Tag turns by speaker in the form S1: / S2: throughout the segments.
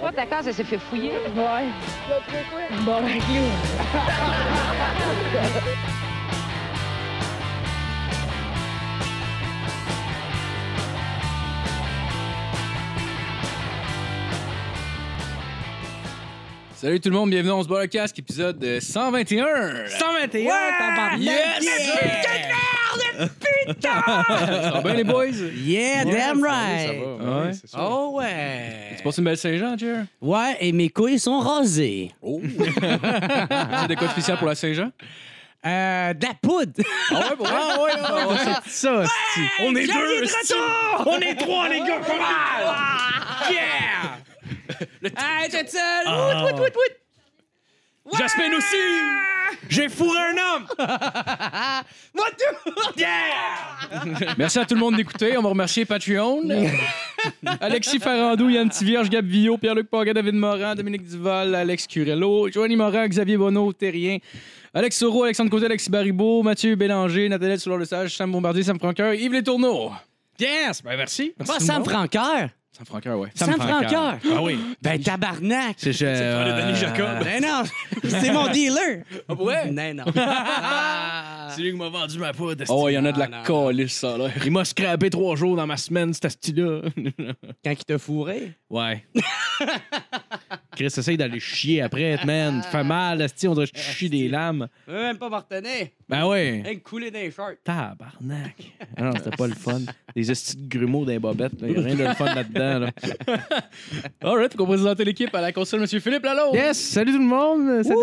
S1: Toi, ta case, elle s'est fait fouiller.
S2: Ouais. Bon, ben, clou.
S3: Salut tout le monde, bienvenue on se bat le casque, épisode euh, 121!
S2: 121, tabarnak.
S3: Yes! Ça va bien les boys?
S4: Yeah, damn right!
S3: Ouais.
S5: c'est sûr.
S4: Oh ouais!
S3: Ah, Tu passes une belle Saint-Jean, Jer?
S4: Ouais, et mes couilles sont rasées.
S3: Oh! C'est des quoi de spécial pour la Saint-Jean?
S4: Euh, de la poudre!
S3: Ah ouais, pour vrai? Oh,
S4: Ah ouais, ah ouais, c'est ça, hostie.
S3: On est deux!
S4: On est trois, les gars, comment? Yeah! Hey, t'es seul!
S5: Ah.
S4: Wout, wout, wout, wout!
S3: Jasmine aussi!
S4: J'ai fourré un homme! Moi, tout!
S3: Merci à tout le monde d'écouter. On va remercier Patreon. Alexis Farandou, Yann Tivierge, Gab Villot, Pierre-Luc Paget, David Morin, Dominique Duval, Alex Curello, Joanny Morin, Xavier Bonneau, Terrien, Alex Soro, Alexandre Côté, Alexis Baribeau, Mathieu Bélanger, Nathalie Soulard-Lesage, Sam Bombardier, Sam Franqueur, Yves Les Tourneaux.
S5: Yes! Ben merci.
S4: Pas
S3: tout le
S4: Sam
S3: monde.
S4: Franqueur!
S3: Sam euh, Franqueur, ouais.
S4: Sam Franqueur!
S5: Ah oui.
S4: Ben, tabarnak!
S5: C'est je.
S3: Denis Jacob.
S4: Euh, Ben non, c'est mon dealer!
S3: ouais?
S4: Ben non. Ah.
S5: C'est lui qui m'a vendu ma poudre.
S3: Oh, il y en a de la
S4: Non, non.
S3: calisse, ça a l'air.
S5: Il m'a scrapé trois jours dans ma semaine, cet asti-là.
S4: Quand il t'a fourré?
S5: ouais. Chris, essaye d'aller chier après, man. Ça fait mal, asti, on doit chier des lames.
S4: Je veux même pas m'en retenir.
S5: Ben ouais.
S4: Rien que couler dans les shorts.
S5: Tabarnak. Ah Non, c'était pas le fun. Des esti de grumeaux d'un bobette, là. Y a rien de le fun là-dedans, là.
S3: All right, qu'on présente l'équipe à la console, M. Philippe Lalonde.
S5: Yes! Salut tout le monde! Salut!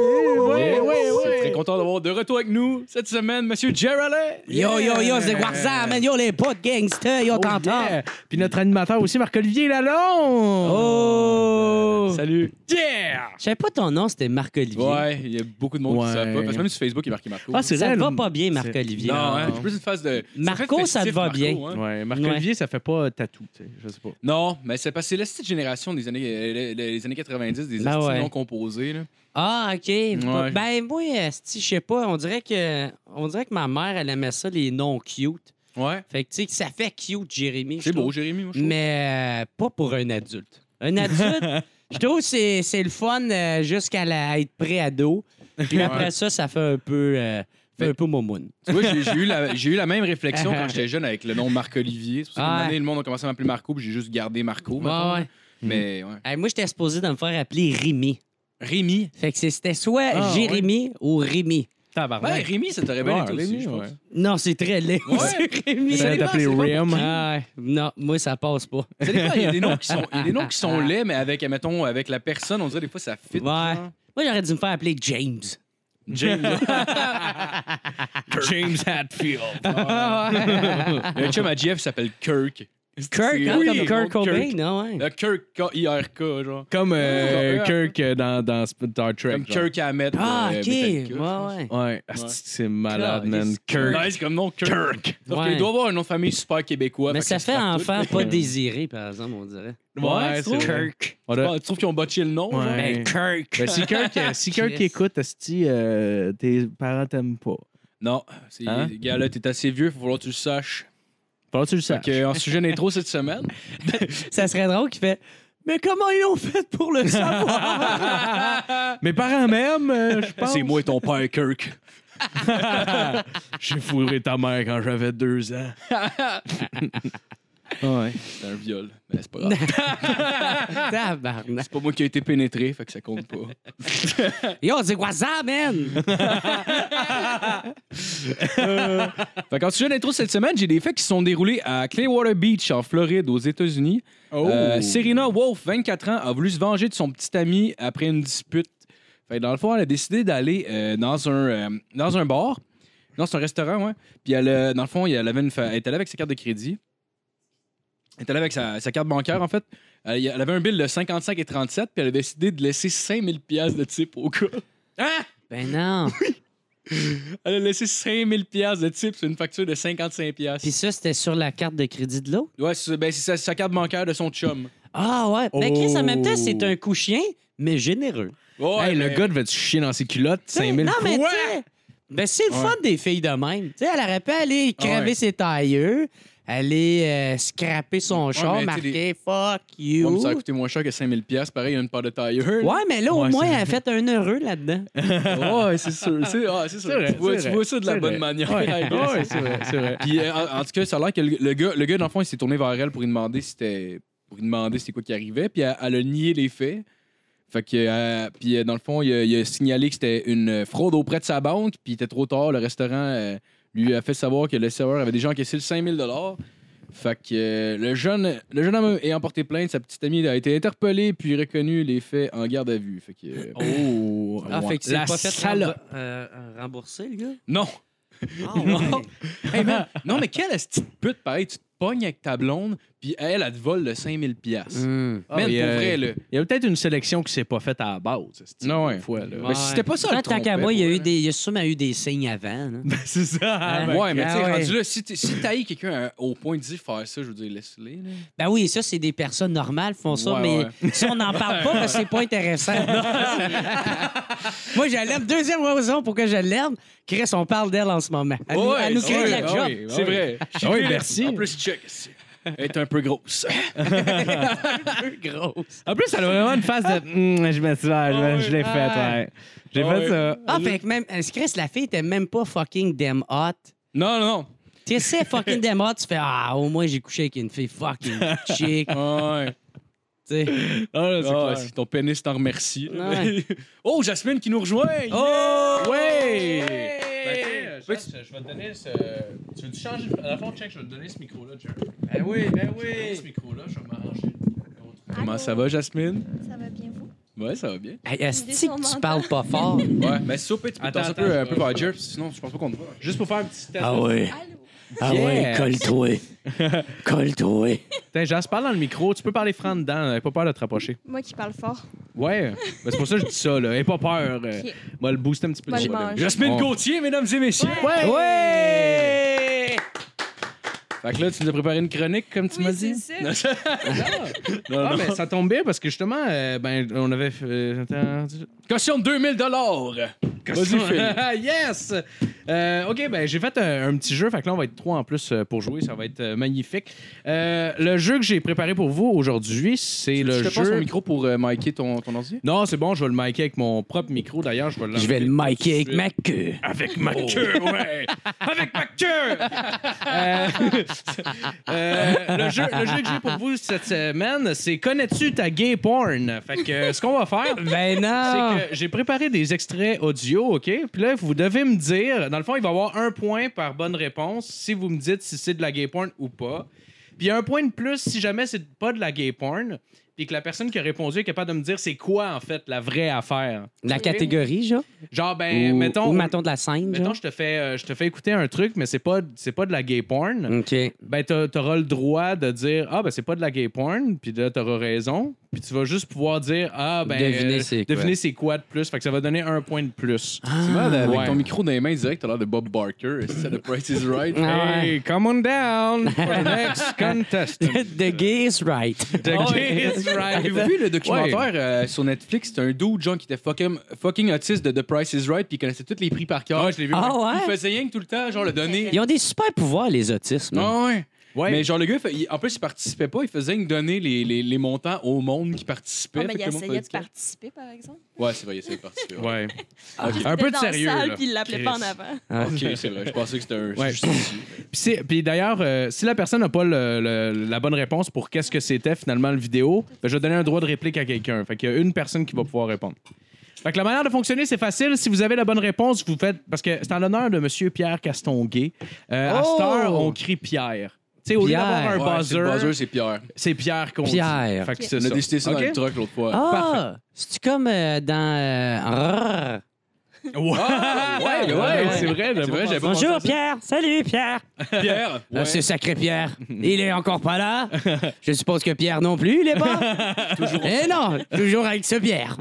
S5: Ouais, ouais, ouais!
S3: Très content d'avoir de retour avec nous cette semaine, M. Geraldin.
S4: Yo, yo, yo, c'est WhatsApp, man. Yo, les potes gangsters, yo,
S5: Oh,
S4: t'entends?
S5: yeah. Puis notre animateur aussi, Marc-Olivier Lalonde!
S4: Oh!
S3: Salut.
S5: Yeah!
S4: Je savais pas ton nom, c'était Marc-Olivier.
S3: Ouais, il y a beaucoup de monde qui
S5: Ouais.
S3: ne savent pas. Parce que même sur Facebook, il est marqué Marco.
S5: Ah, c'est
S4: Ça
S5: vrai,
S4: te va
S5: le-
S4: pas bien,
S5: c'est-
S4: Marc-Olivier.
S3: non,
S4: hein?
S3: hein, c'est plus une phase de.
S4: Marco,
S3: c'est
S4: ça te
S3: festif,
S4: va
S3: Marco,
S4: bien.
S3: hein.
S5: Ouais, Marc-Olivier, ça fait pas tatou, tu sais, je sais pas.
S3: Non, mais c'est parce que c'est la petite génération des années, euh, les, les années 90, des
S4: Ben
S3: artistes
S4: ouais.
S3: non composés. Là.
S4: Ah, OK.
S3: Ouais.
S4: Ben, moi, esti, je sais pas, on dirait que on dirait que ma mère, elle aimait ça, les noms cute.
S3: Ouais.
S4: Fait que, tu sais, que ça fait cute, Jérémy. je
S3: C'est beau,
S4: trouve.
S3: Jérémy, moi, je trouve.
S4: Mais euh, pas pour un adulte. Un adulte, je trouve que c'est c'est le fun euh, jusqu'à la- être pré-ado. Puis après ça, ça fait un peu, euh, fait
S3: Mais-
S4: un peu momoun.
S3: Tu vois, j'ai- j'ai eu, la- j'ai eu la même réflexion quand j'étais jeune avec le nom Marc-Olivier. C'est pour ça qu'à un
S4: Ouais.
S3: moment donné, le monde a commencé à m'appeler Marco, puis j'ai juste gardé Marco. mettons.
S4: ouais. Mm.
S3: Mais ouais.
S4: Hey, moi, j'étais supposé de me faire appeler Rémi.
S3: Rémi.
S4: Fait que c'est- c'était soit
S5: Ah,
S4: Jérémy ou Rémi.
S3: Ouais,
S5: Tabarnak.
S3: Rémi, ça t'aurait bien
S5: Ouais,
S3: été aussi,
S5: Rémi,
S3: je pense.
S5: ouais.
S4: Non, c'est très laid.
S3: Ouais.
S4: C'est Rémi.
S5: Ça va t'appeler
S3: hein.
S5: Rim.
S4: Ah, non, moi, ça passe pas.
S3: Ça dépend, il y a des noms qui sont, il y a des noms qui sont
S4: Ah.
S3: laids, mais avec, mettons, avec la personne, on dirait des fois ça fit.
S4: Ouais.
S3: hein.
S4: Moi, j'aurais dû me faire appeler James.
S3: James.
S5: James Hatfield.
S3: Le chum à Jeff s'appelle Kirk.
S4: Kirk, hein,
S3: Oui,
S4: comme Kirk
S3: Kirk. Euh,
S4: Cobain, non, ouais.
S3: Le Kirk, K-I-R-K, genre.
S5: Comme euh,
S3: Ouais.
S5: Kirk euh, dans, dans Star Trek.
S3: Comme
S5: genre.
S3: Kirk Hammett.
S4: Ah,
S3: euh,
S4: OK.
S3: Metallica, je pense.
S4: ouais, ouais.
S5: Ouais, asti, c'est malade,
S4: Christ.
S5: man. Kirk.
S3: Nice comme nom, Kirk. Sauf
S4: Ouais.
S3: qu'il doit avoir un nom de famille super québécois.
S4: Mais ça fait
S3: un
S4: enfant pas désiré, par exemple, on dirait.
S3: Ouais, c'est vrai.
S5: Kirk. On a-
S3: Tu trouves qu'ils ont botché le nom? genre?
S5: Ouais.
S4: Ben, Kirk.
S5: Ben, si Kirk, euh, si Kirk
S4: Chris.
S5: écoute, asti, euh, tes parents t'aiment pas.
S3: Non. c'est-
S5: Hein?
S3: Gars, là, t'es assez vieux, faut falloir que tu le saches.
S5: Faut que tu le saches.
S3: Fait que, en sujet d'intro cette semaine,
S4: Ça serait drôle qu'il fait Mais comment ils ont fait pour le savoir
S5: Mes parents m'aiment, euh, je pense.
S3: c'est moi et ton père, Kirk.
S5: J'ai fourré ta mère quand j'avais deux ans. ouais.
S3: C'est un viol. Mais c'est pas grave.
S4: Tabarnak.
S3: C'est pas moi qui ai été pénétré, fait que ça compte pas.
S4: Yo, c'est quoi ça, man
S3: Fait qu'en sujet d'intro cette semaine, j'ai des faits qui se sont déroulés à Clearwater Beach, en Floride, aux États-Unis.
S5: Oh.
S3: Euh, Serena Wolf, 24 ans, a voulu se venger de son petit ami après une dispute. Fait que dans le fond, elle a décidé d'aller euh, dans, un, euh, dans un bar. Non, c'est un restaurant, ouais. Puis elle, euh, dans le fond, elle, avait une fa- elle est allée avec sa carte de crédit. Elle est allée avec sa, sa carte bancaire, en fait. Euh, Elle, elle avait un bill de 55 et 37, puis elle a décidé de laisser 5000 pièces de type au gars.
S4: Ben non.
S3: Elle a laissé 5000 pièces de type sur une facture de 55 pièces.
S4: Puis ça, c'était sur la carte de crédit de l'autre.
S3: Ouais, c'est ben, c'est sa, sa carte bancaire de son chum.
S4: Ah ouais. Ben Chris, en même temps, c'est
S5: Oh.
S4: un coup chien, mais généreux.
S3: Ouais,
S5: hey, le
S3: ben,
S5: gars devait se chier dans ses culottes, 5000
S4: non, mais tu
S5: fois.
S4: sais, ben c'est le fun des filles de même. Tu sais, elle aurait pu aller craver
S3: Ouais.
S4: ses tailleux. aller euh, scraper son char,
S3: mais tu sais,
S4: marquer
S3: les-
S4: fuck
S3: Ouais,
S4: you.
S3: mais ça a coûté moins cher que 5000$. piastres. Pareil, il y a une part de tailleur.
S4: Ouais, mais là, au
S5: Ouais,
S4: moins,
S5: c'est-
S4: elle a fait un heureux là-dedans.
S3: Ah, ouais, c'est sûr. C'est ah, c'est sûr.
S5: C'est vrai,
S3: tu, vois,
S5: c'est
S3: tu
S5: vrai,
S3: vois ça de la
S5: c'est
S3: bonne
S5: vrai.
S3: manière.
S5: Ouais, ouais, c'est vrai, c'est vrai.
S3: Puis, euh, en, en tout cas, ça a l'air que le, le gars, le gars, dans le fond, il s'est tourné vers elle pour lui demander c'était pour lui demander c'était quoi qui arrivait. Puis elle, elle a nié les faits. Fait que, euh, puis euh, dans le fond, il a, il a signalé que c'était une euh, fraude auprès de sa banque. Puis il était trop tard. Le restaurant euh, lui a fait savoir que le serveur avait déjà encaissé le 5000 Fait que euh, le, jeune, le jeune homme est emporté plainte. Sa petite amie a été interpellée puis reconnu les faits en garde à vue. Fait que, euh,
S5: Oh!
S4: Ah, fait que c'est
S5: La
S4: pas fait
S5: salope.
S4: remb- euh, rembourser, le gars.
S3: Non!
S4: Ah, ouais.
S3: Hey, man, non, mais quelle est pute, pareil, tu te pognes avec ta blonde, puis elle, elle te vole le 5000 pièces.
S4: Hmm.
S5: Ah,
S3: Man,
S5: mais,
S3: pour
S5: euh,
S3: vrai, là.
S5: Il y a peut-être une sélection qui s'est pas faite à la base. ce style,
S3: Non, ouais.
S5: Des fois, là.
S3: Ouais. Ben, si c'était pas ça,
S4: Tant
S3: le
S4: tant qu'à
S3: trompait,
S4: moi, il y a
S3: ouais.
S4: eu des, il y a sûrement eu des signes avant. là.
S5: Ben, c'est ça.
S4: Ouais.
S5: Ouais.
S3: ouais, mais tu sais,
S4: ah ouais.
S3: rendu là, si t'es- si t'haïs quelqu'un à- au point de dire faire ça, je veux dire, laisse-les. là.
S4: Ben oui, ça, c'est des personnes normales qui font ça,
S3: Ouais,
S4: mais si on n'en parle pas, parce que c'est pas intéressant. Moi, je l'aime. Deuxième raison pour que je l'aime, Chris, on parle d'elle en ce moment. Elle, nous-
S3: Ouais,
S4: elle nous
S3: c'est
S4: crée de
S3: vrai,
S4: la
S3: ah
S4: job.
S5: oui, ah
S3: C'est
S5: oui.
S3: vrai.
S5: Ah oui, merci.
S3: En plus, check. c'est- Elle est un peu grosse.
S4: Grosse.
S5: En plus, elle a vraiment une face de. Hum, je me suis là, je,
S3: Ah ouais.
S5: je l'ai fait, ouais. J'ai
S3: Ah
S5: fait
S3: ouais.
S5: ça.
S4: Ah, fait que même, euh, Chris, la fille était même pas fucking damn hot.
S3: Non, non,
S4: Tu sais, fucking damn hot, tu fais Ah, au moins, j'ai couché avec une fille fucking chic. Tu
S3: non. Ouais.
S4: sais.
S5: Ah, là, c'est
S3: Ah,
S5: clair.
S3: si ton pénis t'en remercie. là.
S4: Ouais.
S3: oh, Jasmine qui nous rejoint!
S4: Oh!
S3: Ouais!
S5: Ben, tu sais, je vais te donner ce. Tu veux -tu changer. À la fond, check, je vais te donner ce micro-là, Jerry.
S3: Ben oui, ben
S5: Je vais te donner Ce micro-là, je vais m'arranger.
S3: Comment ça va, Jasmine?
S1: Ça va bien vous?
S3: Ouais, ça va bien.
S4: Hey, Asti, que tu parles pas fort.
S3: Ouais, mais si au pire, tu peux
S5: Attends,
S3: tasser un
S5: attends,
S3: peu, un
S5: je
S3: peu
S5: vais-
S3: par Jer, sinon je pense pas qu'on te voit.
S5: Juste pour faire un petit test.
S4: ouais.
S1: Allô?
S4: Ah
S5: ouais,
S4: colle-toi. colle-toi.
S5: Tiens, Jas, parle dans le micro. Tu peux parler franc dedans. là. Pas peur de te rapprocher.
S1: Moi qui parle fort.
S5: Ouais. Ben, c'est pour ça que je dis ça, là. Aie pas peur. euh,
S1: Ok.
S5: Moi, le booster un petit peu.
S1: Moi,
S5: de
S1: je
S5: volume.
S1: mange.
S3: Jasmine
S5: Oh.
S3: Gauthier, mesdames et messieurs.
S5: Ouais!
S3: Fait que là, tu nous as préparé une chronique, comme tu
S1: Oui,
S3: m'as
S1: c'est
S3: dit.
S1: ça.
S3: Non, non,
S5: Ah,
S3: non.
S5: ben, ça tombe bien parce que justement, euh, ben, on avait. fait- euh, attends,
S3: Caution de 2000 Vas-y, Phil.
S5: yes! Euh, OK, ben j'ai fait un, un petit jeu, fait que là, on va être trois en plus euh, pour jouer, ça va être euh, magnifique. Euh, le jeu que j'ai préparé pour vous aujourd'hui, c'est le
S3: je te passe mon
S5: jeu...
S3: micro pour euh, micer ton, ton ordi.
S5: Non, c'est bon, je vais le micer avec mon propre micro, d'ailleurs, je vais
S4: Je vais le
S5: l'enlever
S4: miker
S5: tout
S4: avec
S5: de suite.
S4: ma queue.
S5: Avec ma queue, ouais! Avec ma queue! Euh, euh, le, jeu, le jeu que j'ai pour vous cette semaine, c'est Connais-tu ta gay porn? Fait que euh, ce qu'on va faire,
S4: Ben non!
S5: c'est que j'ai préparé des extraits audio, OK? Puis là, vous devez me dire, dans le fond, il va y avoir un point par bonne réponse si vous me dites si c'est de la gay porn ou pas. Puis il y a un point de plus si jamais c'est pas de la gay porn, puis que la personne qui a répondu est capable de me dire c'est quoi, en fait, la vraie affaire.
S4: La
S5: Ok?
S4: catégorie, genre?
S5: Genre, ben,
S4: ou,
S5: mettons,
S4: ou euh, mettons de la scène,
S5: mettons,
S4: genre?
S5: je te fais, euh, je te fais écouter un truc, mais c'est pas, c'est pas de la gay porn
S4: OK.
S5: ben t'a- t'auras le droit de dire ah ben c'est pas de la gay porn puis là t'auras raison puis tu vas juste pouvoir dire ah ben
S4: Devinez c'est quoi.
S5: devinez c'est quoi de plus fait que ça va donner un point de plus
S3: Tu vois, avec
S5: Ah. Ouais.
S3: ton micro dans les mains direct, t'as l'air de Bob Barker. Est-ce que C'est le Price is Right.
S4: Ah. Oh,
S5: Hey, come on down for the next contest
S4: The gay is right.
S5: the gay
S3: Avez-vous
S5: is Oh, right
S3: vu le documentaire euh, sur Netflix? C'était un dude, genre, qui était fucking, fucking autiste de The Price is Right, puis il connaissait tous les prix par cœur.
S5: ah je l'ai vu
S4: Ah
S3: Il
S4: ouais?
S3: faisait rien que tout le temps, genre, le donner.
S4: Ils ont des super pouvoirs, les autistes. man.
S3: Non, ouais.
S5: ouais
S3: Mais genre, le gars, il- en plus, il participait pas. Il faisait une donner les, les, les montants au monde qui participait.
S5: Ah,
S1: Non, mais
S3: Fait
S1: il
S3: que le monde
S1: essayait de
S3: faisait du
S1: participer, par exemple.
S3: cash. Ouais, c'est vrai, il essayait de participer. ouais.
S5: ouais
S1: Il
S5: un
S1: était
S5: peu de
S1: dans la
S5: sérieux
S1: salle,
S5: là.
S1: Puis il l'appelait
S5: Chris.
S1: pas en avant.
S4: Ah.
S3: Ok, c'est vrai. Je pensais que c'était un.
S5: Ouais.
S3: juste ici.
S5: Puis c'est- Puis d'ailleurs, euh, si la personne n'a pas le- le- la bonne réponse pour qu'est-ce que c'était finalement le vidéo, ben, je vais donner un droit de réplique à quelqu'un. Fait qu'il y a une personne qui va pouvoir répondre. Fait que la manière de fonctionner, c'est facile. Si vous avez la bonne réponse, vous faites. Parce que c'est en l'honneur de Monsieur Pierre Castonguay. Euh, À cette
S4: Oh!
S5: heure, on crie Pierre. Tu sais, au lieu
S4: Pierre.
S5: d'avoir un
S3: Ouais, c'est
S5: buzzer,
S3: le buzzer, c'est Pierre.
S5: c'est Pierre qu'on dit.
S4: Pierre.
S5: Fait que c'est
S3: On a
S5: ça.
S3: décidé ça
S5: OK?
S3: dans le truck l'autre fois.
S4: Ah! C'est-tu comme euh, dans... euh,
S5: Ouais,
S3: Ah, ouais,
S5: ouais,
S3: ouais.
S5: c'est vrai.
S3: C'est vrai, j'avais pas
S4: Bonjour, Pierre! Salut, Pierre!
S3: Pierre!
S4: Ah, c'est sacré Pierre. Il est encore pas là. Je suppose que Pierre non plus, il est pas. toujours. Eh non, toujours avec ce Pierre.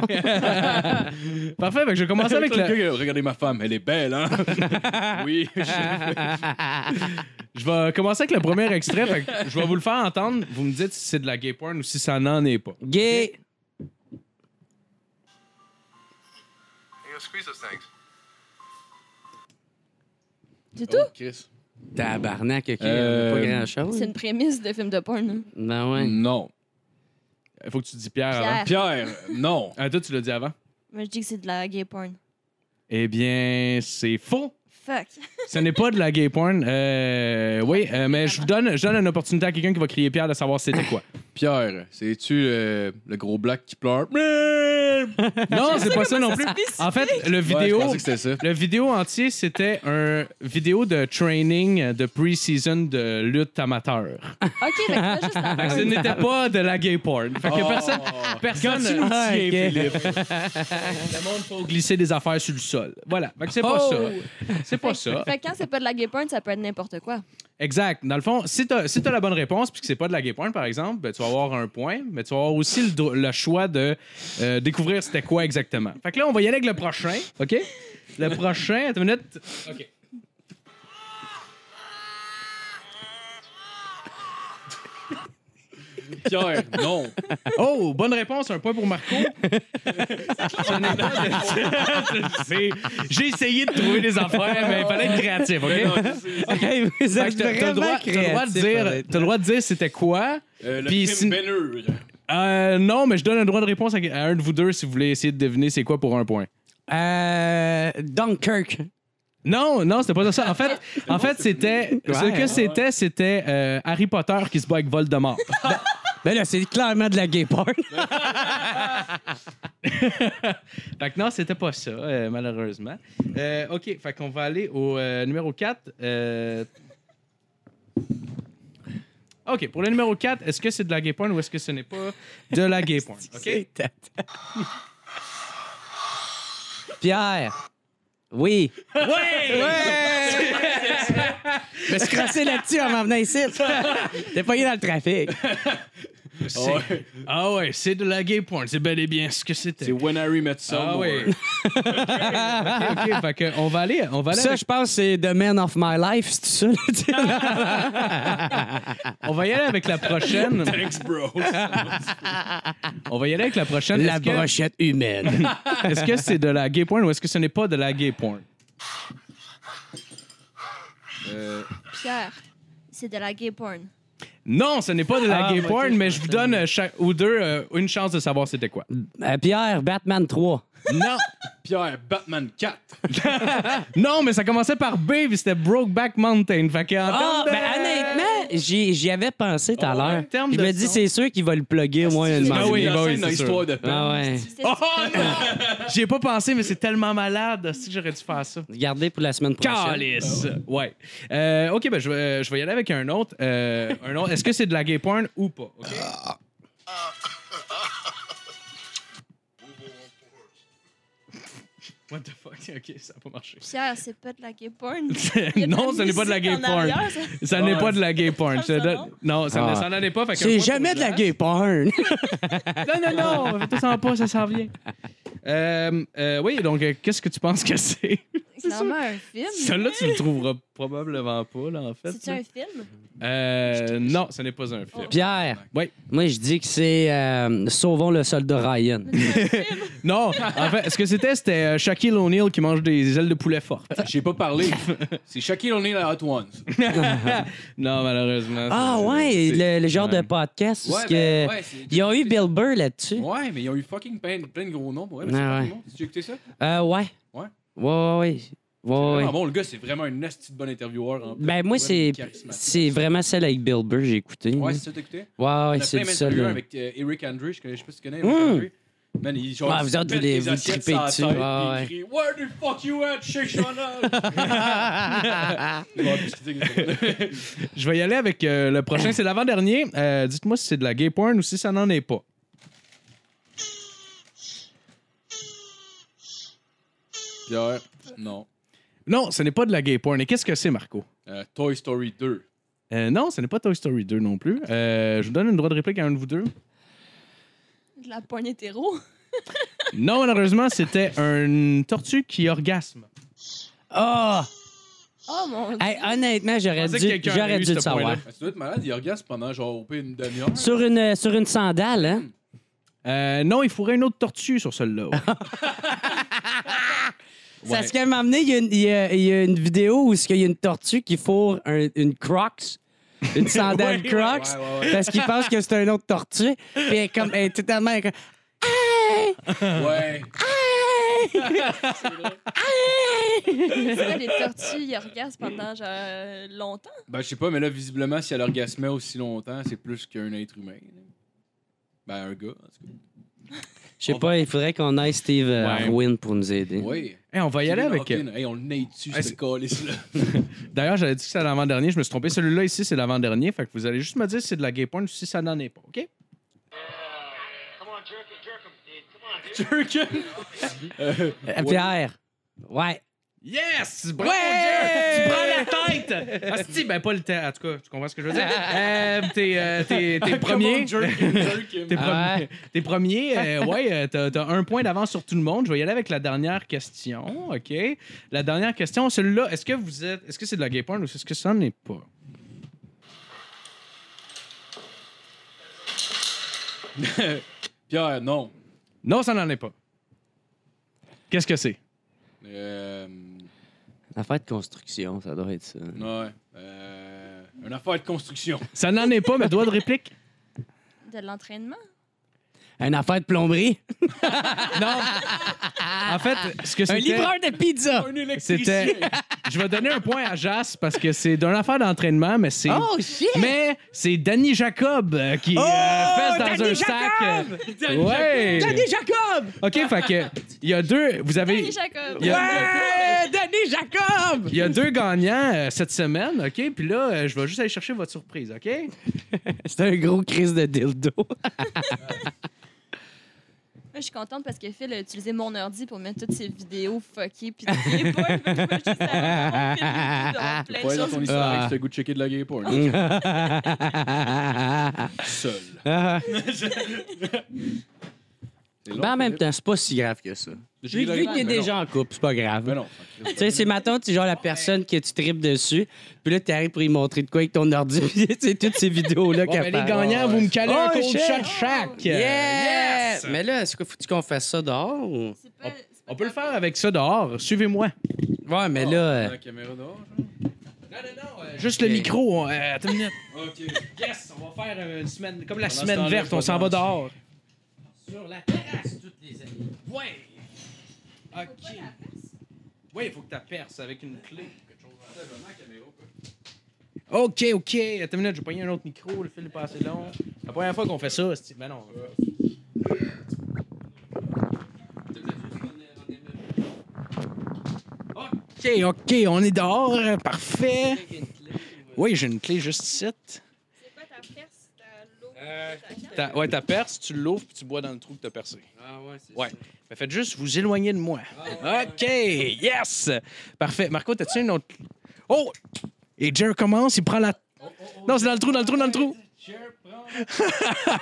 S5: Parfait, fait que je vais commencer avec la.
S3: Regardez ma femme, elle est belle, hein? oui.
S5: Je vais commencer avec le premier extrait. fait que je vais vous le faire entendre. Vous me dites si c'est de la gay porn ou si ça n'en est pas.
S4: Gay.
S6: Hey, yo, squeeze those things.
S1: Du
S3: Oh, Chris.
S4: Tabarnak, OK. on a
S3: Euh,
S4: Pas grand-chose.
S1: C'est une prémisse de film de porn. hein.
S4: Ben ouais.
S3: Non.
S5: Il faut que tu dis Pierre, avant.
S1: Pierre.
S3: Pierre, non.
S5: Ah, toi, tu l'as dit avant.
S1: Moi, je dis que c'est de la gay porn.
S5: Eh bien, c'est faux.
S1: Fuck.
S5: Ce n'est pas de la gay porn. Euh, oui, euh, mais je vous donne, je donne une opportunité à quelqu'un qui va crier Pierre de savoir c'était quoi.
S3: Pierre, c'est-tu euh, le gros black qui pleure?
S5: Non, c'est pas ça non plus. En fait, le vidéo,
S3: Ouais, je pensais que c'était ça.
S5: le vidéo entier, c'était un vidéo de training de pre-season de lutte amateur.
S1: OK, mais c'est juste la
S5: Fait que ce
S1: porn.
S5: n'était pas de la gay porn. Fait que
S3: Oh.
S5: personne, personne
S4: Continue,
S5: Ah,
S4: tiens,
S5: ok. le monde faut glisser des affaires sur le sol. Voilà. Fait que c'est pas
S3: Oh!
S5: ça. C'est pas ça.
S1: Fait que quand c'est pas de la gay porn, ça peut être n'importe quoi.
S5: Exact. Dans le fond, si t'as si t'as la bonne réponse puis que c'est pas de la gay porn, par exemple, ben, tu vas avoir un point, mais tu vas avoir aussi le, dro- le choix de euh, découvrir c'était quoi exactement. Fait que là, on va y aller avec le prochain, OK? Le prochain, attends une minute. OK.
S3: Pierre, non.
S5: Oh, bonne réponse, un point pour Marco. Ce n'est pas de- Je le sais. J'ai essayé de trouver des affaires, mais il fallait être créatif, OK?
S4: Hey, vous
S5: Fait
S4: êtes
S5: que t'as- t'as le droit- t'as le droit de
S4: créatifs,
S5: dire-
S4: honnêtement.
S5: t'as le droit de dire c'était quoi.
S3: Euh, le
S5: Puis
S3: film
S5: si-
S3: Ben Hur.
S5: Euh, non, mais je donne un droit de réponse à, à un de vous deux si vous voulez essayer de deviner c'est quoi pour un point.
S4: Euh, Dunkirk.
S5: Non, non, c'était pas ça. En fait, en fait c'était. Ce
S4: Ouais.
S5: que c'était, c'était euh, Harry Potter qui se bat avec Voldemort.
S4: Ben là, c'est clairement de la gay porn.
S5: fait que non, c'était pas ça, euh, malheureusement. Euh, OK, fait qu'on va aller au euh, numéro 4. euh. OK, pour le numéro 4, est-ce que c'est de la gay porn ou est-ce que ce n'est pas de la gay porn? OK?
S4: Pierre. Oui.
S5: Ouais!
S4: Je me suis crossé là-dessus en m'en venant ici. T'es pogné dans le trafic.
S5: C'est- Ah ouais, c'est de la gay porn. C'est bel et bien ce que c'était.
S3: C'est When Harry Met Someone.
S5: Ah ouais.
S4: hein.
S5: OK, OK, fait que on va aller, on va aller
S4: Ça,
S5: avec-
S4: je pense, c'est The Man of My Life, c'est ça? là, tu sais, là?
S5: on va y aller avec la prochaine.
S3: Thanks, bro.
S5: On va y aller avec la prochaine.
S4: la
S5: Est-ce que-
S4: brochette humaine.
S5: Est-ce que c'est de la gay porn ou est-ce que ce n'est pas de la gay porn?
S1: Pierre, c'est de la gay porn.
S5: Non, ce n'est pas de la
S4: Ah,
S5: gay
S4: ok,
S5: porn,
S4: je
S5: mais je vous donne euh, chaque- ou deux euh, une chance de savoir c'était quoi.
S4: Euh, Pierre, Batman 3.
S5: Non,
S3: Pierre, Batman 4.
S5: non, mais ça commençait par B, puis c'était Brokeback Mountain. Fait que en
S4: Ah,
S5: termes de-
S4: ben honnêtement, j'y j'y avais pensé tout à
S5: Oh, en
S4: l'heure.
S5: termes
S4: Je
S5: de
S4: me dis,
S5: son.
S4: c'est sûr qu'il va le plugger au moins une
S5: Ah
S3: Ah
S5: oui,
S3: oui,
S5: bah oui,
S3: dans
S5: c'est sûr.
S3: l'histoire de Batman.
S4: Ah ouais.
S1: C'est-
S5: Oh non, j'y ai pas pensé, mais c'est tellement malade. Si j'aurais dû faire ça.
S4: Gardez pour la semaine prochaine.
S5: Calice! Ouais. Euh, ok, ben je vais, euh, je vais y aller avec un autre. euh, un autre. Est-ce que c'est de la gay porn ou pas? ok? What the fuck? Ok, ça a pas marché.
S1: Pierre, c'est pas de la gay porn.
S5: non, ce n'est pas de la gay porn. Ça n'est pas de la gay porn. Ça-
S1: Ça, non?
S5: Non, ça
S4: Ah.
S5: ne- ça n'en est pas. fait qu'un
S4: C'est
S5: point
S4: jamais
S5: pour
S4: de la
S5: Jean.
S4: gay porn.
S5: Non, non, non. Tout s'en pas, ça s'en vient. Euh, euh, oui, donc, euh, qu'est-ce que tu penses que c'est?
S1: C'est vraiment un film.
S5: Celui-là, tu le trouveras probablement pas, là, en fait.
S1: C'est-tu un film?
S5: Euh, non, ce n'est pas un film.
S4: Oh. Pierre.
S5: Oui.
S4: Moi, je dis que c'est euh, Sauvons le soldat Ryan.
S5: Non, en fait, ce que c'était, c'était euh, Shaquille O'Neal qui mange des ailes de poulet fortes.
S3: J'ai pas parlé. C'est Shaquille O'Neal à Hot Ones.
S5: Non, malheureusement.
S4: Ah
S5: c'est-
S4: ouais,
S5: c'est-
S4: le, le genre
S5: ouais.
S4: de podcast où
S3: Ouais,
S4: ce
S3: ben,
S4: que
S3: ouais, c'est-
S4: ils ont eu Bill Burr là-dessus. Ouais.
S3: Ouais, mais ils ont eu fucking plein, plein de gros noms. Ouais, mais c'est
S4: Ouais,
S3: pas
S4: ouais.
S3: tout le monde. Tu as écouté ça?
S4: Euh, ouais.
S3: Ouais.
S4: Ouais, ouais, ouais. Ouais, ouais.
S3: Vraiment bon, le gars, c'est vraiment un nasty de bon intervieweur. en plus.
S4: Ben moi
S3: Ouais,
S4: c'est
S3: charismatique.
S4: c'est vraiment celle avec Bill Burr j'ai écouté.
S3: Ouais,
S4: Ouais,
S3: c'est ça, t'as écouté?
S4: ouais,
S3: On a
S4: c'est
S3: plein
S4: le seul.
S3: d'intervieweurs
S4: là.
S3: avec euh, Eric Andre, je, connais- je sais pas si tu connais Eric
S4: Mm.
S3: Andre. Man, il genre.
S4: Ouais, vous autres, vous les- vous tripez dessus. Ah, Ouais,
S3: Il crie Where the fuck you at, Shake Shana? Bon, puis je dis que-
S5: Je vais y aller avec euh, le prochain. C'est l'avant-dernier. Euh, Dites-moi si c'est de la gay porn ou si ça n'en est pas.
S3: Pierre, non.
S5: Non, ce n'est pas de la gay porn. Et qu'est-ce que c'est, Marco?
S3: Euh, Toy Story 2.
S5: Euh, non, ce n'est pas Toy Story 2 non plus. Euh, je vous donne une droit de réplique à un de vous deux.
S1: De la porn hétéro?
S5: Non, malheureusement, c'était une tortue qui orgasme.
S4: Ah!
S1: Oh mon dieu.
S4: Hey, honnêtement, j'aurais
S5: pensais que
S4: dû,
S5: quelqu'un aurait
S4: j'aurais
S5: eu
S4: dû
S5: ce
S4: le savoir.
S5: point-là.
S3: Ah, tu dois être malade, il orgasme pendant genre au pire une demi-heure.
S4: Sur une, euh, sur une sandale, hein?
S5: Euh, non, il faudrait une autre tortue sur celle-là. ouais.
S4: Ça ce qu'elle m'a amené, il y, a une- il y a- il y a une vidéo où il y a une tortue qui fourre un- une Crocs. Une sandale
S5: Ouais, ouais,
S4: Crocs. Parce qu'il pense que c'est un autre tortue. Puis elle est comme, elle est totalement. elle est comme, Hey!
S3: Ouais.
S1: C'est vrai, les tortues, ils regardent pendant genre, euh, longtemps.
S3: Ben, je sais pas, mais là, visiblement, si elle orgasmait aussi longtemps, c'est plus qu'un être humain. là. Ben, un gars, en tout cas.
S4: Je sais pas, il faudrait qu'on aille Steve euh,
S5: Ouais.
S4: Irwin pour nous aider.
S3: Oui.
S5: Hey, Eh, on va y aller avec.
S3: Hawking. Hey, on le nez dessus,
S5: Ouais,
S3: ce
S5: c'est-
S3: calice-là.
S5: D'ailleurs, j'avais dit que c'était l'avant-dernier. Je me suis trompé. Celui-là ici, c'est l'avant-dernier. Fait que vous allez juste me dire si c'est de la gay porn ou si ça n'en est pas, OK?
S6: Come on, jerk it, jerk him, dude. Come on, dude.
S4: Euh, Pierre. Ouais.
S5: Yes! Bravo,
S4: Ouais!
S5: Dieu! Tu prends la tête! Ah, si, ben pas le temps. En tout cas, tu comprends ce que je veux dire? Euh, t'es euh, t'es- t'es premier. T'es
S4: Ah
S5: premier. T'es premier. euh, ouais, euh, t'as, t'as un point d'avance sur tout le monde. Je vais y aller avec la dernière question. OK? La dernière question, celui-là, est-ce que vous êtes. Est-ce que c'est de la gay porn ou est-ce que ça n'en est pas?
S3: Pierre, non.
S5: Non, ça n'en est pas. Qu'est-ce que c'est?
S3: Euh,
S4: Affaire de construction, ça doit être ça.
S3: ouais. Euh, une affaire de construction.
S5: Ça n'en est pas, mais doigt de réplique?
S1: De l'entraînement.
S4: Une affaire de plomberie.
S5: Non. En fait, ce que
S4: Un
S5: c'était.
S4: livreur de pizza.
S5: C'était. Je vais donner un point à Jas parce que c'est d'une affaire d'entraînement, mais c'est.
S4: Oh shit!
S5: Mais c'est Danny Jacob euh, qui euh, fesse dans
S4: Oh! Danny
S5: un
S4: Jacob!
S5: sac. euh, ouais.
S4: Danny Jacob!
S5: OK, fait que il y a deux, vous avez
S1: Allez, Jacob!
S5: il y a-
S4: Ouais! Danny Euh, Jacob!
S5: il y a deux gagnants euh, cette semaine, OK? Puis là, euh, je vais juste aller chercher votre surprise, OK?
S4: C'était un gros crise de dildo.
S1: Moi, je suis contente parce que Phil a utilisé mon ordi pour mettre toutes ses vidéos fuckées. Puis des fois, je me vois juste à mon
S3: Ouais, dans ton
S1: Phil, il est dans plein de choses.
S3: histoire,
S4: Ah.
S3: avec ce goût de checker de la gay porn.
S4: ben,
S3: Seul. C'est long,
S4: Ben, en même
S3: Philippe.
S4: temps, c'est pas si grave que ça.
S3: Le checker
S4: Vu
S3: de la gay
S4: vu que
S3: porn,
S4: t'es
S3: mais non.
S4: déjà en couple, c'est pas grave.
S3: Mais Ben non.
S4: Tu sais, c'est maintenant, tu genre la personne que tu tripes dessus, puis là, t'arrives pour y montrer de quoi avec ton ordi, puis c'est toutes ces vidéos-là
S5: Bon,
S4: qu'elle
S5: ben, les
S4: parle.
S5: gagnants, vous me calez un
S4: Oh,
S5: cold
S4: shit!
S5: shot chaque.
S4: Yeah!
S5: Yes!
S4: Mais là, est-ce qu'il faut qu'on fasse ça dehors? ou-
S1: C'est pas- c'est pas
S5: On peut le
S1: grave.
S5: faire avec ça dehors. Suivez-moi.
S4: Ouais,
S3: Ah,
S4: mais là. euh,
S3: La caméra dehors,
S5: Juste le
S4: Ok.
S5: micro. euh, attends une minute.
S3: genre. OK.
S5: Yes, on va faire euh, une semaine, comme la
S3: Pendant ce
S5: semaine
S3: temps-là,
S5: verte,
S3: je vais
S5: on s'en va
S3: danser.
S5: dehors.
S4: Sur la terrasse, toutes les amis.
S5: Ouais. OK. Ouais, il faut que tu perces avec une clé ou quelque chose. OK, OK. Attends une minute, j'ai pogné un autre micro, le fil est pas assez long. La première fois qu'on fait ça, c'est... Ben non. OK, OK, on est dehors. Parfait. Oui, j'ai une clé juste ici.
S1: C'est quoi ta perce? T'as l'eau?
S4: Euh,
S1: t'as la
S5: T'as- ouais, ta perce, tu l'ouvres puis tu bois dans le trou que t'as percé.
S4: Ah ouais, c'est Ah
S5: Ouais. Mais faites juste vous éloigner de moi. OK. Yes. Parfait. Marco, t'as-tu une autre. Oh! Et Jer commence, il prend la.
S4: Oh,
S5: non, c'est dans le trou, dans le trou, dans le trou.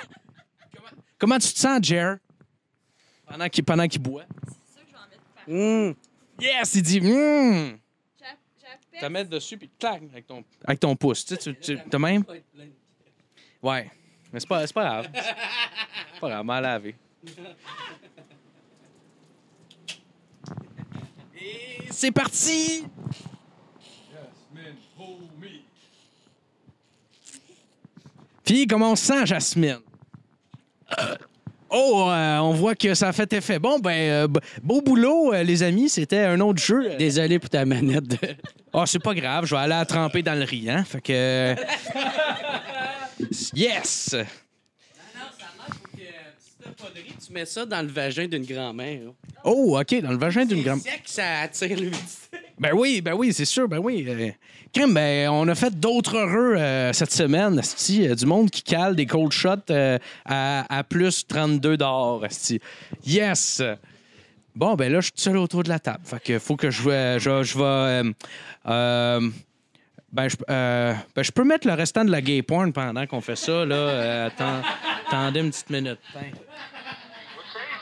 S5: Comment tu te sens, Jer? Pendant qu'il pendant qu'il boit.
S1: C'est sûr que je vais en mettre
S4: Hum.
S1: partout.
S5: Yes, il dit. Hum!
S1: J'ai la- j'ai la perce.
S5: Tu la mets dessus, puis clac, avec ton, avec ton pouce. Tu sais, tu, tu- de même? Ouais. Mais c'est pas, c'est pas grave. C'est pas grave, mal lavé. Et c'est parti! Puis, comment on se sent, Jasmine? Euh, Oh, euh, on voit que ça a fait effet. Bon, ben, euh, b- beau boulot, euh, les amis. C'était un autre jeu.
S4: Désolé pour ta manette de.
S5: Ah, c'est pas grave, je vais aller la tremper dans le riz, hein? Fait que. yes!
S4: Non, ça marche pour que si t'as pas de riz, tu mets ça dans le vagin d'une grand-mère.
S5: Oh, OK, dans le vagin d'une
S4: C'est
S5: gramme.
S4: sec, ça attire l'humidité.
S5: Ben oui, ben oui, c'est sûr, ben oui. euh, Crème, ben, on a fait d'autres heureux euh, cette semaine, asti, euh, du monde qui cale des cold shots euh, à, à plus 32 dehors, asti. Yes! Bon, ben là, je suis tout seul autour de la table. Fait que faut que je, euh, je, je vais... euh, euh, ben, je, euh, ben, je peux mettre le restant de la gay porn pendant qu'on fait ça, là. euh, attends, attendez une petite minute.
S6: We're crazy,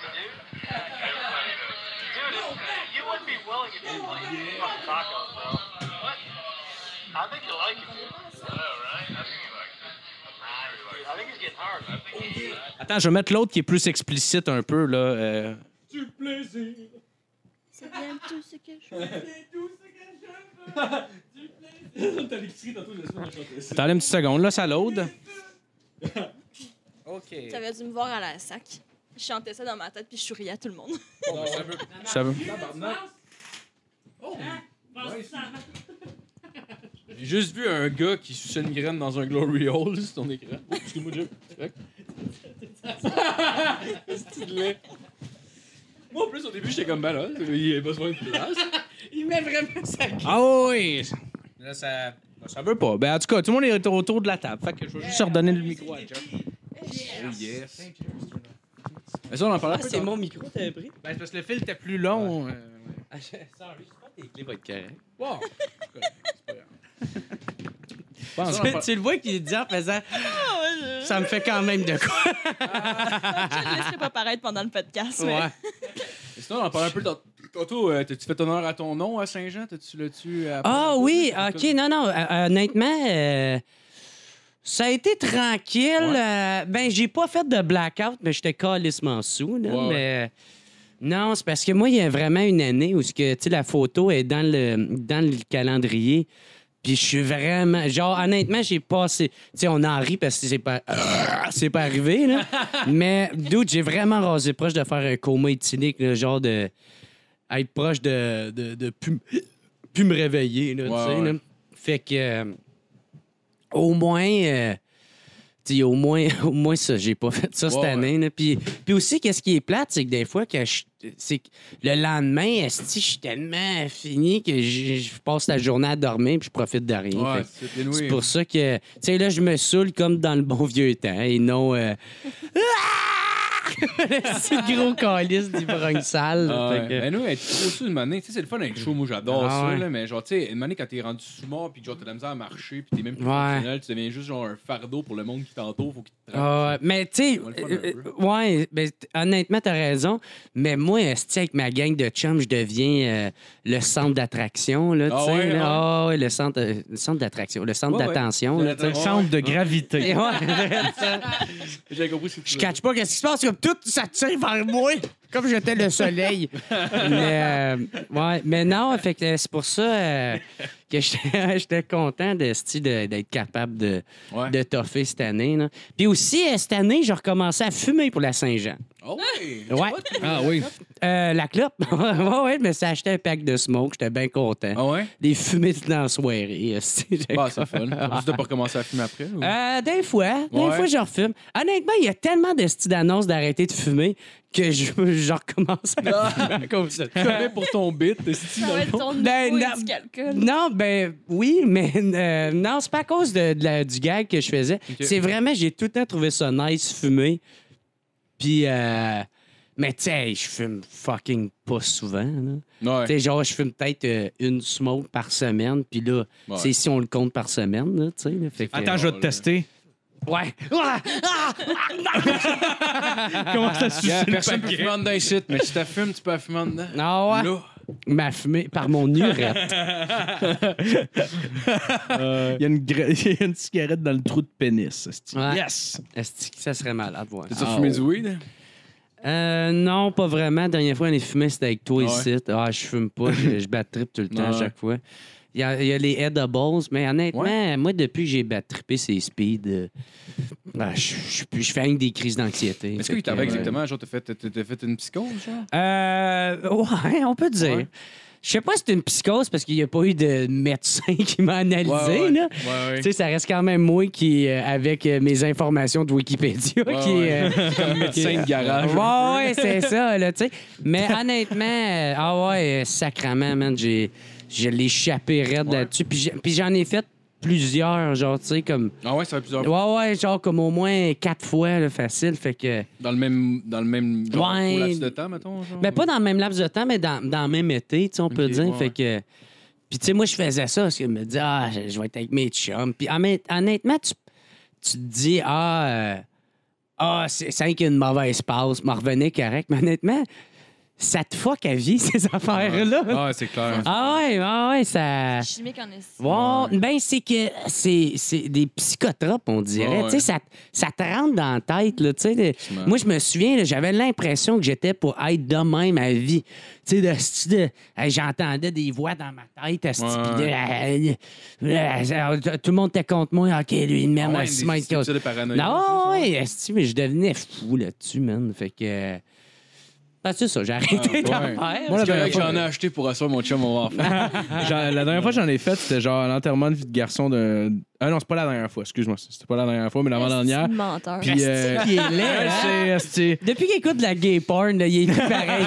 S6: dude. Dude, you wouldn't be willing if you like fucking tacos, bro. What? I think you like it, dude. I know, right? I think you like it. Dude, I think he's getting hard. I think he's.
S5: Attends, je vais mettre l'autre qui est plus explicite un peu, là. euh.
S1: C'est C'est bien tout ce que je veux.
S5: Attends une petite seconde, là, ça load.
S4: OK.
S1: T'avais dû me voir à la sac. Je chantais ça dans ma tête puis je souriais à tout le monde.
S5: Ça va.
S3: J'ai juste vu un gars qui suçait une graine dans un glory hole sur ton écran. Oh, Excuse-moi, Jim. C'est laid. Moi, en plus, au début, j'étais comme ben là, il a besoin de place.
S4: Il met vraiment sa gueule.
S5: Ah oui! Là, ça... ça veut pas. Ben, en tout cas, tout le monde est autour de la table. Fait que je vais juste redonner le micro à Jeff.
S3: Oh yes. Mais ça, on en parlait un
S1: Ah,
S3: peu.
S4: Ah, C'est
S3: tantôt.
S4: mon micro, t'avais pris?
S5: Ben, c'est parce que le fil était plus long. euh,
S4: Ah, je- Sorry, je pense que tes clés vont être correctes.
S3: Wow. C'est pas grave. C'est pas grave.
S4: Tu, tu le vois qu'il dit en faisant Ça me fait quand même de quoi.
S1: Je ne laisserai pas paraître pendant le podcast. mais-
S4: Ouais.
S3: Sinon, on en parlait un peu tant- tantôt. euh, T'as-tu fait honneur à ton nom à Saint-Jean? T'as-tu l'as-tu. euh,
S4: Ah
S3: appris-
S4: oui, OK, non, non, euh, honnêtement, euh, ça a été tranquille. euh, ben, j'ai pas fait de blackout, mais j'étais calissement sous. là,
S3: Ouais, ouais.
S4: mais- euh, Non, c'est parce que moi, il y a vraiment une année où ce que, tu sais, la photo est dans le, dans le calendrier. Puis je suis vraiment... Genre, honnêtement, j'ai passé... Tu sais, on en rit parce que c'est pas... euh, c'est pas arrivé, là. mais, dude, j'ai vraiment rasé proche de faire un coma éthylique, là, genre de... être proche de... de, de plus, plus me réveiller, là,
S3: Ouais,
S4: tu sais,
S3: ouais.
S4: là. Fait que... euh, au moins... euh, tu sais, au moins, au moins ça, j'ai pas fait ça cette
S3: Ouais, ouais.
S4: année. là. Puis, puis aussi, qu'est-ce qui est plate, c'est que des fois, quand je- c'est que le lendemain, esti, je suis tellement fini que je je passe la journée à dormir puis je profite de rien. Fait
S3: Ouais,
S4: que
S3: c'est
S4: c'est
S3: dénoué.
S4: pour ça que, tu sais, là, je me saoule comme dans le bon vieux temps et non. euh, c'est le gros calice du brogne sale.
S3: Ah,
S4: fait
S3: ouais.
S4: que-
S3: Ben nous, être trop sous une manée, tu sais, c'est le fun avec le show. Moi, j'adore
S4: Ah,
S3: ça,
S4: ouais.
S3: là, mais genre, tu sais, une manée, quand t'es rendu sous mort, puis genre, t'as de la misère à marcher, puis t'es même plus
S4: Ouais.
S3: fonctionnel, tu deviens juste genre un fardeau pour le monde qui t'entoure, faut qu'il te traite.
S4: Ah, mais tu sais,
S3: On le fait un
S4: euh, euh, ouais, ben, t- honnêtement, t'as raison. Mais moi, esti, avec ma gang de chums, je deviens euh, le centre d'attraction, là, tu
S3: Ah
S4: sais.
S3: ouais,
S4: là.
S3: ah
S4: Ah ouais, le centre, euh, le centre d'attraction, le centre
S3: Ouais, ouais.
S4: d'attention, là, tu sais.
S3: Ouais.
S5: Centre de gravité.
S4: Et ouais,
S3: J'avais compris ce que tu
S4: je
S3: voulais dire.
S4: catch pas qu'est-ce qui se passe, comme tout s'attire vers moi, comme j'étais le soleil. mais, euh, ouais, mais non, fait que euh, c'est pour ça euh, que j'étais j'étais content de, esti, de- d'être capable de,
S3: Ouais.
S4: de toffer cette année. là. Puis aussi, euh, cette année, j'ai recommencé à fumer pour la Saint-Jean.
S3: Oh, ouais.
S4: Ouais.
S5: Ah oui.
S4: Euh, la clope. ouais, ouais, je me suis acheté un pack de smoke. J'étais bien content.
S3: Ah ouais?
S4: Des fumées dans la soirée. euh, c'est- j'ai-
S3: Bah, c'est fun. Juste de pas recommencer à fumer après. ou-
S4: Euh, des fois, des
S3: Ouais.
S4: fois, je refume. Honnêtement, il y a tellement de styles d'annonces d'arrêter de fumer que je, je recommence à fumer comme ça.
S3: Tu connais pour ton bit, t'es stylé.
S1: Ça va être ton
S4: Ben,
S1: nouveau
S4: non.
S1: du calcul.
S4: Non, ben oui, mais euh, non, c'est pas à cause de, de la- du gag que je faisais. C'est vraiment, j'ai tout le temps trouvé ça nice, fumer. Puis, euh, mais tu sais, je fume fucking pas souvent. là.
S3: Ouais.
S4: Tu sais, genre, je fume peut-être euh, une smoke par semaine, puis là,
S3: Ouais.
S4: c'est si on le compte par semaine, là, tu sais. là, fait que- euh,
S5: Attends, je vais te tester.
S4: Ouais. Ah! Ah!
S5: Comment ça se
S3: Yeah,
S5: suicide?
S3: personne peut fumer en dedans ici, mais si t'as fumes, tu peux fumer en dedans.
S4: Ah ouais.
S3: Là.
S4: Ma fumée par mon urette.
S5: Il y, a une gra- il y a une cigarette dans le trou de pénis. esti.
S4: Ouais.
S5: Yes!
S4: Est-ce que ça serait malade, ouais.
S3: T'as-tu
S5: Ah,
S3: fumé
S4: oh.
S5: ouais.
S3: du weed?
S4: Euh, non, pas vraiment. Dernière fois, on est fumé, c'était avec toi
S3: Ah
S4: ici. Ah, je fume pas, je, je bat trip tout le temps, à
S3: Ouais.
S4: chaque fois. Il y, a, il y a les edibles, mais honnêtement, moi, depuis que j'ai bat trippé ces speed, euh, ah, je, je, je, fais rien que des crises d'anxiété.
S3: Est-ce
S4: Fait
S3: qu'il t'avait
S4: euh,
S3: exactement, genre, t'as fait, t'as- t'as fait une psychose, genre?
S4: Euh, ouais, on peut dire.
S3: Ouais.
S4: Je sais pas si c'est une psychose parce qu'il n'y a pas eu de médecin qui m'a analysé.
S3: Ouais, ouais.
S4: là.
S3: Ouais, ouais.
S4: Tu sais, ça reste quand même moi qui, euh, avec euh, mes informations de Wikipédia,
S3: Ouais,
S4: qui.
S3: ouais.
S4: euh,
S3: Comme médecin de garage.
S4: Ouais, ouais, c'est ça, là, tu sais. Mais honnêtement, euh, ah ouais, euh, sacrement, man, j'ai, je l'ai échappé raide
S3: Ouais.
S4: là-dessus. Puis j'ai- Puis j'en ai fait plusieurs, genre, tu sais, comme.
S3: Ah ouais, ça fait plusieurs
S4: Ouais, ouais, genre, comme au moins quatre fois, là, facile. Fait que.
S3: Dans le même, dans le même genre,
S4: Ouais.
S3: court laps de temps, mettons. Genre.
S4: Mais Ben, pas dans le même laps de temps, mais dans, dans le même été, tu sais, on peut
S3: Ok,
S4: dire.
S3: ouais,
S4: Fait
S3: ouais.
S4: que. Puis, tu sais, moi, je faisais ça parce que je me disais, ah, je, je vais être avec mes chums. Puis, honnêt- honnêtement, tu, tu te dis, ah, euh, ah c'est 5 une mauvaise passe, m'en revenais correct. Mais honnêtement, ça te fuck à vie, ces affaires-là.
S5: Ah, c'est clair.
S4: Ah ouais, ah ouais, ça.
S1: Chimique en est.
S4: Wow. Ben, c'est que c'est c'est des psychotropes, on dirait.
S5: Ouais, ouais.
S4: Tu sais, ça, ça te rentre dans la tête. Là, tu sais, de- Moi, je me souviens, là, j'avais l'impression que j'étais pour être de même à vie. Tu sais, de, sti- de- hey, j'entendais des voix dans ma tête. asti,
S5: Ouais.
S4: puis de- hey, hey, hey, tout le monde était contre moi. OK, lui, il
S3: Ah
S4: m'aime.
S5: Ouais,
S4: asti,
S5: des
S4: man,
S5: petites études de paranoïa,
S4: Non, ouais, asti, mais je devenais fou là-dessus, man. Fait que... euh, Ben, c'est ça, j'ai arrêté
S5: ouais.
S4: d'en faire.
S5: Moi, la
S4: parce que-
S5: dernière fois-
S3: J'en ai acheté pour asseoir mon chum, on va en faire.
S4: Ah.
S5: J'en- la dernière fois que j'en ai fait, c'était genre à l'enterrement de vie de garçon de. Ah non, c'est pas la dernière fois, excuse-moi. C'était pas la dernière fois, mais l'avant-dernière.
S1: Menteur.
S5: Puis. euh,
S4: Asti, il est laid,
S5: ouais,
S4: hein?
S5: c'est- asti.
S4: Depuis qu'il écoute la gay porn, là, il est plus pareil.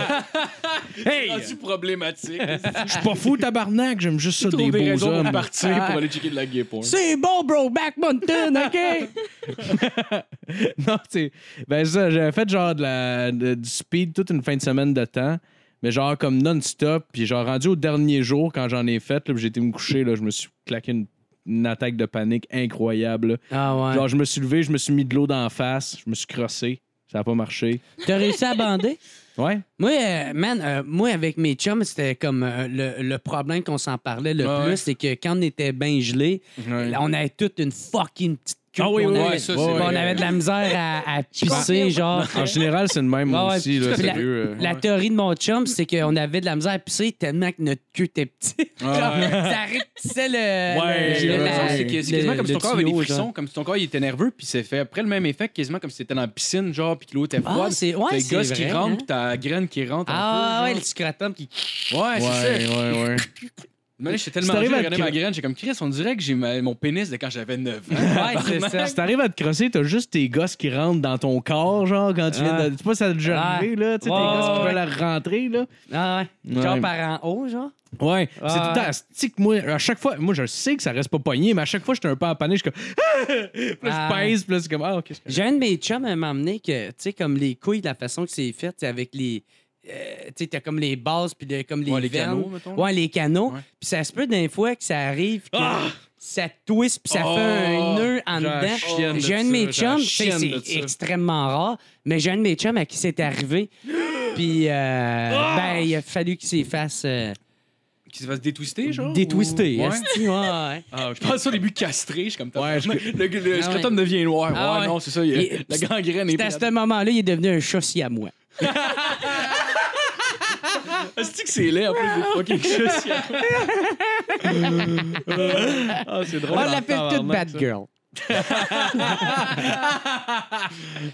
S5: Hey!
S4: Ah.
S3: rendu problématique.
S5: Je suis pas fou, tabarnak, j'aime juste ça des
S3: Trouve des
S5: beaux
S3: raisons pour
S5: hommes.
S3: partir pour aller checker de la gay porn.
S4: Ah. C'est bon, bro, Back Mountain, OK?
S5: non, c'est. Ben, c'est ça, j'avais fait genre de la, de- du speed toute une fin de semaine de temps, mais genre comme non-stop. Puis genre rendu au dernier jour, quand j'en ai fait, là, puis j'ai été me coucher, là, je me suis claqué une, une attaque de panique incroyable. là.
S4: Ah ouais.
S5: Genre, je me suis levé, je me suis mis de l'eau dans la face, je me suis crossé. Ça a pas marché.
S4: T'as réussi à bander?
S5: Ouais?
S4: Moi, euh, man, euh, moi, avec mes chums, c'était comme euh, le, le problème qu'on s'en parlait le
S5: Ah
S4: plus,
S5: ouais.
S4: c'est que quand on était bien gelés,
S5: Ouais.
S4: on avait toute une fucking petite queue.
S5: Ah oui,
S4: qu'on
S5: oui,
S4: avait,
S5: ouais, ça, c'est
S4: qu'on
S5: vrai.
S4: avait de la misère à, à pisser,
S1: confirme.
S4: genre.
S5: En général, c'est le même moi
S4: Ouais, ouais,
S5: aussi, là,
S4: puis la-
S5: sérieux. euh.
S4: La théorie de mon chum, c'est qu'on avait de la misère à pisser tellement que notre queue était petite. Genre, ça rétrécissait le.
S5: Ouais,
S4: le-
S5: j'ai
S4: le-
S5: raison,
S4: la-
S3: C'est que- c'est quasiment
S4: le-
S3: comme si
S4: le
S3: ton corps avait des
S4: tuyau, genre.
S3: frissons, comme si ton corps il était nerveux, puis c'est fait après le même effet, quasiment comme si t'étais dans la piscine, genre, puis que l'eau était
S4: Ah,
S3: froide.
S4: c'est- ouais,
S3: T'as les
S4: c'est
S3: gosses qui
S4: vrai,
S3: rentrent,
S4: hein.
S3: puis t'as la graine qui rentre. un
S4: Ah
S3: peu,
S4: ouais, le
S3: genre.
S4: scrotum qui.
S3: Ouais, c'est ça.
S5: euh, Ouais, ouais, ouais.
S3: Une minute, j'étais
S5: Si
S3: tellement
S5: t'arrives
S3: jeune, j'ai
S5: à
S3: regardé
S5: te
S3: ma
S5: cra-
S3: graine, j'ai comme Chris, on dirait que j'ai ma- mon pénis de quand j'avais 9 ans.
S4: Ouais, c'est ça.
S5: Si t'arrives à te crosser, t'as juste tes gosses qui rentrent dans ton corps, genre, quand tu viens
S4: Ah.
S5: de. Tu sais pas, ça a déjà arrivé, là. Tu sais,
S4: Ouais,
S5: tes gosses qui
S4: ouais.
S5: veulent la rentrer, là.
S4: Ah ouais. Genre
S5: Ouais.
S4: par en haut, genre.
S5: Ouais, c'est tout le
S4: ouais.
S5: temps. asti que moi, à chaque fois, moi, je sais que ça reste pas pogné, mais à chaque fois, j'étais un peu en panique. Je suis comme. Puis là,
S4: Ah.
S5: je pèse, puis là, c'est comme. Ah, qu'est-ce que.
S4: J'ai un de mes chums à m'emmener que, tu sais, comme les couilles, la façon que c'est fait, c'est avec les. euh, tu sais, t'as comme les bases, puis le- comme les,
S3: Ouais, les
S4: veines.
S3: canaux, mettons.
S4: Ouais, les canaux.
S3: Ouais.
S4: Puis ça se peut d'un fois que ça arrive, que ça twist, puis ça
S5: Ah! Oh!
S4: fait un nœud en
S5: J'ai la
S4: dedans.
S5: chienne de
S4: J'ai un de mes
S5: ça,
S4: chums, tu
S5: j'ai
S4: sais,
S5: la chienne de
S4: c'est
S5: ça.
S4: extrêmement rare, mais j'ai un de mes chums à qui c'est arrivé. Puis, euh,
S5: Ah!
S4: ben, il a fallu qu'il s'efface euh,
S3: Qui se fasse détwister, genre.
S4: détwisté.
S3: ou- Ouais. Ah,
S4: esti, ouais, ouais.
S3: Je pense au début castré, je suis comme
S5: Ouais, je-
S3: le, le, le
S4: Ah ouais.
S3: scrotum devient noir. Ouais,
S4: Ah ouais.
S3: non, c'est ça. il-
S4: Et-
S3: la gangrène est
S4: C'est à
S3: plate.
S4: ce moment-là, il est devenu un châssis à moi.
S3: Est-ce que c'est laid en plus des fucking choses?
S5: Ah, c'est drôle.
S4: On
S5: en
S4: l'appelle toute
S5: tabarnak,
S4: bad
S5: ça.
S3: Ah,
S4: girl.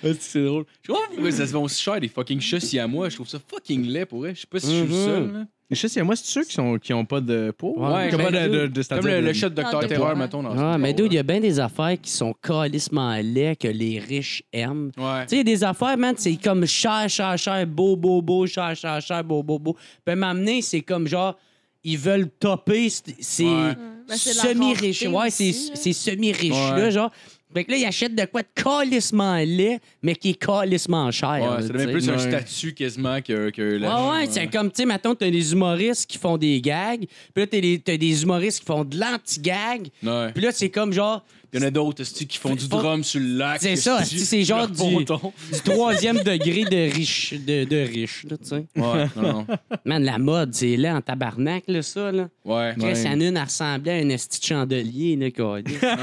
S3: Asti que c'est drôle. Je comprends pas pourquoi ça se vend aussi cher des fucking châssis à moi. Je trouve ça fucking laid pour vrai. Je sais pas si je suis le seul. là.
S5: Je sais, c'est moi, c'est ceux qui, sont, qui ont pas de peau.
S4: Ouais,
S5: qui ont
S4: ben,
S5: pas de. de, de,
S3: Comme
S5: c'est-à-dire
S3: le,
S5: de-
S3: le shot
S1: Ah,
S3: Docteur
S1: de
S3: Terror,
S1: bois.
S3: mettons. Dans
S4: Ah,
S3: ce
S4: mais
S3: film.
S4: d'où il y a bien des affaires qui sont calissement laids que les riches aiment.
S3: Ouais.
S4: Tu sais, il y a des affaires, man, c'est comme cher, cher, cher, beau, beau, beau, cher, cher, cher, beau, beau, beau. Puis m'amener, c'est comme genre, ils veulent topper ces ces
S3: Ouais.
S1: Ben, c'est la
S4: semi-riches.
S1: rareté
S4: Ouais, ces,
S1: aussi, là.
S4: ces semi-riches-là,
S3: Ouais.
S4: genre. Fait que là, ils achètent de quoi de calissement laid, mais qui est calissement cher. là,
S3: Ouais, ça
S4: tu sais.
S3: devient plus un
S5: ouais.
S3: statut quasiment que, que
S4: Ouais,
S3: la.
S4: ouais, c'est comme, tu sais, mettons, t'as des humoristes qui font des gags, puis là, t'as les- t'as des humoristes qui font de l'anti-gag,
S3: Ouais.
S4: puis là, c'est comme genre,
S3: Il y en a d'autres asti, qui font du
S4: Faut-
S3: drum sur le lac.
S4: C'est ça,
S3: asti,
S4: asti, c'est genre
S3: leur
S4: du,
S3: ponton.
S4: du troisième degré de riche, de, de riche, là, tu sais.
S3: Ouais, non, non.
S4: Man, la mode, c'est là, en tabarnak, là, ça, là.
S3: Ouais.
S4: Chris Hanoun, elle ressemblait à un esti de chandelier, là, quoi.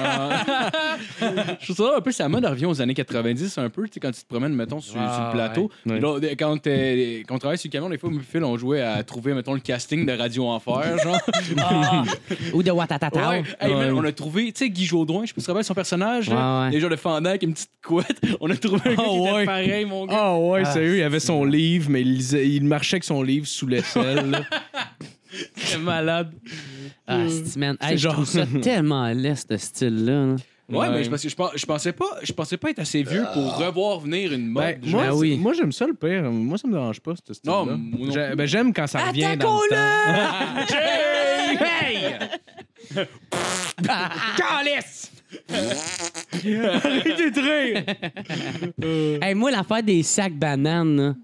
S3: Je trouve ça un peu, sa mode elle revient aux années 90 un peu, tu sais, quand tu te promènes, mettons, sur,
S4: Ah,
S3: sur le plateau.
S5: ouais.
S3: Là, euh, quand, euh, quand on travaillait sur le camion, des fois, moi et Phil, on jouait à trouver, mettons, le casting de Radio Enfer, genre.
S4: Ou de Watatata.
S3: Ouais. Hey, man, on a trouvé, tu sais, Guy Jodoin, je sais pas si tu te rappelles son personnage, là,
S4: Ouais, ouais.
S3: déjà le fendant avec une petite couette. On a trouvé un gars
S5: Oh,
S3: qui
S5: ouais.
S3: était pareil, mon gars.
S5: Ah ouais,
S4: Ah,
S5: sérieux, il avait son livre, mais il, lisait- il marchait avec son livre sous l'aisselle. là.
S3: C'était malade.
S4: Ah, esti, man. Hey,
S5: C'est
S4: je trouve ça tellement laid, ce style-là. là.
S3: Ouais,
S5: Ouais.
S3: mais je- parce que je, pens- je pensais pas, je pensais pas être assez vieux pour revoir venir une mode.
S5: Ben,
S3: genre.
S5: moi,
S4: oui.
S5: c'est- moi, j'aime ça le pire. Moi, ça me dérange pas, ce style-là.
S3: Non, moi non
S5: J'ai-
S3: plus.
S5: ben, j'aime quand ça revient dans le temps.
S4: Hey, moi, l'affaire des sacs bananes, là.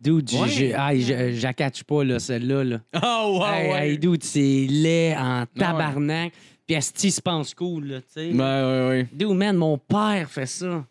S4: Dude, j'ai- j'ai- aïe, je je la catch pas, là, celle-là, là.
S5: Oh,
S4: Hey, hey, dude, c'est laid en tabarnak. Puis Asti se pense cool, là, tu sais.
S5: Ben, ouais, ouais.
S4: Dude, man, mon père fait ça.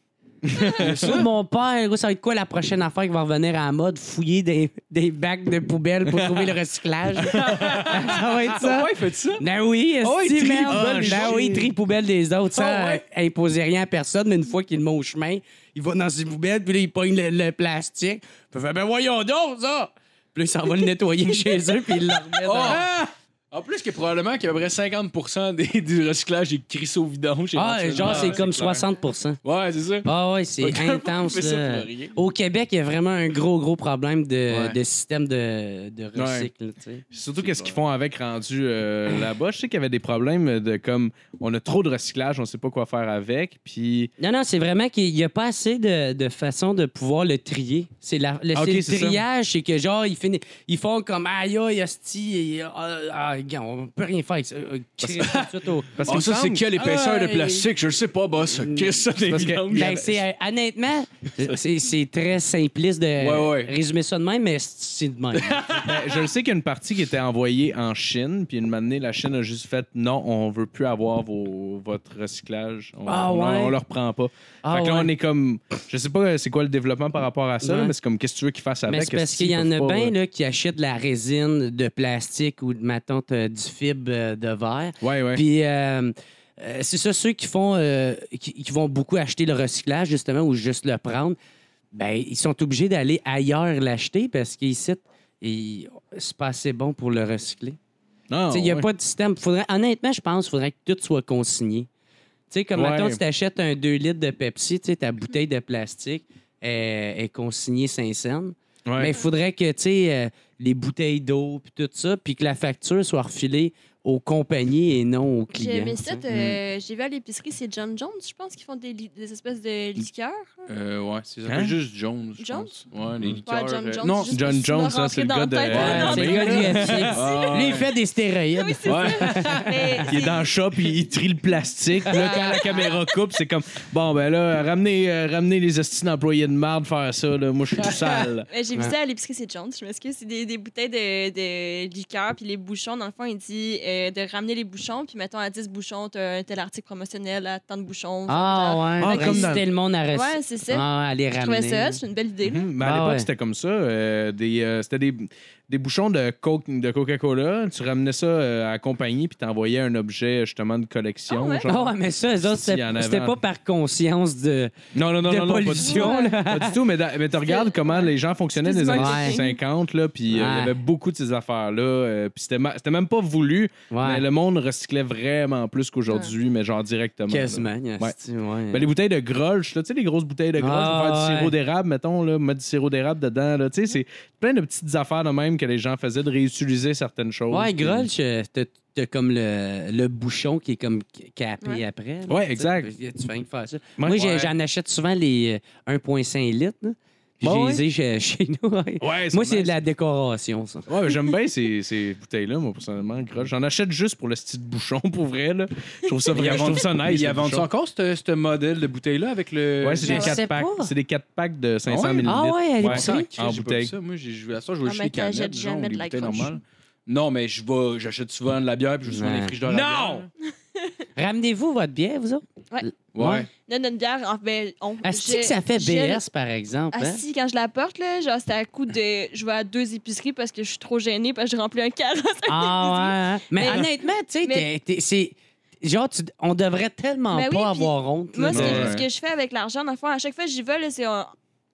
S4: Ça, mon père, gros, ça va être quoi la prochaine affaire qui va revenir à la mode? Fouiller des, des bacs de poubelle pour trouver le recyclage. ça va
S5: Ah,
S4: être ça.
S3: Ouais, faites ça.
S4: Ben oui,
S3: Oh, il
S4: esti,
S3: trie
S4: merde.
S3: poubelle des
S4: Ben
S3: gens.
S4: oui, il trie poubelle des autres, ça
S3: Ah ouais?
S4: euh, imposait rien à personne, mais une fois qu'il le met au chemin, il va dans ses poubelles, puis là, il pogne le, le plastique. Puis il fait, ben voyons donc, ça! Puis là, il s'en va le nettoyer chez eux, puis il le remet dans...
S3: Ah! En plus, que probablement qu'il y aurait 50 des, du recyclage est crissé au vidange.
S4: Ah,
S3: éventuellement.
S4: genre, c'est comme 60
S3: Ouais, c'est ça.
S4: Ah ouais, c'est
S3: Aucun
S4: intense.
S3: fait ça
S4: là.
S3: pour rien.
S4: Au Québec, il y a vraiment un gros, gros problème de,
S3: Ouais.
S4: de système de, de recycle. tu sais.
S5: Surtout qu'est-ce qu'ils font avec rendu euh, là-bas. Je sais qu'il y avait des problèmes de comme on a trop de recyclage, on sait pas quoi faire avec. Puis
S4: Non, non, c'est vraiment qu'il n'y a pas assez de, de façon de pouvoir le trier. C'est la, le,
S5: Ah, ok,
S4: c'est le
S5: c'est ça.
S4: triage, c'est que genre, ils, finissent, ils font comme aïe, aïe, hostie, et, ah, ah, gars, on peut rien faire avec ça. Euh, crisse tout de suite au-
S5: parce
S3: Ah,
S5: que
S3: ça, c'est quelle épaisseur de
S4: Ah,
S3: plastique? Je le sais pas, boss. Qu'est-ce Mm. que ça, des
S5: parce que-
S3: vidanges?
S4: Ben, c'est, euh, honnêtement, c'est, c'est très simpliste de
S3: Ouais, ouais.
S4: résumer ça de même, mais c'est de même.
S5: Ben, je le sais qu'il y a une partie qui était envoyée en Chine, puis une année, la Chine a juste fait non, on veut plus avoir vos, votre recyclage. On,
S4: Ah
S5: on-
S4: ouais?
S5: on le reprend pas.
S4: Ah
S5: fait que là, on
S4: ouais.
S5: est comme. Je sais pas euh, c'est quoi le développement par rapport à ça,
S4: Ouais.
S5: là, mais c'est comme qu'est-ce que tu veux qu'ils fassent avec
S4: Mais c'est parce
S5: est-ce qu'ils
S4: qu'il y en a
S5: peuvent pas,
S4: bien
S5: euh,
S4: là, qui achètent de la résine de plastique ou de ma tante du fibre euh, de verre.
S5: Ouais, ouais.
S4: Puis euh, euh, c'est ça, ceux qui font euh, qui, qui vont beaucoup acheter le recyclage, justement, ou juste le prendre, ben ils sont obligés d'aller ailleurs l'acheter parce qu'ici, ils- c'est pas assez bon pour le recycler.
S5: Non,
S4: Tu sais, Il n'y a
S5: Ah, ouais.
S4: pas de système. Faudrait, honnêtement, je pense qu'il faudrait que tout soit consigné. Tu sais, comme
S5: Ouais.
S4: mettons, tu t'achètes un 2 litres de Pepsi, tu sais, ta bouteille de plastique euh, est consignée 5 cents.
S5: Ouais.
S4: Mais il faudrait que tu sais, euh, les bouteilles d'eau puis tout ça, puis que la facture soit refilée aux compagnies et non aux
S1: J'ai
S4: clients.
S1: aimé
S4: tu
S1: ça.
S4: sais.
S1: euh, J'ai vu à l'épicerie, c'est John Jones, je pense, qui font des, li- des espèces de liqueurs.
S3: Euh, ouais, c'est ça.
S5: Hein?
S3: Juste Jones. je
S1: Jones?
S3: pense. Ouais, les liqueurs.
S1: Ouais, John
S3: euh,
S1: Jones.
S5: non,
S1: juste
S5: John
S1: pour se
S5: Jones,
S1: le
S5: ça,
S1: rentrer
S5: c'est le
S1: dans
S5: gars de-
S1: tête.
S4: Mm. Ouais,
S1: Non,
S4: c'est
S1: mais-
S4: le gars du
S3: Ah,
S4: UFC. Lui, il fait des stéroïdes.
S1: Oui, c'est
S3: Ouais.
S1: ça. Mais
S5: Il est
S1: c'est-
S5: dans le shop, il, il trie le plastique. Puis Là, quand la caméra coupe, c'est comme bon, ben là, ramenez, euh, ramenez les hosties employés de marde faire ça. Là. Moi, je suis tout sale.
S1: Euh, J'ai vu
S4: Ouais.
S1: ça à l'épicerie, c'est Jones. Je m'excuse, c'est des, des bouteilles de, de liqueur, puis les bouchons. Dans le fond, il dit euh, de ramener les bouchons, puis mettons à 10 bouchons, t'as un tel article promotionnel à tant de bouchons.
S4: Ah ouais,
S5: Ah,
S4: Fait que
S5: comme
S4: inciter
S5: dans-
S4: le monde à rester.
S1: Ouais, c'est ça.
S4: Ah, à les
S1: je
S4: ramener.
S1: trouvais ça, c'est une belle idée. là.
S5: Mhm. Mais à
S4: Ah
S5: l'époque,
S4: ouais.
S5: c'était comme ça. euh, des, euh, c'était des, des bouchons de, Coke- de Coca-Cola. Tu ramenais ça euh, à la compagnie, puis t'envoyais un objet justement de collection.
S1: Ah ouais?
S5: genre.
S4: Ah ouais, mais ça, eux autres,
S5: S'il y en
S4: c'était
S5: avait
S4: c'était
S5: en-
S4: pas par conscience de,
S5: Non, non, non,
S4: de
S5: non, non, pas du tout.
S4: pollution. là.
S5: Pas du tout, mais, da- mais tu regardes comment les gens fonctionnaient
S1: C'était
S5: des
S1: du
S5: années
S4: marketing.
S5: 50, là, puis euh, il
S4: Ouais.
S5: y avait beaucoup de ces affaires-là. euh, puis c'était ma- c'était même pas voulu, mais
S4: Ouais,
S5: le monde recyclait vraiment plus qu'aujourd'hui, mais genre directement. là.
S4: quasiment. esti, ouais.
S5: Ben, les bouteilles de grolsch, là, tu sais, les grosses bouteilles de grolsch
S4: Ah,
S5: pour faire du
S4: ouais.
S5: sirop d'érable, mettons, là, mettre du sirop d'érable dedans, là, tu sais, c'est plein de petites affaires de même que les gens faisaient de réutiliser certaines choses.
S4: Ouais,
S5: Puis-
S4: Grolch, euh, t'as t'as comme le, le bouchon qui est comme ca- capé
S1: Ouais.
S4: après. là,
S5: Ouais,
S4: tu sais.
S5: exact.
S4: Tu fais rien que faire ça.
S5: Ouais.
S4: Moi, j'ai-
S5: Ouais.
S4: j'en achète souvent les euh, 1,5 litres. là. Puis
S5: Ouais,
S4: j'ai les ai chez, chez nous. ouais.
S5: Ouais,
S4: Moi, c'est
S5: nice.
S4: de la décoration, ça.
S5: Ouais, mais j'aime bien ces, ces bouteilles-là, moi, personnellement, grolsch. J'en achète juste pour le style de bouchon, pour vrai, là. Je trouve ça,
S3: Mais
S5: vraiment, je trouve ça nice.
S3: Il
S5: le
S3: y a vendu
S5: bouchon.
S3: encore ce ce modèle de bouteille-là avec le.
S5: Ouais, c'est
S4: Je
S5: des
S4: sais
S5: 4 packs.
S4: pas.
S5: C'est des 4 packs de 500
S3: Ah ouais?
S5: ml.
S4: Ah ouais, à
S3: Ouais,
S4: l'épicerie?
S3: j'ai
S5: en
S3: pas vu
S5: bouteille.
S3: ça. Moi, j'ai joué à ça, je jouais
S1: Ah,
S3: chez
S1: mais
S3: les canettes,
S1: t'achètes
S3: genre,
S1: jamais
S3: ou
S1: de
S3: des
S1: la
S3: bouteilles
S1: croche.
S3: normales. Non, mais je vais, j'achète souvent de la bière, puis je joue souvent
S4: Ouais.
S3: des friches de la
S5: Non!
S4: Ramenez-vous votre bière, vous autres?
S3: bière. Ouais.
S1: Là, notre bière, en fait, ben, on.
S4: Est-ce
S1: j'ai-
S4: que ça fait
S1: j'ai-
S4: BS, par exemple?
S1: Ah
S4: hein?
S1: si, quand je la porte, là, genre, c'était à coup de. Je vais à deux épiceries parce que je suis trop gênée parce que j'ai rempli un carrosse.
S4: Ah ouais. hein? Mais,
S1: Mais-
S4: honnêtement, tu sais, t'es-
S1: mais-
S4: t'es- c'est. Genre, tu- on devrait tellement
S1: Ben
S4: pas
S1: oui, puis
S4: avoir honte. là,
S1: Moi, ce
S4: de-
S1: que,
S5: Ouais.
S1: ce que je fais avec l'argent, dans le fond, à chaque fois que j'y vais, là, c'est un-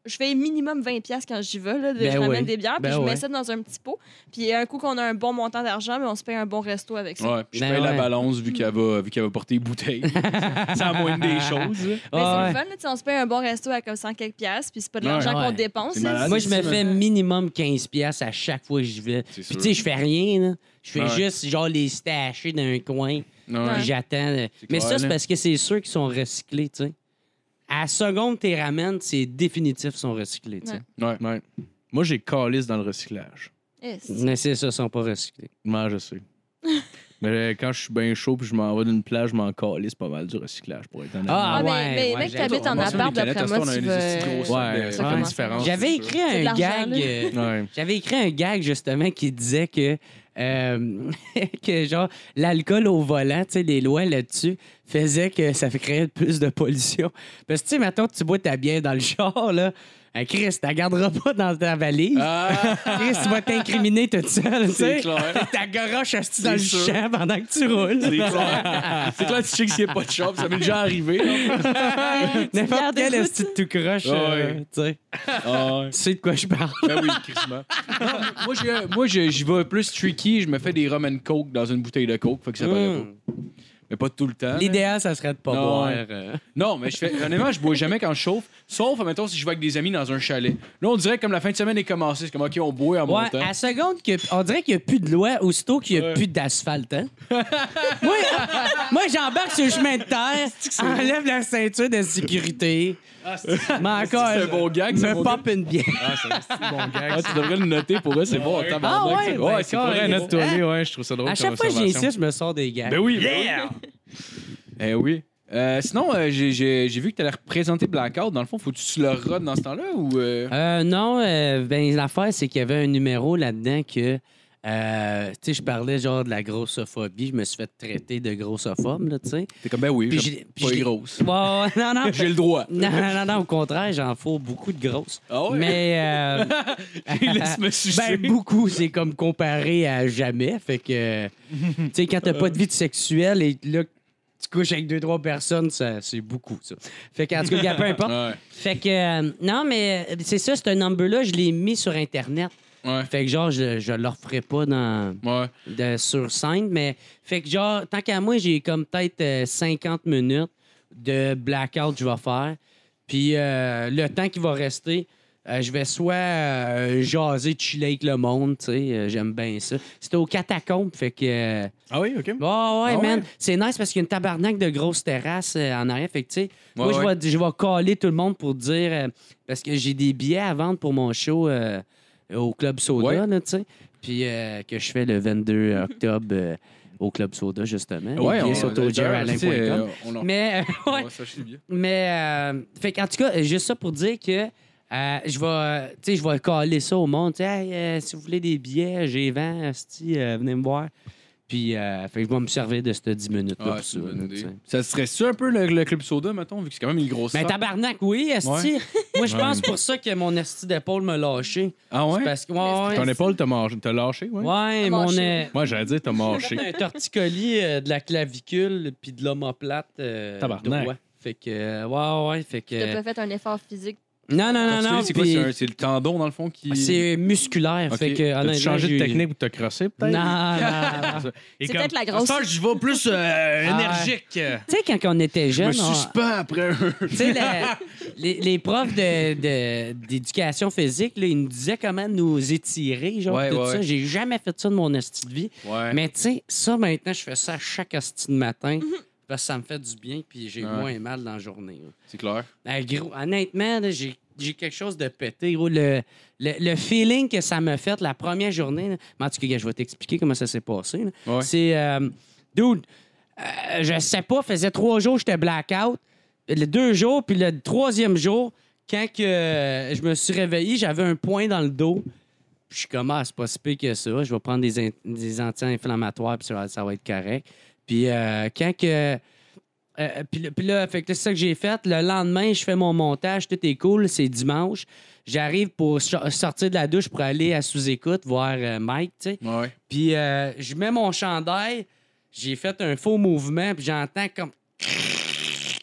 S1: je fais minimum 20$ piastres quand j'y vais. Là, de-
S4: Ben
S1: je ramène
S4: oui.
S1: des bières, puis
S4: Ben
S1: je
S4: ouais.
S1: mets ça dans un petit pot. Puis euh, un coup qu'on a un bon montant d'argent, mais on se paye un bon resto avec ça.
S3: Ouais, puis je
S4: Ben
S3: paye la
S4: ouais.
S3: balance vu qu'elle va, vu qu'elle va porter les bouteilles. c'est la moindre des choses.
S1: Mais
S4: Ah
S1: c'est le fun, là, tu sais, on se paye un bon resto à comme 100 quelques piastres, puis c'est pas de l'argent
S4: Ouais.
S1: qu'on dépense.
S3: C'est
S1: là.
S3: malade.
S4: Moi, je
S3: ça.
S4: me fais minimum 15$ piastres à chaque fois que j'y vais.
S3: C'est
S4: Puis,
S3: sûr.
S4: tu sais, je fais rien. là. Je fais
S3: Ouais.
S4: juste, genre, les stacher dans un coin.
S3: Ouais.
S4: Puis, j'attends. euh,
S3: C'est
S4: Mais
S3: clair,
S4: ça, c'est
S3: là.
S4: parce que c'est sûr qu'ils sont recyclés, tu sais. À la seconde, tu les ramènes, c'est définitif, ils sont recyclés, tu sais.
S1: Ouais.
S3: Ouais.
S5: Ouais. Moi, j'ai calice dans le recyclage.
S1: Eh, c'est-
S4: Mais c'est ça, ils sont pas recyclés.
S5: Moi, je sais. Mais euh, quand je suis bien chaud puis je m'en vais d'une plage, je m'en calisse pas mal du recyclage, pour être honnête.
S4: Ah,
S1: Ah, mais,
S4: ouais,
S1: mais
S4: ouais,
S1: mec,
S4: j'ai-
S1: t'habites en
S4: Moi,
S3: sur les
S1: appart,
S3: canettes,
S1: d'après
S3: à
S1: moi,
S3: ce moment,
S1: tu
S3: on a
S1: vas...
S3: des euh, gros sacs
S5: Ouais,
S3: de-
S5: ça fait
S1: Ouais.
S5: une
S1: commence.
S5: différence.
S4: J'avais
S3: c'est sûr.
S4: écrit
S1: C'est de
S4: un
S1: l'argent,
S4: gag.
S1: là.
S4: euh,
S5: Ouais.
S4: J'avais écrit un gag justement qui disait que euh, que genre l'alcool au volant, tu sais, les lois là-dessus faisaient que ça créait plus de pollution. Parce que tu sais, maintenant tu bois ta bière dans le char, là. hein, Chris, tu la garderas pas dans ta valise.
S3: Ah!
S4: Chris, tu vas t'incriminer toute seule, tu sais.
S3: C'est clair.
S4: Fait que Ta garoche assis dans le
S3: sûr.
S4: champ pendant que tu roules.
S3: C'est clair. C'est clair, tu sais que s'il n'y a pas de shop, ça m'est déjà arrivé. là.
S4: N'importe quel esti de tout croche, euh,
S3: Ouais.
S4: tu sais.
S1: Ah
S4: Tu sais de quoi je parle.
S3: Ben oui, crissement. Non, moi, j'ai- Moi, j'ai- j'y vais plus tricky. Je me fais des rum and coke dans une bouteille de coke. Fait que ça paraît pas.
S1: Hmm.
S4: Mm.
S3: Mais pas tout le temps.
S4: L'idéal, ça serait de pas
S3: Non,
S4: boire.
S3: ouais.
S4: euh.
S3: Non, mais je fais. Honnêtement, je bois jamais quand je chauffe. Sauf, mettons, si je vais avec des amis dans un chalet. Là, on dirait que comme la fin de semaine est commencée. C'est comme, OK, on boit en
S4: Ouais,
S3: montant.
S4: à seconde, que, on dirait qu'il n'y a plus de loi aussitôt qu'il n'y a plus d'asphalte. Hein? moi, moi j'embarque sur le chemin de terre, enlève la ceinture de sécurité. Mais encore,
S3: Ah, c'est un bon gag, c'est un
S4: me
S3: bon
S4: pop une bière.
S5: bon gag.
S3: Ah, tu devrais le noter pour eux, c'est bon. tabarnak.
S4: Ah ouais, ben,
S3: ouais, c'est
S4: carrément.
S3: vrai, note-toi.
S5: Note-toi, ouais, je trouve ça drôle.
S4: À chaque
S5: comme
S4: fois que
S5: observation.
S4: j'insiste, je me sors des gars.
S3: Ben oui, ben oui. Eh oui. Euh, sinon, euh, j'ai- j'ai j'ai vu que tu allais représenter Blackout. Dans le fond, faut que tu le rodes dans ce temps-là ou. euh,
S4: Euh, non, euh, ben l'affaire, c'est qu'il y avait un numéro là-dedans que. euh, tu sais, je parlais genre de la grossophobie. Je me suis fait traiter de grossophobe, là, tu sais.
S3: T'es comme, ben oui,
S4: Puis
S3: j'ai
S4: j'ai- puis
S3: pas
S4: j'ai-
S3: grosse.
S4: Ouais, ouais, non, non.
S3: J'ai le droit.
S4: Non, non, non, non, au contraire, j'en fous beaucoup de grosses.
S3: Ah ouais?
S4: Mais. euh,
S3: Laisse-me sucer.
S4: Ben, beaucoup, c'est comme comparé à jamais. Fait que, tu sais, quand t'as pas de vie de sexuelle et là, tu couches avec deux, trois personnes, ça, c'est beaucoup, ça. Fait que, en tout cas, peu importe.
S3: Ouais.
S4: Fait que, euh, non, mais euh, c'est ça, c'est un number-là, je l'ai mis sur Internet.
S3: Ouais.
S4: Fait que, genre, je, je le referai pas dans,
S3: Ouais.
S4: de- sur scène, mais fait que, genre, tant qu'à moi, j'ai comme peut-être euh, 50 minutes de blackout que je vais faire. Puis euh, le temps qui va rester, euh, je vais soit euh, jaser, chiller avec le monde, tu sais, euh, j'aime bien ça. C'était au catacombes, fait que. euh,
S5: Ah oui, OK.
S4: Ouais, ouais,
S3: Ah ouais?
S4: man. C'est nice parce qu'il y a une tabarnak de grosses terrasses euh, en arrière. Fait que, tu sais, moi,
S3: Ouais, ouais.
S4: je vais je vais caller tout le monde pour dire. euh, parce que j'ai des billets à vendre pour mon show euh, au Club Soda,
S3: Ouais.
S4: là, tu sais. Puis euh, que je fais le 22 octobre euh, au Club Soda, justement. Les
S3: Ouais,
S4: billets
S3: on
S4: sont au
S3: d'ailleurs, tu sais,
S4: jeralain.com.
S3: euh, on en-
S4: Mais, euh,
S3: on
S4: ouais.
S3: va s'acheter des billets.
S4: Mais, euh, fait qu'en tout cas, euh, juste ça pour dire que euh, je vais, euh, tu sais, je vais caler ça au monde. Tu sais, Hey, euh, si vous voulez des billets, j'ai 20, esti, euh, venez me voir. Puis, euh, fait que je vais me servir de ces 10 minutes-là
S3: Ah, c'est
S4: pour ça.
S3: une bonne
S4: là,
S3: idée.
S4: tu sais.
S3: Ça serait ça un peu le, le club soda, mettons, vu que c'est quand même une grosse.
S4: Mais
S3: salle.
S4: tabarnak, oui, esti.
S5: Ouais.
S4: Moi, je pense
S5: Ouais.
S4: pour ça que mon esti d'épaule m'a lâché.
S3: Ah
S4: C'est
S3: ouais?
S4: Parce que, ouais,
S5: Ton
S4: ouais,
S5: épaule t'a mar- t'a lâché, ouais?
S4: ouais,
S1: M'a
S4: mon...
S1: lâché.
S4: euh,
S5: Moi, j'allais dire t'as marché.
S4: un torticolis euh, de la clavicule puis de l'omoplate. euh,
S5: Tabarnak.
S4: droit. Fait que, euh, ouais, ouais, fait que...
S1: T'as pas fait un effort physique.
S4: Non, non, non,
S3: Torticolis,
S4: non.
S3: c'est quoi?
S4: puis-
S3: C'est un- C'est le tendon, dans le fond, qui.
S4: Ah, C'est musculaire.
S3: Ok.
S4: Fait que,
S5: T'as-tu
S4: honnêtement,
S5: changé de
S4: j'ai-
S5: technique pour te crosser,
S4: Non,
S5: peut-être?
S4: non, non, non.
S5: Et
S1: C'est
S5: comme-
S1: peut-être la grosse.
S5: À ce soir, je vais plus
S4: Ah.
S5: euh, énergique.
S4: tu sais, quand on était
S3: Je me
S4: jeune,
S3: suspends après un.
S4: tu sais, la- les, les profs de- de- d'éducation physique, là, ils nous disaient comment nous étirer, genre,
S3: Ouais,
S4: tout
S3: ouais,
S4: ça.
S3: ouais.
S4: J'ai jamais fait ça de mon esti de vie.
S3: Ouais.
S4: Mais tu sais, ça, maintenant, je fais ça chaque esti de matin parce que ça me fait du bien puis j'ai
S3: Ouais.
S4: moins mal dans la journée. là.
S3: C'est clair.
S4: Ben, gros, honnêtement, là, j'ai j'ai quelque chose de pété. gros. le, le, le feeling que ça m'a fait la première journée, là. Mais en tout cas, gars, je vais t'expliquer comment ça s'est passé. là.
S3: Ouais.
S4: C'est, euh, dude, euh, je sais pas, faisait trois jours, j'étais blackout. Les deux jours, puis le troisième jour, quand que, euh, je me suis réveillé, j'avais un point dans le dos. Puis je suis comme, ah, c'est pas si pire que ça. Je vais prendre des, in- des anti-inflammatoires, puis ça, va- ça va être correct. Puis euh, quand que. Euh, puis, là- puis là, fait que c'est ça que j'ai fait. Le lendemain, je fais mon montage, tout est cool, c'est dimanche. J'arrive pour so- sortir de la douche pour aller à sous-écoute voir euh, Mike, tu sais.
S3: Ouais.
S4: Puis euh, je mets mon chandail, j'ai fait un faux mouvement, puis j'entends comme.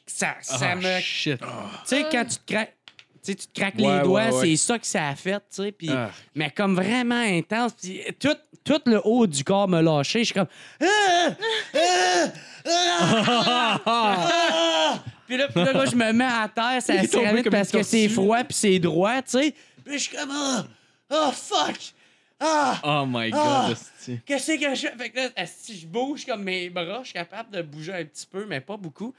S4: Ça, ça
S5: Ah,
S4: me. Tu
S5: shit.
S4: sais, quand tu te craques. Tu sais, tu te craques
S3: Ouais, ouais,
S4: les doigts,
S3: ouais.
S4: c'est ça que ça a fait, tu sais. Puis
S5: Ah.
S4: mais comme vraiment intense. Puis tout, tout le haut du corps me lâchait. Je suis comme. Ah! Ah! Ah! Ah! Puis là, puis là, moi, je me mets à terre, ça
S3: Il est tombé
S4: céramique
S3: comme une
S4: parce que c'est
S3: tortue.
S4: froid puis c'est droit, tu sais. Puis je suis comme. Ah! Ah, fuck! Ah!
S5: Oh my
S4: Ah.
S5: God, hostie.
S4: Qu'est-ce que je fais? Fait que là, si je bouge comme mes bras, je suis capable de bouger un petit peu, mais pas beaucoup.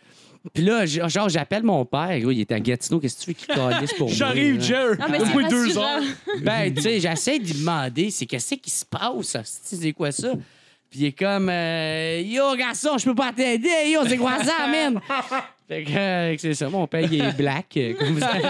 S4: Puis là, j- genre, j'appelle mon père. Gros, il est à Gatineau. Qu'est-ce que tu veux qu'il calisse pour moi? là?
S5: Jer.
S1: Ah, mais c'est
S5: Depuis deux
S1: rassurant.
S5: ans.
S4: Ben, tu sais, j'essaie d'y demander, c'est qu'est-ce qui se passe? hostie, C'est quoi ça? Puis il est comme, euh, yo, garçon, je peux pas t'aider, yo, c'est quoi ça, man? Fait que euh, c'est ça, mon père, il est black, euh, comme vous savez.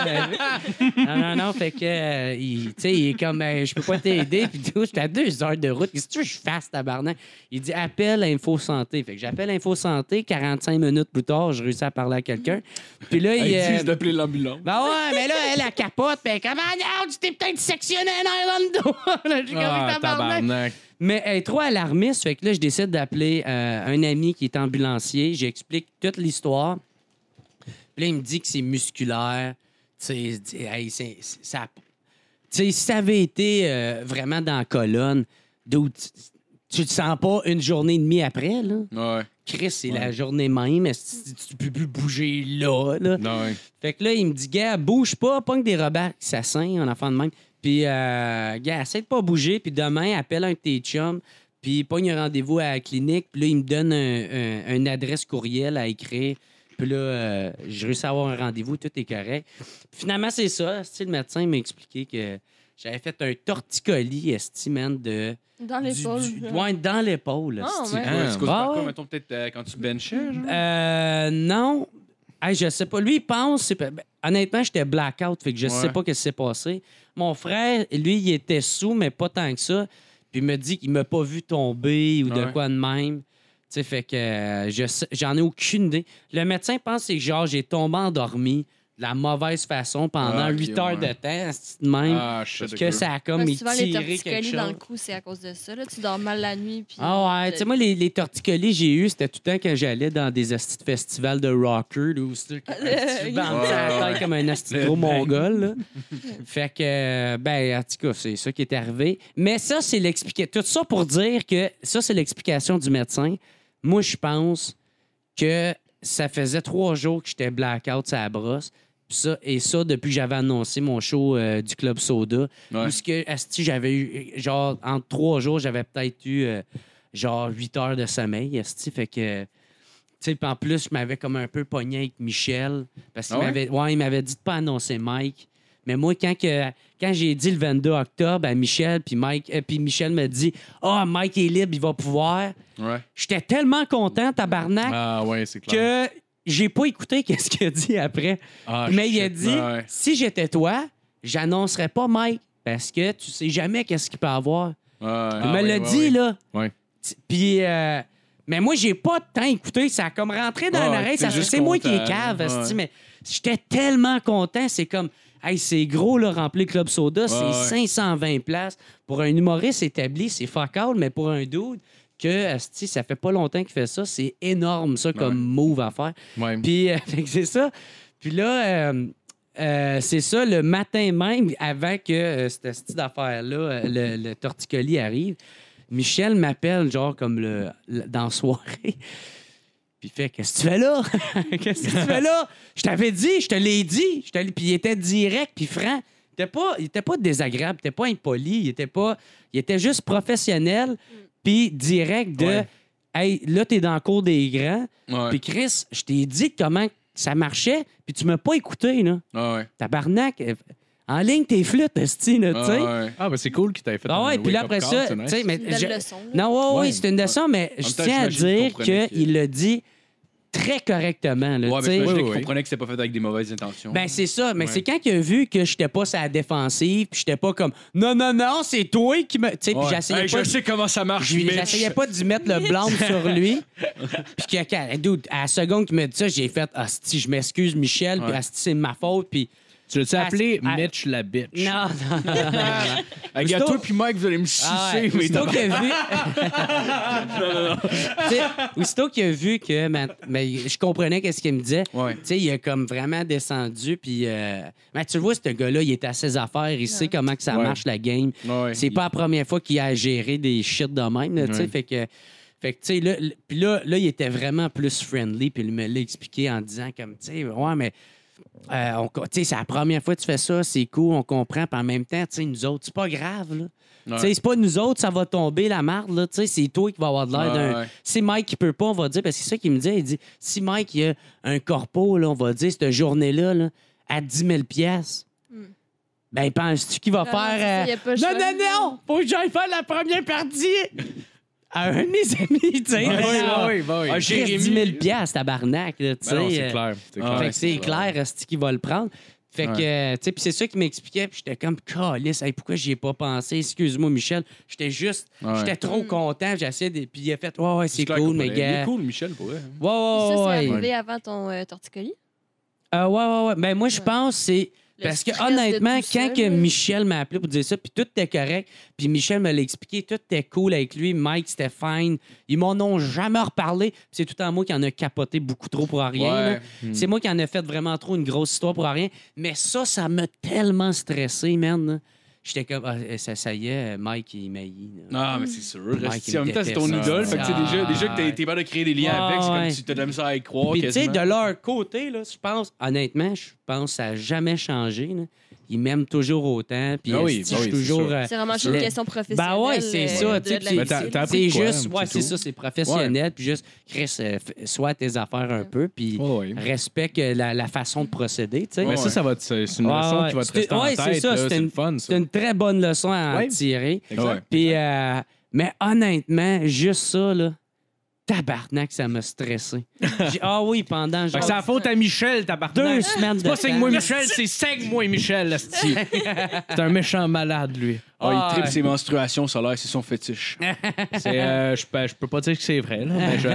S4: Non, non, non, fait que, euh, il, tu sais, il est comme, euh, je peux pas t'aider, puis tout, j'étais à deux heures de route, qu'est-ce que tu veux que je fasse, tabarnak? Il dit, appelle Info Santé. Fait que j'appelle Info Santé, 45 minutes plus tard, je réussis à parler à quelqu'un. Puis là, il.
S3: Ils
S4: euh,
S3: disent d'appeler l'ambulance.
S4: ben ouais, mais là, elle, elle capote. Ben, comment, non, tu t'es peut-être sectionné un Orlando. Là, J'ai
S5: Ah,
S4: comme tabarnak.
S5: tabarnak.
S4: Mais elle est trop alarmiste, fait que là, je décide d'appeler euh, un ami qui est ambulancier. J'explique toute l'histoire. Puis là, il me dit que c'est musculaire. Tu sais, il se dit, hey, c'est- c'est- ça... Tu sais, si ça avait été euh, vraiment dans la colonne, d'où tu, tu te sens pas une journée et demie après, là?
S3: Ouais.
S4: Chris, c'est la journée même. est-ce que Tu peux plus bouger là, là.
S5: Non, ouais.
S4: Fait que là, il me dit, gars, bouge pas, pogne des robots assassins, en enfant de même. Puis, euh, gars, essaie de pas bouger. Puis demain, appelle un de tes chums. Puis, pogne un rendez-vous à la clinique. Puis là, il me donne un- un- une adresse courriel à écrire. Puis là, euh, je réussis à avoir un rendez-vous, tout est correct. Puis finalement, c'est ça. Esti, le médecin m'a expliqué que j'avais fait un torticolis, esti, man, de.
S1: Dans
S4: du-
S1: l'épaule.
S4: du-
S1: là.
S4: ouais, dans l'épaule.
S1: Ah,
S4: esti.
S1: ouais.
S3: Ouais, c'est causé par
S4: Ah,
S3: quoi,
S4: ouais.
S3: mettons, peut-être euh, quand tu benchais, genre?
S4: Euh, non. Hey, je sais pas. Lui, il pense. c'est pas- ben, Honnêtement, j'étais blackout, fait que je
S3: Ouais.
S4: sais pas ce qui s'est passé. Mon frère, lui, il était sous, mais pas tant que ça. Puis il me dit qu'il m'a pas vu tomber ou de
S3: Ouais.
S4: quoi de même. Tu sais, fait que euh, je sais- j'en ai aucune idée. Le médecin pense que genre j'ai tombé endormi de la mauvaise façon pendant
S3: Ah, ok,
S4: 8 heures
S3: ouais.
S4: de temps, c'est de même.
S5: Ah, je sais
S4: que ça a comme
S1: Parce que souvent, les
S4: étiré quelque
S1: torticolis
S4: chose.
S1: dans le cou, c'est à cause de ça. Là. Tu dors mal la nuit. Puis
S4: Ah ouais, tu sais, moi, les, les torticolis j'ai eu, c'était tout le temps quand j'allais dans des hosties de festivals de rockers, là, où c'était comme un petit bandit à la tête comme un hostie gros mongol, là. Fait que, euh, ben, en tout cas, c'est ça qui est arrivé. Mais ça, c'est l'explication. Tout ça pour dire que ça, c'est l'explication du médecin. Moi, je pense que ça faisait trois jours que j'étais blackout sur la brosse. Puis Ça, et ça, depuis que j'avais annoncé mon show euh, du Club Soda.
S3: Ouais.
S4: Parce que, asti, j'avais eu, genre, en trois jours, j'avais peut-être eu, euh, genre, huit heures de sommeil, asti. Fait que, tu sais, puis en plus, je m'avais comme un peu pogné avec Michel. Parce qu'il
S3: Ah ouais?
S4: m'avait, ouais, il m'avait dit de pas annoncer Mike. Mais moi, quand, que, quand j'ai dit le 22 octobre à Michel, puis Mike, euh, puis Michel me dit Ah, Mike est libre, il va pouvoir.
S3: Ouais.
S4: J'étais tellement content, tabarnak,
S5: Ah, ouais, c'est clair.
S4: que j'ai pas écouté qu'est-ce qu'il a dit après.
S5: Ah,
S4: Mais il a
S5: shit.
S4: dit
S5: Ah, ouais.
S4: Si j'étais toi, j'annoncerais pas Mike parce que tu sais jamais qu'est-ce qu'il peut avoir.
S5: Ah,
S4: Il me
S5: ouais,
S4: l'a
S5: ouais,
S4: dit,
S5: ouais.
S4: là.
S5: Ouais.
S4: T- Puis. euh, mais moi, j'ai pas tant écouté. Ça a comme rentré dans
S3: Ouais,
S4: l'oreille.
S3: t'es
S4: Ça,
S3: juste
S4: c'est moi qui
S3: content.
S4: est cave,
S3: Ouais.
S4: esti, mais j'étais tellement content. C'est comme, hey, c'est gros, là, remplir Club Soda. c'est
S3: ouais.
S4: 520 places. Pour un humoriste établi, c'est fuck all, mais pour un dude que, esti, ça fait pas longtemps qu'il fait ça, c'est énorme, ça, comme move à faire.
S5: Ouais.
S4: Puis, euh, fait que c'est ça. Puis là, euh, euh, c'est ça, le matin même, avant que euh, cette petite affaire-là, euh, le, le torticolis arrive, Michel m'appelle, genre, comme le, le- dans la soirée. Puis il fait Qu'est-ce que tu fais là Qu'est-ce que tu fais là Je t'avais dit, je te l'ai dit. Je te l'ai- Puis il était direct, puis franc. Il était pas, il était pas désagréable, il était pas impoli, il était pas. Il était juste professionnel, puis direct de
S5: Ouais.
S4: Hey, là, t'es dans le cours des grands.
S3: Ouais.
S4: Puis Chris, je t'ai dit comment ça marchait, puis tu m'as pas écouté, là.
S3: Ah ouais.
S4: Tabarnak. euh, En ligne, t'es flûtes, esti, là, tu sais.
S3: Ah ouais.
S5: Ah, ben c'est cool qu'il t'ait fait.
S4: Ah ouais,
S5: un
S4: puis là,
S5: wake-up
S4: après
S5: call,
S4: ça,
S5: c'est
S4: tu
S5: nice.
S4: sais, mais...
S1: C'est une belle
S4: je-
S1: leçon. là.
S4: Non, oui,
S3: Ouais.
S4: oui, c'est une leçon, mais
S3: En
S4: je
S3: même temps,
S4: tiens à
S3: j'imagine qu'il
S4: dire
S3: comprenait
S4: qu'il l'a dit très correctement, là,
S3: Ouais,
S4: tu
S3: mais
S4: sais.
S3: je
S5: Oui, oui.
S3: comprenais que c'était pas fait avec des mauvaises intentions.
S4: Ben, c'est ça. Mais
S3: Ouais.
S4: c'est quand il a vu que j'étais pas sur la défensive, puis j'étais pas comme non, non, non, c'est toi qui me. Tu sais, puis
S3: Ouais.
S4: j'essayais
S3: Hey,
S4: pas.
S3: je sais comment ça marche,
S4: Je lui-
S3: Mitch.
S4: J'essayais pas d'y mettre le blâme sur lui. Puis que, quand- dude, à la seconde qu'il me dit ça, j'ai fait Asti, je m'excuse, Michel, puis
S3: Ouais.
S4: Asti, c'est de ma faute. Puis
S5: Tu l'as-tu appelé
S4: Ah, c'est-
S5: Mitch la bitch?
S4: non, non, non. non, non.
S3: Hey, gars, toi puis Mike, vous allez me
S4: Ah ouais,
S3: sucer, mais
S4: Aussitôt qu'il a vu. Tu sais, Aussitôt qu'il a vu que. ma- Mais je comprenais qu'est-ce qu'il me disait.
S3: Ouais.
S4: Tu sais, il a comme vraiment descendu. Puis. euh, mais tu le vois, ce gars-là, il est à ses affaires. Il sait comment que ça
S3: Ouais.
S4: marche, la game.
S3: Ouais.
S4: C'est pas la première fois qu'il a géré des shit de même, là, tu sais. Fait que. Fait que, tu sais, là, l- puis là, là, il était vraiment plus friendly, puis il me l'a expliqué en disant, comme, tu sais, ouais, mais, euh, on co- tu sais, c'est la première fois que tu fais ça, c'est cool, on comprend, puis en même temps, tu sais, nous autres, c'est pas grave, là. Tu sais, c'est pas nous autres, ça va tomber la marde, là. Tu sais, c'est toi qui va avoir de l'air
S3: Ouais,
S4: d'un.
S3: ouais.
S4: Si Mike qui peut pas, on va dire, parce que c'est ça qu'il me dit, il dit, si Mike il a un corpo, là, on va dire, cette journée-là, là, à 10 000 piastres, ben penses-tu qu'il va
S1: Hmm. Non, non, c'est ça,
S4: faire. euh,
S1: y a pas le
S4: non,
S1: choix.
S4: non, non, faut que j'aille faire la première partie à un de mes amis, tu sais.
S5: Ah oui,
S4: genre,
S5: ah oui, bah oui.
S4: ah, j'ai 10 000 piastres, tabarnak, là, tu sais.
S5: Ben non, c'est
S4: euh,
S5: clair. C'est
S3: Ah,
S5: clair.
S4: Fait que c'est
S3: c'est
S4: clair, est-ce qu'il va le prendre? Fait que,
S5: Ouais.
S4: euh, tu sais, puis c'est ça qui m'expliquait, puis j'étais comme, calice, hey, pourquoi j'y ai pas pensé? Excuse-moi, Michel. J'étais juste,
S3: Ouais.
S4: j'étais
S1: Mm.
S4: trop content, j'essayais, de- puis il a fait, ouais, ouais, c'est
S3: clair
S4: cool,
S3: qu'on
S4: mais
S3: pourrait. Il est
S4: gars.
S3: cool, Michel, pour vrai.
S4: Ouais, ouais,
S1: ça, c'est
S4: Oh, ouais.
S1: arrivé avant ton euh, torticolis?
S4: Euh, ouais, ouais, ouais. Ben, moi, je
S1: Ouais.
S4: pense, c'est.
S1: Le
S4: Parce que
S1: stress de
S4: honnêtement,
S1: tout
S4: quand
S1: seul,
S4: que
S1: là.
S4: Michel m'a appelé pour dire ça, puis tout était correct, puis Michel me l'a expliqué, tout était cool avec lui, Mike c'était fine, ils m'en ont jamais reparlé, puis c'est tout en moi qui en a capoté beaucoup trop pour rien.
S3: Ouais.
S4: là. C'est
S5: Hmm.
S4: moi qui en a fait vraiment trop une grosse histoire pour rien, mais ça, ça m'a tellement stressé, man. là. J'étais comme, ah, ça, ça y est, Mike, il maillit.
S3: Ah, mais c'est sûr.
S4: Mike,
S3: Resti,
S4: il
S3: en même temps, c'est ton
S4: déteste ça.
S3: idole. Fait que, tu sais, déjà, déjà que t'es- t'es pas de créer des liens
S4: Ouais,
S3: avec, c'est comme
S4: ouais.
S3: si t'as de la misère à y croire.
S4: Puis, tu sais,
S3: quasiment.
S4: de leur côté, là, je pense, honnêtement, je pense que ça n'a jamais changé. là. Ils m'aiment toujours autant. Puis,
S5: Ah oui,
S4: esti,
S5: bah
S4: je
S5: oui,
S4: suis
S5: c'est
S4: toujours.
S5: sûr.
S4: euh,
S1: C'est vraiment juste
S4: je-
S1: une question professionnelle.
S4: Ben ouais, c'est
S1: euh,
S4: ça.
S1: de
S4: tu sais,
S1: la
S4: puis
S5: Ben, t'as-
S1: victime.
S5: t'as appris
S4: C'est
S5: de quoi,
S4: juste,
S5: hein,
S4: ouais,
S5: c'est
S4: c'est
S5: tout.
S4: ça, c'est professionnel. Puis juste, Chris, euh, f- sois à tes affaires un peu, puis
S5: Ouais, ouais.
S4: respecte euh, la, la façon de procéder, tu sais.
S5: Mais Oh, Ben, ça, ça va te- c'est c'est une
S4: Ouais,
S5: leçon
S4: Ah, ouais.
S5: qui va te
S4: C'était-
S5: rester en
S4: ouais,
S5: tête.
S4: c'est
S5: là,
S4: ça,
S5: C'est
S4: c'était
S5: une fun, ça.
S4: C'est une très bonne leçon à en
S5: Ouais.
S4: tirer.
S5: Exact.
S4: Puis, euh, mais honnêtement, juste ça, là, tabarnak, ça m'a stressé. J'ai- Ah oui, pendant
S5: Fait
S4: genre
S5: que c'est la faute à Michel, tabarnak.
S4: deux semaines de
S5: C'est pas
S4: temps.
S5: moi Michel, c'est saigne-moi Michel, esti. C'est un méchant malade, lui.
S3: Ah, il
S4: Ah,
S3: tripe
S4: ouais.
S3: ses menstruations solaires, c'est son fétiche.
S5: C'est, euh, je, peux- je peux pas dire que c'est vrai, là, mais je,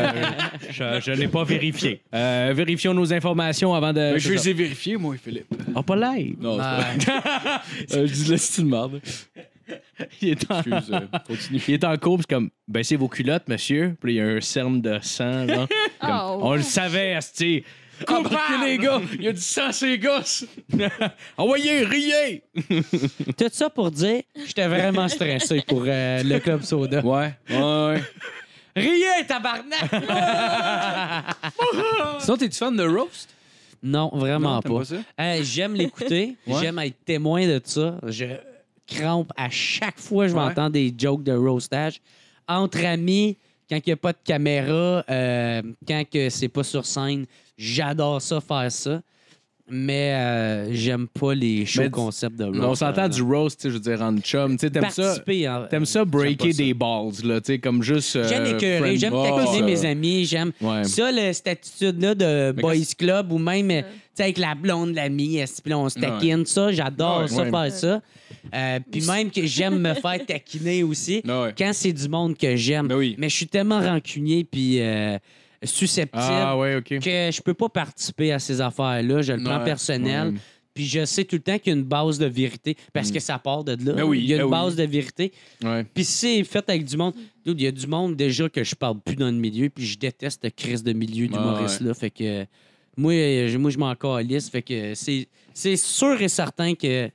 S5: je, je n'ai pas vérifié. Euh, vérifions nos informations avant de.
S3: Mais je
S5: c'est
S3: vais
S5: ça.
S3: les vérifier, moi, Philippe.
S5: Ah, pas live.
S3: Non,
S4: Ah.
S3: c'est pas vrai. Euh, Je dis de la style merde.
S5: Il est en,
S3: Excuse, euh, continue.
S5: il est en courbe, c'est comme, baissez vos culottes, monsieur. Puis là, il y a un cerne de sang, là. Comme,
S1: Oh,
S5: on le
S1: ouais.
S5: savait, Asti. Ah, bah,
S3: Embarquez, les gars! Il y a du sang, ces gosses!
S5: Envoyez, riez!
S4: Tout ça pour dire, j'étais vraiment stressé pour euh, le Club Soda.
S3: Ouais, ouais, ouais.
S4: Riez, tabarnak!
S3: Sinon, t'es-tu fan de Roast?
S4: Non, vraiment
S3: Non, t'aimes
S4: pas.
S3: pas ça?
S4: Euh, j'aime l'écouter,
S3: Ouais.
S4: j'aime être témoin de ça. Je crampe à chaque fois que je vais
S3: Ouais.
S4: entendre des jokes de roastage. Entre amis, quand il n'y a pas de caméra, euh, quand que c'est pas sur scène, j'adore ça, faire ça. Mais euh, j'aime pas les shows
S5: Mais dis-
S4: concepts de roast.
S5: On s'entend du roast, tu sais, je veux dire, en chum. Tu sais, t'aimes ça.
S4: Participer, hein.
S5: T'aimes ça breaker
S3: J'aime pas ça.
S5: des balls, là, tu sais, comme juste. euh,
S4: J'aime écœurer,
S5: friend-
S4: j'aime
S5: Oh,
S4: taquiner
S5: ça.
S4: mes amis, j'aime
S5: Ouais.
S4: ça, le- cette attitude-là de
S3: euh, Mais
S4: boys
S3: qu'est-ce-
S4: club ou même, euh, tu sais, avec la blonde, l'ami, est-ce que là, on se
S3: Ouais.
S4: taquine, ça, j'adore
S3: Ouais,
S4: ça,
S3: ouais.
S4: faire ça. Euh, Puis même que j'aime me faire taquiner aussi,
S3: Ouais, Ah ouais.
S4: quand c'est du monde que j'aime.
S3: Ben oui.
S4: Mais je suis tellement rancunier puis euh, susceptible
S5: Ah, ouais, OK.
S4: que je peux pas participer à ces affaires-là, je le prends
S3: Ouais,
S4: personnel.
S3: ouais.
S4: Puis je sais tout le temps qu'il y a une base de vérité, parce que ça part de là.
S3: Ben oui,
S4: Il y a
S3: ben
S4: une
S3: oui.
S4: base de vérité.
S5: Ouais.
S3: Ah,
S4: Puis c'est fait avec du monde. Dude, Il y a du monde déjà que je parle plus dans le milieu, puis je déteste cette crise de milieu
S3: Ouais,
S4: d'humoriste-là. Fait que moi, euh, je- moi je m'en calisse. Fait que c'est c'est sûr et certain que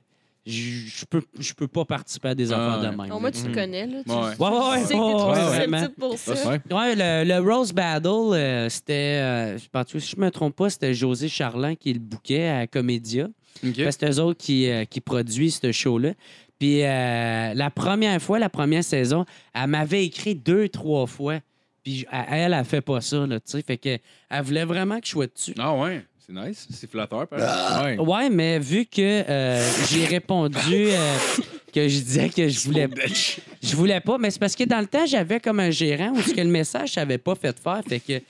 S4: je je peux, je peux pas participer à des
S3: Ah,
S4: affaires
S3: ouais.
S4: de même.
S1: Au
S5: Mm.
S1: moins, tu te connais, là. Tu,
S3: Ouais, ouais.
S1: tu
S4: Oh, Ouais, ouais,
S1: sais que
S4: ouais,
S1: t'es trop
S4: ouais,
S1: susceptible
S4: vraiment.
S1: pour ça.
S3: Ouais.
S4: Ouais, le, le Rose Battle, euh, c'était, euh, je pense, si je me trompe pas, c'était José Charland qui le bouquait à Comédia.
S3: Ok.
S4: Parce que c'est eux autres qui, euh, qui produisent ce show-là. Puis euh, la première fois, la première saison, elle m'avait écrit deux, trois fois. Puis elle, elle, elle fait pas ça, là, tu sais. Fait que elle voulait vraiment que je sois dessus.
S3: Ah ouais, c'est nice. C'est flatteur, par exemple.
S5: Ah, Ouais.
S4: Ouais, mais vu que euh, j'ai répondu euh, que je disais que je voulais je voulais pas, mais c'est parce que dans le temps, j'avais comme un gérant où ce que le message n'avait pas fait faire. Fait que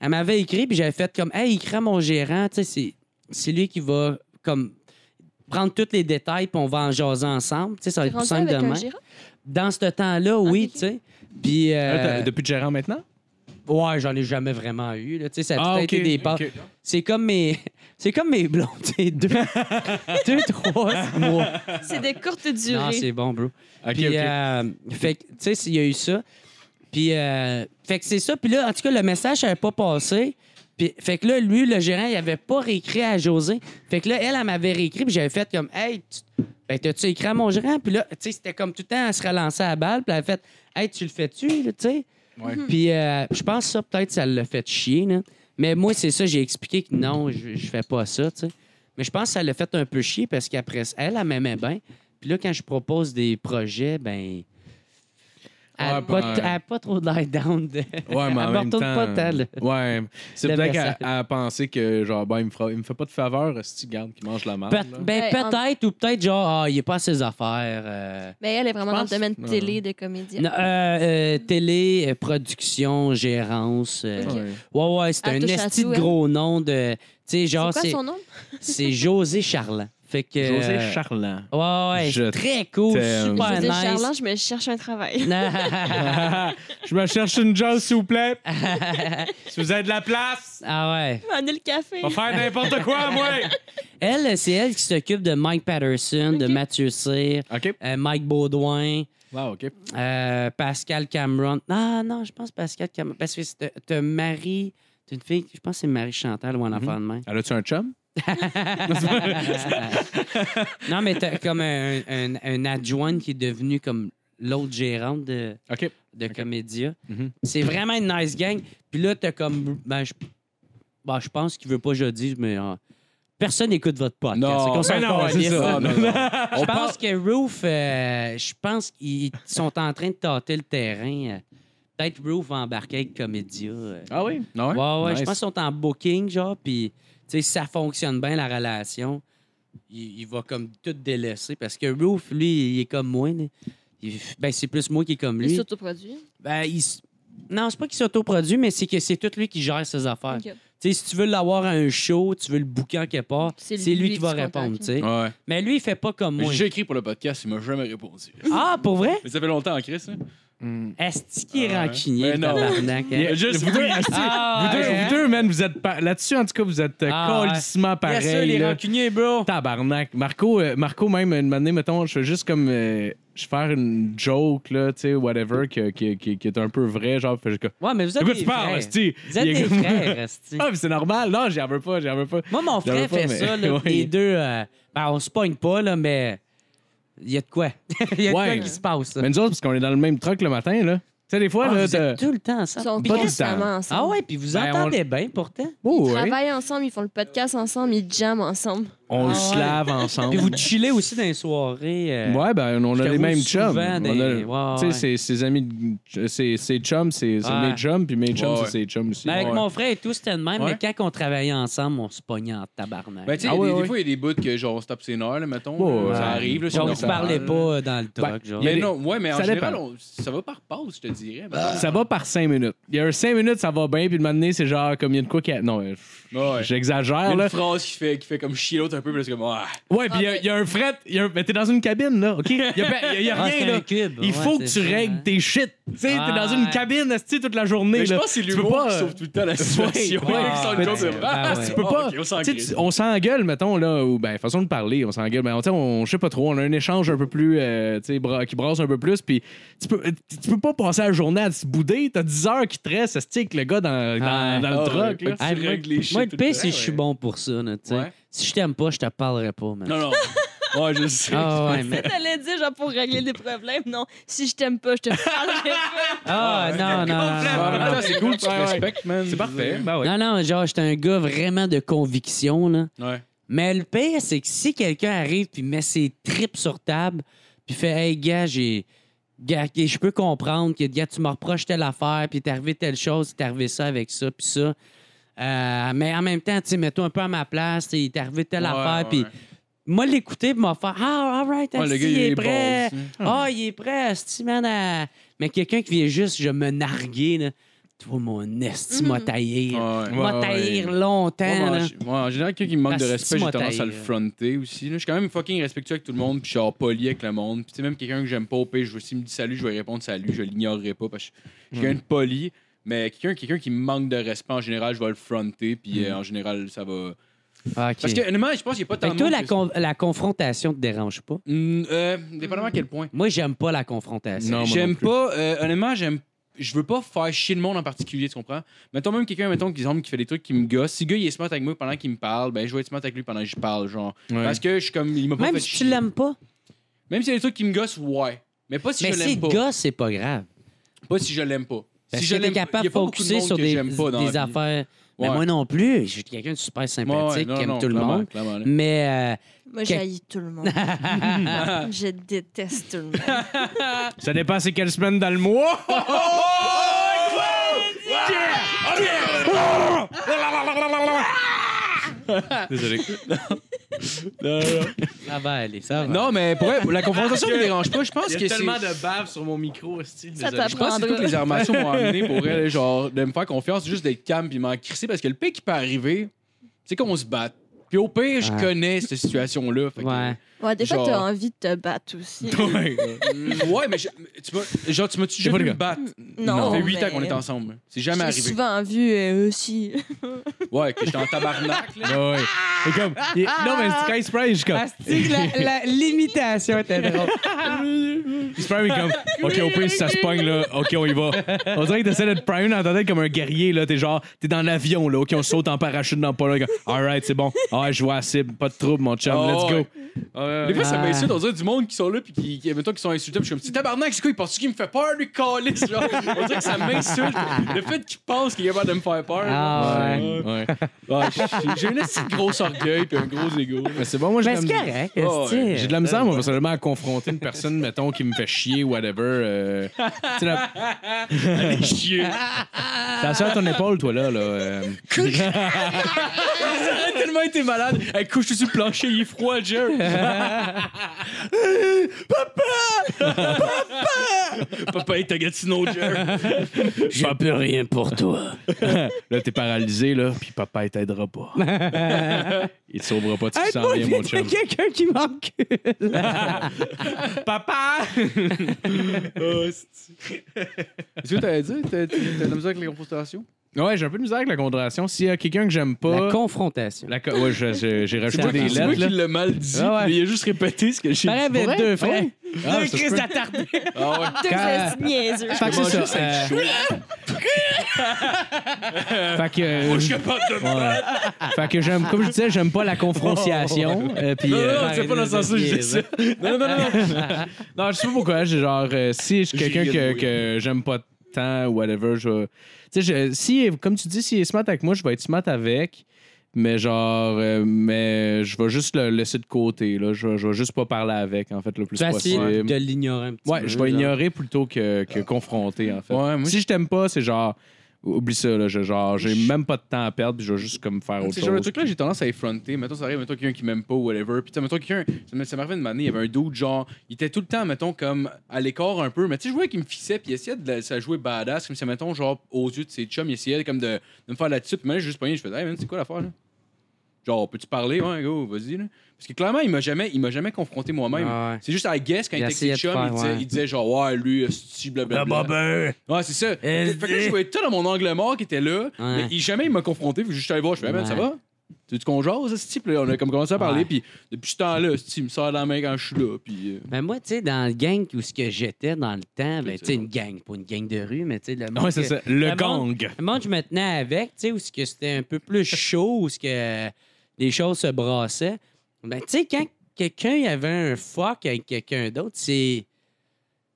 S4: elle m'avait écrit, puis j'avais fait comme Hey, écris à mon gérant, tu sais, c'est- c'est lui qui va comme prendre tous les détails, puis on va en jaser ensemble. Tu sais, ça va
S1: T'es
S4: être plus
S1: rendu
S4: simple
S1: avec un
S4: demain.
S1: gérant?
S4: Dans ce temps-là, oui,
S1: ok.
S4: tu sais. Puis, euh,
S5: Ah, t'as- Depuis de gérant maintenant?
S4: ouais, j'en ai jamais vraiment eu. Là. Tu sais, ça a
S5: Ah,
S4: peut-être
S5: ok,
S4: été des pas.
S5: ok.
S4: C'est comme mes. C'est comme mes blondes, c'est deux, deux, trois mois.
S1: C'est des courtes durées.
S4: Non, c'est bon, bro.
S5: Ok,
S4: Puis,
S5: ok.
S4: euh, fait que, tu sais, s'il y a eu ça. Puis, euh, fait que c'est ça. Puis là, en tout cas, le message n'avait pas passé. Puis, fait que là, lui, le gérant, il avait pas réécrit à José. Fait que là, elle, elle m'avait réécrit. Puis j'avais fait comme, hey, tu... ben, t'as-tu écrit à mon gérant? Puis là, tu sais, c'était comme tout le temps, elle se relançait à la balle. Puis elle a fait, hey, tu le fais-tu, là, tu sais?
S3: Ouais.
S5: Hmm.
S4: Puis, euh, je pense que ça, peut-être, ça l'a fait chier, là. Mais moi, c'est ça, j'ai expliqué que non, je, je fais pas ça, tu sais. Mais je pense que ça l'a fait un peu chier parce qu'après, elle, elle m'aimait bien. Puis là, quand je propose des projets, ben. Elle n'a
S5: Ouais,
S4: pas,
S5: ben,
S4: t- elle a pas trop de l'air down. De...
S5: Ouais, mais en
S4: elle me
S5: même
S4: retourne
S5: temps.
S4: pas tant, là.
S5: Ouais. C'est
S4: Le
S5: peut-être qu'elle
S4: message.
S5: elle pensait que, genre, ben, il me, fera- il me fait pas de faveur, ce garde qui mange la marde.
S4: Peut-
S5: Ah, là.
S4: ben,
S1: Ouais,
S4: peut-être, ou peut-être, genre, ah, il n'est pas à ses affaires. euh.
S1: Mais elle est vraiment
S5: Je
S1: dans le
S5: pense-
S1: domaine de
S5: Ouais.
S1: télé de comédien.
S4: Non, euh, euh, télé, euh, production, gérance. euh,
S1: Ok.
S5: Ouais.
S4: Ouais, ouais, c'est
S1: Elle
S4: un
S1: touche à
S4: esti de
S1: tout, hein.
S4: gros nom de. Tu sais, genre,
S1: c'est quoi
S4: Ah, c'est,
S1: son nom?
S4: c'est José Charland. Fait que. euh,
S5: José Charland.
S4: Ouais, ouais,
S5: Je
S4: très cool,
S5: t'aime.
S4: super
S1: José
S4: nice.
S1: Charland, je me cherche un travail.
S5: Je me cherche une job, s'il vous plaît. si vous avez de la place,
S4: ah ouais.
S1: On est le café.
S5: on va faire n'importe quoi, moi.
S4: Elle, c'est elle qui s'occupe de Mike Patterson, de Mathieu Cyr,
S5: OK.
S4: euh, Mike Baudouin,
S5: Wow, OK.
S4: euh, Pascal Cameron. Ah non, je pense Pascal Cameron. Parce que c'est- t'as Marie, t'as une fille, je pense que c'est Marie Chantal
S5: Mhm.
S4: ou un enfant de main.
S5: Elle a-tu un chum?
S4: Non, mais t'as comme un, un, un adjoint qui est devenu comme l'autre gérante de,
S5: OK.
S4: de Comédia.
S5: Mhm.
S4: C'est vraiment une nice gang. Puis là, t'as comme. Ben, je, ben, je pense qu'il veut pas que je le dise, mais. euh, personne n'écoute votre podcast.
S3: Non.
S4: Ah, C'est qu'on s'en
S5: Mais non,
S4: calisse.
S5: c'est ça.
S3: Ah, non, non.
S4: Je pense que Roof, euh, je pense qu'ils sont en train de tâter le terrain. Peut-être Roof va embarquer avec Comédia. euh.
S5: Ah oui? Non,
S4: Ouais, ouais, je
S5: Nice.
S4: pense qu'ils sont en booking, genre, puis, tu sais, si ça fonctionne bien, la relation, il, il va comme tout délaisser, parce que Roof, lui, il est comme moi, là. Il- ben, c'est plus moi qui est comme
S1: Il
S4: lui.
S1: s'autoproduit.
S4: Ben, il s- non, c'est pas qu'il s'autoproduit, mais c'est que c'est tout lui qui gère ses affaires.
S1: Ok.
S4: Tu sais, si tu veux l'avoir à un show, tu veux le bouquin quelque part, c'est lui, qui hein. va
S1: tu
S4: répondre,
S1: contactes.
S4: tu sais.
S3: Ouais.
S4: Mais lui, il fait pas comme moi.
S3: J'ai écrit pour le podcast, il m'a jamais répondu.
S4: Ah, pour vrai?
S3: Mais ça fait longtemps, Chris. Hein?
S4: Est-ce qu'il est
S3: Ah ouais.
S4: rancunier,
S3: Mais
S4: le
S3: non.
S4: tabarnak, hein?
S5: Yeah,
S3: Juste
S5: vous deux, asti,
S4: Ah,
S5: vous deux,
S4: ouais,
S5: vous
S4: hein?
S5: deux, man, vous êtes pas- là-dessus, en tout cas, vous êtes euh,
S4: Ah, ouais.
S5: colissement
S4: Bien sûr,
S5: pareil.
S4: les
S5: là.
S4: rancuniers, bro!
S5: Tabarnak. Marco, euh, Marco même, une année, mettons, je veux juste comme. euh, je vais faire une joke, là, tu sais, whatever, qui, qui- qui- qui est un peu vrai. Genre, fait juste comme.
S4: Ouais, mais vous
S5: De
S4: êtes
S5: quoi
S4: des
S5: tu parles,
S4: frères.
S5: esti?
S4: Vous êtes
S5: Il est
S4: des
S5: comme-
S4: frères, esti.
S5: Ah, mais c'est normal. Non, j'en veux pas, j'en veux pas.
S4: Moi, mon
S5: J'avais
S4: frère
S5: pas,
S4: fait
S5: mais-
S4: ça, là,
S5: Oui.
S4: les deux. euh, ben, on se pogne pas, là, mais il y a de quoi. Il y a
S5: Ouais.
S4: de quoi qui se passe. là.
S5: Mais nous autres, parce qu'on est dans le même truc le matin, là. Tu sais, des fois,
S4: Ah,
S5: là,
S4: vous
S5: t'as-
S4: êtes tout le temps
S1: Ils
S4: ensemble.
S1: sont
S5: Pas tout le temps.
S1: constamment ensemble.
S4: Ah ouais, puis vous
S5: Ben, on-
S4: entendez bien pourtant.
S5: Oh,
S1: Ils
S5: ouais.
S1: travaillent ensemble, ils font le podcast ensemble, ils jamment ensemble.
S5: On
S4: Ah,
S5: se
S4: ouais.
S5: lave ensemble.
S4: Puis vous chillez aussi dans les soirées. euh,
S5: Ouais, ben, on
S4: Je
S5: a les
S4: t'avoue,
S5: mêmes
S4: souvent
S5: chums.
S4: des-
S5: On a-
S4: ouais, ouais.
S5: Tu sais, ses, ses amis, de- ses, ses chums, c'est c'est
S4: Ouais.
S5: mes chums, puis mes chums,
S3: Ouais,
S5: c'est
S3: ouais.
S5: ses chums aussi.
S4: mais Ben, avec
S5: Ouais.
S4: mon frère et tout, c'était le même,
S3: Ouais.
S4: mais quand on travaillait ensemble, on se pognait en tabarnak.
S3: Ben, tu sais,
S5: Ah
S3: il y a
S5: ouais,
S3: des, des
S5: ouais.
S3: fois, il y a des bouts que, genre, on se tape ses nerfs, là, mettons.
S5: Ouais,
S3: là,
S5: ouais.
S3: Ça arrive, là, c'est
S4: Genre, on se
S3: normal.
S4: parlait pas euh, dans le talk, genre.
S5: y a
S3: Mais
S5: des-
S3: non, ouais, mais en
S5: ça
S3: général,
S5: dépend. Ah.
S3: on- ça va par pause, je te dirais.
S5: Ça va par cinq minutes. Il y a un cinq minutes, ça va bien, puis le moment donné, c'est genre, comme il y a de quoi qui. a- Non, euh,
S3: Ouais. Il y a
S5: j'exagère,
S3: une
S5: Ah, là.
S3: phrase qui fait, qui fait comme chier l'autre un peu, parce que comme. Ah.
S5: Ouais, puis il y, a-
S1: Ah,
S5: il y a un fret. il y a un- Mais t'es dans une cabine, là, OK? Il y a, ben- il y a
S4: Ah,
S5: rien,
S4: c'est
S5: là.
S4: un cube.
S5: Il
S4: Ouais,
S5: faut que tu
S4: c'est ça,
S5: règles
S4: hein.
S5: tes shit. Tu sais, t'es dans une
S4: Ouais.
S5: cabine, asti, toute la journée.
S3: Mais je
S5: là.
S3: pense que c'est
S5: Tu peux
S3: l'humour
S5: pas,
S3: qui
S5: euh,
S3: sauve tout le temps la situation.
S5: ouais.
S3: Il sort
S5: Ouais.
S3: le job,
S5: Ouais.
S3: ah,
S4: Ouais.
S5: tu peux
S3: ah,
S5: pas.
S3: ok, on s'en
S5: Tu sais,
S3: crisse.
S5: tu- on s'engueule, mettons, là, ou ben, façon de parler, on s'engueule. Ben, tu sais, on, je sais pas trop, on a un échange un peu plus, euh, tu sais, bra- qui brasse un peu plus, puis tu peux, tu peux pas passer la journée à se bouder. T'as 10 heures qui te restent, ça stick, le gars dans, dans,
S4: Ah,
S5: dans le
S3: ah,
S5: truck,
S3: ouais.
S5: là.
S3: tu
S4: Ah, moi,
S3: règles les shit
S4: moi, le
S3: tout le
S4: pire,
S3: temps,
S4: c'est que je suis
S3: ouais.
S4: bon pour ça. là, tu sais.
S3: Ouais.
S4: Si je t'aime pas, je te parlerai pas. Man.
S3: Non, non. Ouais, je sais.
S4: Ah, ouais, mais-
S1: T'allais dire, genre, pour régler des problèmes. Non, si je t'aime pas, je te parlerai pas.
S4: Ah, non, non,
S5: complètement.
S4: non, non, non.
S3: En même temps, c'est cool, tu te
S5: Ouais, ouais.
S3: respectes, man.
S5: C'est parfait. Ben ouais.
S4: Non, non, genre, j'étais un gars vraiment de conviction, là.
S3: Ouais.
S4: Mais le pire, c'est que si quelqu'un arrive puis met ses tripes sur table, puis fait Hey, gars, j'ai. Gars, ok, je peux comprendre que, gars, tu me reproches telle affaire, puis t'es arrivé telle chose, t'es arrivé ça avec ça, puis ça. Euh, mais en même temps, tu sais, mets-toi un peu à ma place, t'sais, il t'est arrivé telle
S3: Ouais,
S4: affaire,
S3: ouais.
S4: puis. Moi, l'écouter, puis m'a faire Ah, alright,
S3: Ouais, le gars,
S4: il
S3: il
S4: est
S3: est hein.
S4: prêt.
S3: boss,
S4: Ah, il est prêt, asti, man, à- Mais quelqu'un qui vient juste, je me narguer, là. Toi, mon esti, m'a taillé.
S3: Ouais.
S4: M'a
S5: Ouais,
S4: taillé
S5: ouais.
S4: longtemps,
S3: Moi,
S4: là.
S3: en, g- moi, en général, quelqu'un qui me manque de
S4: Asti,
S3: respect, j'ai
S4: moi,
S3: tendance à le
S4: taille, là.
S3: fronter aussi. là. Je suis quand même fucking respectueux avec tout le monde, puis genre poli avec le monde. Puis tu sais, même quelqu'un que j'aime pas au pire, je vais s'il me dit salut, je vais répondre salut, je l'ignorerai pas parce que je suis
S4: Hmm.
S3: quelqu'un de poli. Mais quelqu'un quelqu'un qui me manque de respect, en général, je vais le fronter, puis euh, en général, ça va.
S4: Hmm. OK.
S3: Parce que, honnêtement, je pense qu'il n'y a pas
S4: Fait
S3: tant
S4: que
S3: de
S4: toi,
S3: monde
S4: la,
S3: que-
S4: con- la confrontation te dérange pas?
S3: Hum, euh, dépendamment à quel point.
S4: Moi, j'aime pas la confrontation.
S5: Non, moi
S3: J'aime
S5: plus.
S3: pas, euh, honnêtement, j'aime. Je veux pas faire chier le monde en particulier, tu comprends? Mettons même quelqu'un, mettons, qui exemple, qui fait des trucs qui me gossent. Si le gars, il est smart avec moi pendant qu'il me parle, ben, je vais être smart avec lui pendant que je parle, genre.
S5: Ouais.
S3: Parce que je suis comme, il m'a pas
S4: Même
S3: fait
S4: si tu
S3: chier.
S4: l'aimes pas.
S3: Même s'il y a des trucs qui me gossent, ouais. Mais pas si
S4: mais
S3: je
S4: si
S3: l'aime pas.
S4: le gars, c'est pas grave.
S3: Pas si je l'aime pas.
S4: Parce
S3: si
S4: que
S3: je
S4: t'es
S3: l'aime pas,
S4: capable
S3: il y a
S4: de
S3: pas beaucoup de
S4: focuser
S3: monde
S4: sur
S3: que
S4: des,
S3: j'aime pas dans
S4: des
S3: la vie.
S4: affaires. Mais
S3: Ouais.
S4: moi non plus. Je suis quelqu'un de super sympathique,
S3: Ouais, non,
S4: qui aime
S3: non,
S4: tout le
S3: clairement,
S4: monde.
S3: clairement, là.
S4: Mais euh,
S1: Moi,
S4: Quel-
S1: j'haïs tout le monde. je déteste tout le monde.
S5: Ça dépend c'est quelle semaine dans le mois. Désolé.
S4: euh, ça va aller, ça va.
S3: Non, mais pour vrai, la confrontation me dérange pas. Je pense
S5: Il
S3: que
S5: y
S3: c'est.
S5: a tellement de bave sur mon micro, hostie.
S1: Ça
S5: Désolé.
S3: Je pense que c'est toutes les armations m'ont amené pour elle, genre, de me faire confiance, juste d'être calme puis m'en crisser parce que le pire qui peut arriver, c'est qu'on se batte. Puis au pire, je
S4: Ouais.
S3: connais cette situation-là. fait que-
S4: Ouais.
S1: Ouais, des fois,
S3: Genre-
S1: t'as envie de te battre aussi.
S3: Mm, ouais, mais je- tu m'as- genre, tu m'as-tu jamais
S5: pas
S3: vu
S5: le
S3: me
S5: cas.
S3: battre?
S1: non,
S3: Ça fait 8
S1: mais
S3: ans qu'on est ensemble. C'est
S1: je
S3: jamais
S1: l'ai
S3: arrivé.
S1: souvent vu euh, aussi.
S3: Ouais, que j'étais en tabarnak. là.
S5: Ouais, ouais. Et comme, il est- non, mais quand il se prend, il est juste comme.
S4: L'imitation était drôle.
S5: Il se prend, il est comme. Ok, au pire, si ça se pogne, là, ok, on y va. On dirait que t'essaies de te primer dans ta tête comme un guerrier, là. T'es genre, t'es dans l'avion, là. Ok, on saute en parachute dans pas là. Alright, c'est bon. Ah, ouais, je vois la cible. Pas de trouble, mon chum.
S3: Ah,
S5: Let's
S3: ouais.
S5: go. Ah, ouais, ouais.
S3: Des fois, ça
S4: Ah.
S3: m'insulte. On dirait du monde qui sont là puis qui, qui mettons, qui sont insultés. Puis je suis comme, c'est tabarnak, c'est quoi? Il pense qu'il me fait peur, lui, calice? Genre, on dirait que ça m'insulte. Le fait qu'il pense qu'il est capable de me faire peur.
S4: Ah,
S3: là.
S4: ouais.
S5: Ouais.
S3: Ouais, Ah, j'ai- j'ai une assez grosse orgueil puis un gros ego.
S5: Mais c'est bon, moi, j'ai
S4: Mais
S5: de
S4: c'est
S5: la-
S4: correct.
S3: Oh,
S4: esti.
S3: ouais.
S5: J'ai de la misère, moi, personnellement, à confronter une personne, mettons, qui me fait chier, whatever. Euh, tu sais, la...
S3: Chier.
S5: T'as ça à ton épaule, toi, là. là euh.
S3: J'aurais tellement été malade. Elle couche sur le plancher, il est froid, Jer. Euh, papa! Papa! Papa, il t'a gâtineau, Jer.
S4: Je peux rien pour toi.
S5: Là, t'es paralysé, là, puis papa, il t'aidera pas. il te sauvera pas de ce qui s'en vient, mon chum.
S4: quelqu'un qui manque.
S5: Papa!
S3: Qu'est-ce que t'avais dit? T'as de la misère avec les confrontations?
S5: Ouais, j'ai un peu de misère avec la condration. S'il y a quelqu'un que j'aime pas.
S4: La confrontation.
S5: la co- ouais, je- je- j'ai
S3: C'est
S5: rajouté
S3: moi
S5: des
S3: qui c'est moi
S5: lettres,
S3: qui
S5: là.
S3: l'ai mal dit.
S4: Ah ouais.
S3: mais il a juste répété ce que j'ai dit.
S4: Pareil avec
S5: Ouais.
S4: deux frères.
S5: Ah,
S4: deux
S5: ça se
S4: crises
S5: peut.
S4: d'attardés.
S3: Ah ouais.
S1: Deux
S4: Quand-
S1: gestes niaiseux.
S4: Fait que c'est
S3: Comment
S4: ça. euh,
S5: Fait que. euh,
S3: Je suis capable de.
S5: ouais. Fait que j'aime, comme je disais, j'aime pas la confrontation. euh, puis,
S3: Non,
S5: euh,
S3: non, non, c'est pas dans ce sens-là que je dis ça. Non, non, non, non.
S5: Non, je sais pas pourquoi. J'ai genre, euh, si je suis
S3: J'ai
S5: quelqu'un
S3: rien
S5: que,
S3: de
S5: que j'aime pas tant, whatever, je vais. Tu sais, je- si, comme tu dis, s'il est smart avec moi, je vais être smart avec. Mais genre, euh, mais je vais juste le laisser de côté. Là. Je, vais- je vais juste pas parler avec, en fait, le plus
S4: Tu vas essayer
S5: possible.
S4: de l'ignorer un petit
S5: Ouais,
S4: peu.
S5: je vais
S4: genre.
S5: ignorer plutôt que, que confronter, en fait.
S3: Ouais, moi,
S5: si je t'aime pas, c'est genre, oublie ça, là. Je, genre, j'ai
S3: Je-
S5: même pas de temps à perdre, puis je vais juste comme faire Ah, autre
S3: C'est genre le
S5: chose.
S3: truc là, j'ai tendance à effronter. Mettons, ça arrive, mettons, quelqu'un qui m'aime pas ou whatever. Puis, tu sais, mettons, quelqu'un, ça m'est- ça m'est arrivé une année, il y avait un dude, genre, il était tout le temps, mettons, comme à l'écart un peu. Mais tu sais, je voyais qu'il me fixait, puis il essayait de la- ça jouer badass, comme si, mettons, genre, aux yeux de ses chums, il essayait comme de, de me faire là-dessus. Puis, moi, j'ai juste pogné, je faisais, hey man, c'est quoi l'affaire, là? Genre, peux-tu parler? Ouais, go, vas-y, là. Parce que clairement, il m'a jamais, il m'a jamais confronté moi-même.
S4: Ah ouais.
S3: C'est juste à guess quand il était
S4: Il
S3: avec ses chums,
S4: essayait de
S3: il,
S4: faire,
S3: disait,
S4: ouais.
S3: il disait genre ouais lui si blablabla. Ouais c'est ça. Fait que là, je voyais tout dans mon angle mort qui était là, mais
S4: Ouais.
S3: il, jamais il m'a confronté, puis je suis allé voir, je fais Ah, man, ça
S4: Ouais.
S3: va Tu veux qu'on jase ce type là, on a comme commencé à parler
S4: Ouais.
S3: puis depuis ce temps-là, il me sort la main quand je suis là puis euh,
S4: Ben moi, tu sais, dans le gang où ce que j'étais dans le temps, ben,
S3: Oui,
S4: tu sais, une gang, pas une gang de rue, mais tu sais, le monde
S5: Ouais, c'est
S4: que-
S5: ça. Le
S4: le monde-
S5: gang.
S4: Le monde, je me tenais avec, tu sais, où ce que c'était un peu plus chaud, où ce que les choses se brassaient. Ben, tu sais, quand quelqu'un il avait un fuck avec quelqu'un d'autre, c'est.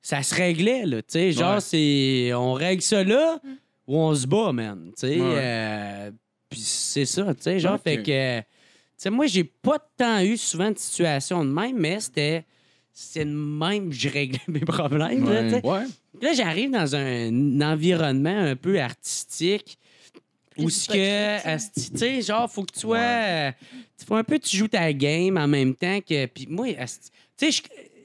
S4: Ça se réglait, là, tu sais. Genre,
S3: Ouais. Mm.
S4: c'est. On règle ça là ou on se bat, man, tu sais.
S3: Ouais.
S4: euh, Puis c'est ça, tu sais. Genre,
S3: Ok.
S4: fait que. Tu sais, moi, j'ai pas tant eu souvent de situation de même, mais c'était. C'est de même, que je réglais mes problèmes, là, tu sais.
S3: ouais.
S4: Puis Là, j'arrive dans un environnement un peu artistique où ce que, asti, tu sais, genre, faut que tu sois. euh, tu- Faut un peu, tu joues ta game en même temps que. Puis moi, asti, tu sais,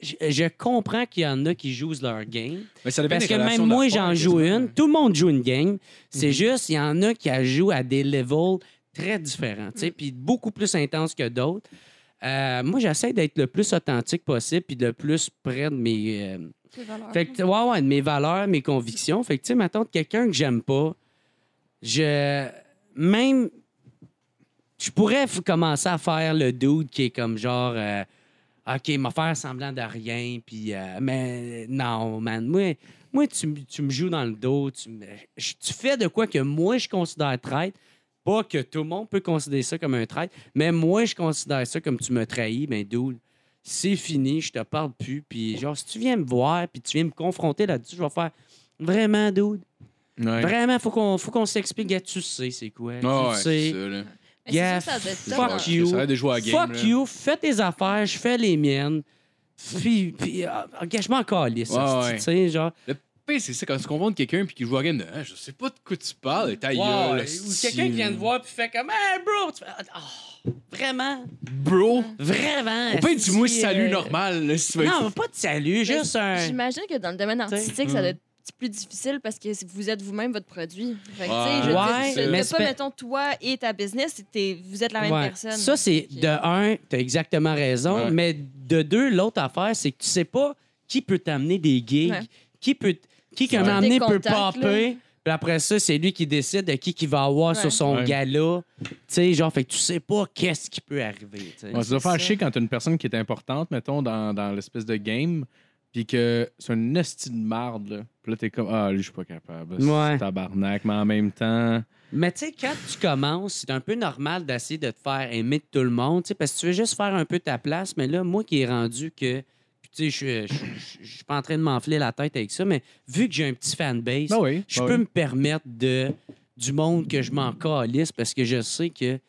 S4: je, je- je comprends qu'il y en a qui jouent leur game.
S3: Mais ça devait
S4: Parce
S3: être
S4: que
S3: une
S4: même
S3: relation
S4: moi,
S3: d'affaires,
S4: j'en joue
S3: quasiment.
S4: une. Tout le monde joue une game. C'est juste, il y en a qui la jouent à des levels très différents, tu sais, puis beaucoup plus intenses que d'autres. Euh, moi, j'essaie d'être le plus authentique possible, puis le plus près de mes. euh, fait que, ouais, ouais, de mes valeurs, mes convictions. Fait que, tu sais, mettons, de quelqu'un que j'aime pas, je. Même. Je pourrais f- commencer à faire le dude qui est comme genre. euh, OK, m'a faire semblant de rien, puis. euh, mais non, man. Moi, moi tu, m- tu me joues dans le dos. Tu, me- je- tu fais de quoi que moi, je considère traître. Pas que tout le monde peut considérer ça comme un traître, mais moi, je considère ça comme tu me trahis, ben, dude c'est fini, je te parle plus. Puis genre, si tu viens me voir, puis tu viens me confronter là-dessus, je vais faire vraiment, dude.
S5: Ouais.
S4: Vraiment, faut qu'on faut qu'on s'explique. Gars, tu sais, c'est quoi?
S3: Ah ouais, c'est
S4: tu sais.
S3: ça, là.
S1: Mais c'est
S4: Yeah,
S1: sûr, ça doit être
S4: fuck
S1: tough,
S3: Ouais,
S1: hein.
S4: you.
S3: j'essaierais de jouer à la game,
S4: Fuck
S3: là.
S4: you, fais tes affaires, je fais les miennes. Puis, puis ah, ok, je m'en calisse.
S3: Ouais,
S4: hostie,
S3: ouais.
S4: Tu sais, genre.
S3: Le pire, c'est ça, quand tu confrontes quelqu'un puis qu'il joue à la game de Ah, je sais pas de quoi tu parles, et ta gueule,
S4: Ouais, ou quelqu'un qui vient te voir puis fait comme Hey bro! Tu fais, Ah, oh, vraiment?
S3: Bro!
S4: Vraiment?
S3: Au pire, dis-moi
S4: si,
S3: salut
S4: euh,
S3: normal, là, si tu veux.
S4: Non, pas de salut, juste un.
S1: J'imagine que dans le domaine
S4: T'sais.
S1: artistique,
S3: Mm.
S1: ça doit être un petit plus difficile parce que vous êtes vous-même votre produit. Fait que,
S3: Ouais.
S1: tu sais, je veux
S4: Ouais,
S1: dire,
S4: mais
S1: mais
S4: c'est
S1: pas,
S4: pas-
S1: mettons, toi et ta business, c'est t'es- vous êtes la même
S4: Ouais.
S1: personne.
S4: Ça, c'est de un, t'as exactement raison,
S3: Ouais.
S4: mais de deux, l'autre affaire, c'est que tu sais pas qui peut t'amener des gigs,
S1: Ouais.
S4: qui peut qui qu'un
S3: Ouais.
S4: moment donné
S1: Des
S4: peut
S1: contacts,
S4: popper. Puis après ça, c'est lui qui décide de qui qu'il va avoir
S1: Ouais.
S4: sur son
S5: Ouais.
S4: gala. Tu sais, genre, fait que tu sais pas qu'est-ce qui peut arriver. tu sais.
S5: Ouais, ça doit
S1: ça.
S5: faire chier quand t'as une personne qui est importante, mettons, dans, dans l'espèce de game, puis que c'est un esti de marde, là. Puis là, t'es comme, ah, lui, je suis pas capable. C'est
S4: Ouais.
S5: Tabarnak, mais en même temps.
S4: Mais tu sais, quand tu commences, c'est un peu normal d'essayer de te faire aimer de tout le monde, tu sais, parce que tu veux juste faire un peu ta place. Mais là, moi qui est rendu que. puis Tu sais, je suis- je suis- je suis pas en train de m'enfler la tête avec ça, mais vu que j'ai un petit fanbase,
S5: Ah oui.
S4: je
S5: ah
S4: peux
S5: oui.
S4: me permettre de, du monde que je m'en calisse parce que je sais que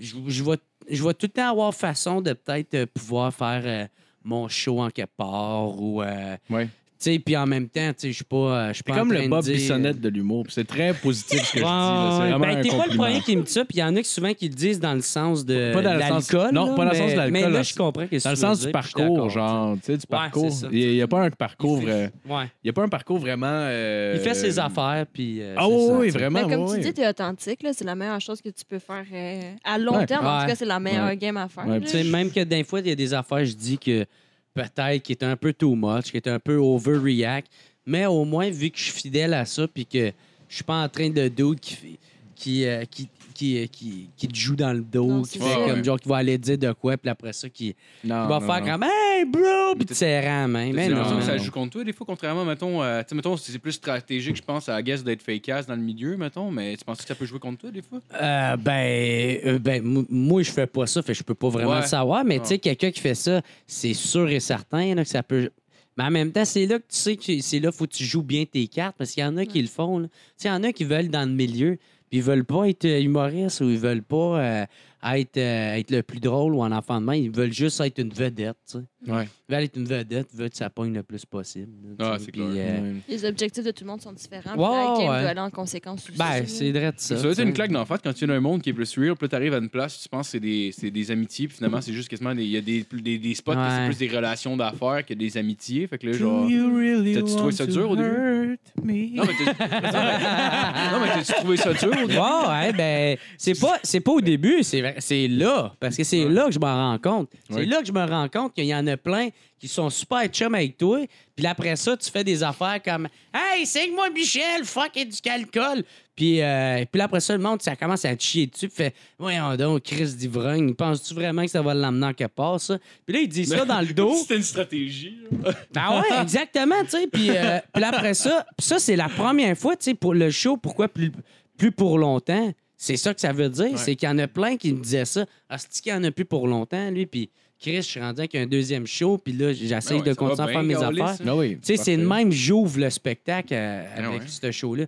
S4: je, je vais, je vais tout le temps avoir façon de peut-être euh, pouvoir faire euh, mon show en quelque part ou. euh,
S5: Ouais.
S4: Tu sais, puis en même temps, tu sais, je suis pas. euh, je suis
S5: T'es
S4: pas en
S5: comme
S4: train
S5: le
S4: de
S5: Bob
S4: dire-
S5: Bissonnette de l'humour. puis C'est très positif ce que je dis. là.
S4: Ouais,
S5: C'est
S4: ouais.
S5: vraiment
S4: Ben,
S5: un
S4: t'es pas le
S5: compliment.
S4: premier qui me dit ça, puis il y en a qui souvent qui le disent dans le sens de
S5: Pas dans le sens-
S4: l'alcool.
S5: non,
S4: là,
S5: pas dans le sens
S4: mais-
S5: de l'alcool,
S4: Mais là,
S5: là.
S4: je comprends que
S5: Dans le sens du parcours, genre, tu sais, du parcours.
S4: c'est ça.
S5: Il n'y a pas un parcours. euh,
S4: Ouais.
S5: Il y a pas un parcours vraiment. euh,
S4: Il fait ses affaires, puis. euh,
S5: Ah
S4: c'est
S5: oui,
S4: ça,
S5: oui,
S4: tu sais.
S5: vraiment.
S1: Mais Ben, comme
S5: oui,
S1: tu
S5: oui.
S1: dis, t'es authentique, là, c'est la meilleure chose que tu peux faire euh, à long
S5: Ouais.
S1: terme. En
S4: Ouais.
S1: tout cas, c'est la meilleure
S5: Ouais.
S1: game à faire.
S5: Ouais,
S1: là.
S4: Tu sais, même que des fois, il y a des affaires, je dis que peut-être qu'il est un peu too much, qu'il est un peu overreact, mais au moins, vu que je suis fidèle à ça, puis que je suis pas en train de doute qui, fait- qui, euh, qui, qui, qui, qui te joue dans le dos,
S1: Non,
S4: qui
S1: c'est
S4: fait
S3: ça.
S4: comme
S3: Ouais.
S4: genre qui va aller dire de quoi, puis après ça, qui
S5: Non,
S4: il va
S5: non,
S4: faire
S5: non.
S4: comme Hey, bro! Puis
S3: Ah, Mais
S4: tu
S3: t'as-
S4: serres la main. Mais
S3: J'ai
S4: non.
S3: l'impression que ça
S4: non.
S3: joue contre toi, des fois, contrairement, mettons, euh, tu sais, mettons, c'est plus stratégique, je pense, à la guess d'être fake-ass dans le milieu, mettons, mais tu penses que ça peut jouer contre toi, des fois?
S4: Euh, ben, euh, ben mou- moi, je fais pas ça, fait que je peux pas vraiment
S3: Ouais.
S4: le savoir, mais
S3: Ah.
S4: tu sais, quelqu'un qui fait ça, c'est sûr et certain là, que ça peut. Mais en même temps, c'est là que tu sais que c'est là faut que tu joues bien tes cartes, parce qu'il y en a qui le font. là. Tu sais, il y en a qui veulent dans le milieu, puis ils veulent pas être euh, humoristes ou ils veulent pas euh, être, euh, être le plus drôle ou en enfant de main, ils veulent juste être une vedette. tu sais.
S5: Ouais.
S4: Ils veulent être une vedette, ils veulent que ça pogne le plus possible. là, tu
S3: Ah,
S4: sais,
S3: c'est
S4: puis,
S3: clair.
S4: euh,
S5: Ouais.
S1: Les objectifs de tout le monde sont différents. puis
S4: Ouais,
S1: la game
S4: ouais.
S1: doit aller en conséquence. aussi,
S4: Ben,
S1: là.
S4: c'est vrai de
S3: Ça
S4: ça.
S3: doit être
S4: tu sais.
S3: une claque d'en face quand tu viens d'un monde qui est plus real, puis là, t'arrives à une place, tu penses que c'est des, c'est des amitiés, puis finalement, c'est juste quasiment des, il y a des, plus- des, des spots que
S4: Ouais.
S3: c'est plus des relations d'affaires que des amitiés. Fait que là, genre.
S5: Do you really
S3: T'as-tu trouvé ça
S5: want
S3: dur au
S5: to
S3: début?
S5: hurt me?
S3: Non, mais t'as- non, mais t'as-tu trouvé ça dur au début?
S4: Wow, hein, ben, c'est pas, c'est pas au début, c'est vrai- c'est là, parce que c'est là que je m'en rends compte. C'est
S5: Oui.
S4: là que je me rends compte qu'il y en a plein qui sont super chum avec toi, puis là, après ça, tu fais des affaires comme Hey, c'est moi Michel, fuck, et du calcul. Puis, euh, puis là, après ça, le monde, ça commence à te chier dessus, puis fait Voyons donc, Chris d'ivrogne, penses-tu vraiment que ça va l'emmener en quelque part, ça? Puis là, ils disent ça dans le dos.
S3: C'était une stratégie. là.
S4: Ben ouais, exactement, tu sais. Puis, euh, puis là, après ça, puis ça, c'est la première fois, tu sais, pour le show, pourquoi plus, plus pour longtemps? C'est ça que ça veut dire. C'est qu'il y en a plein qui me disaient ça. Ah, c'est qu'il y en a plus pour longtemps, lui. Puis Chris, je suis rendu avec un deuxième show, puis là, j'essaye
S3: Ben ouais, ça va
S4: de continuer à
S3: bien,
S4: faire mes
S3: Gaulis,
S4: affaires.
S3: ça.
S5: Ah oui.
S4: Tu sais, c'est le même, j'ouvre le spectacle euh,
S3: Ah
S4: avec
S3: ouais.
S4: ce show-là.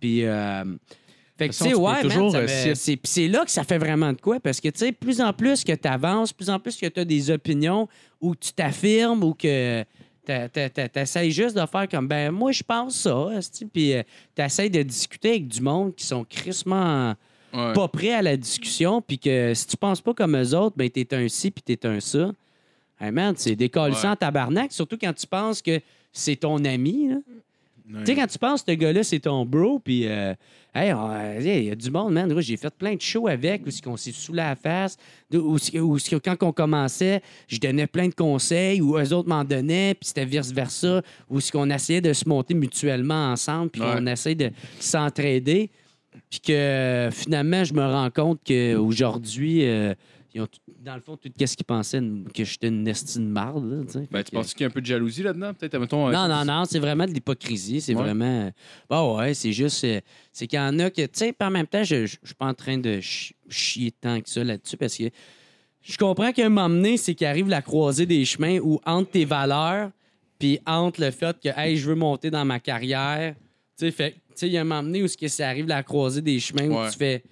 S4: Puis, euh, fait que, tu
S5: façon,
S4: sais,
S5: tu peux
S4: ouais, man,
S5: toujours,
S4: ça
S5: euh,
S4: me-
S5: si-
S4: c'est puis c'est là que ça fait vraiment de quoi, parce que, tu sais, plus en plus que tu avances, plus en plus que tu as des opinions ou que tu t'affirmes ou que tu essaies juste de faire comme, ben, moi, je pense ça, esti. puis tu essaies de discuter avec du monde qui sont crissement
S3: Ouais.
S4: pas prêts à la discussion, puis que si tu penses pas comme eux autres, ben t'es un ci puis t'es un ça. Hey man, c'est
S3: Ouais.
S4: décalissant en tabarnak, surtout quand tu penses que c'est ton ami. là. Tu sais, quand tu penses que ce gars-là, c'est ton bro, puis euh, hey, on- hey, il y a du monde, man. Ouais, J'ai fait plein de shows avec, où est-ce qu'on s'est saoulé à la face, de- où, est-ce que- où est-ce que quand on commençait, je donnais plein de conseils, ou eux autres m'en donnaient, puis c'était vice-versa, où est-ce qu'on essayait de se monter mutuellement ensemble, puis
S3: Ouais.
S4: on essayait de s'entraider, puis que euh, finalement, je me rends compte qu'aujourd'hui, ils ont tout- dans le fond, tout ce qu'ils pensaient, que j'étais une nestie de marde, là, tu sais.
S3: Ben,
S4: Fait
S3: tu
S4: que-
S3: penses qu'il y a un peu de jalousie là-dedans, peut-être? Mettons, euh,
S4: non, non, non, c'est vraiment de l'hypocrisie. C'est
S3: Ouais.
S4: vraiment. Bah ouais, c'est juste. euh, C'est qu'il y en a que. Tu sais, puis en même temps, je ne suis pas en train de chi- chier tant que ça là-dessus parce que je comprends qu'à un moment donné, c'est qu'il arrive la croisée des chemins où entre tes valeurs puis entre le fait que, hey, je veux monter dans ma carrière, Tu sais, fait, tu sais, il y a un moment donné où ce que ça arrive la croisée des chemins où
S3: Ouais.
S4: tu fais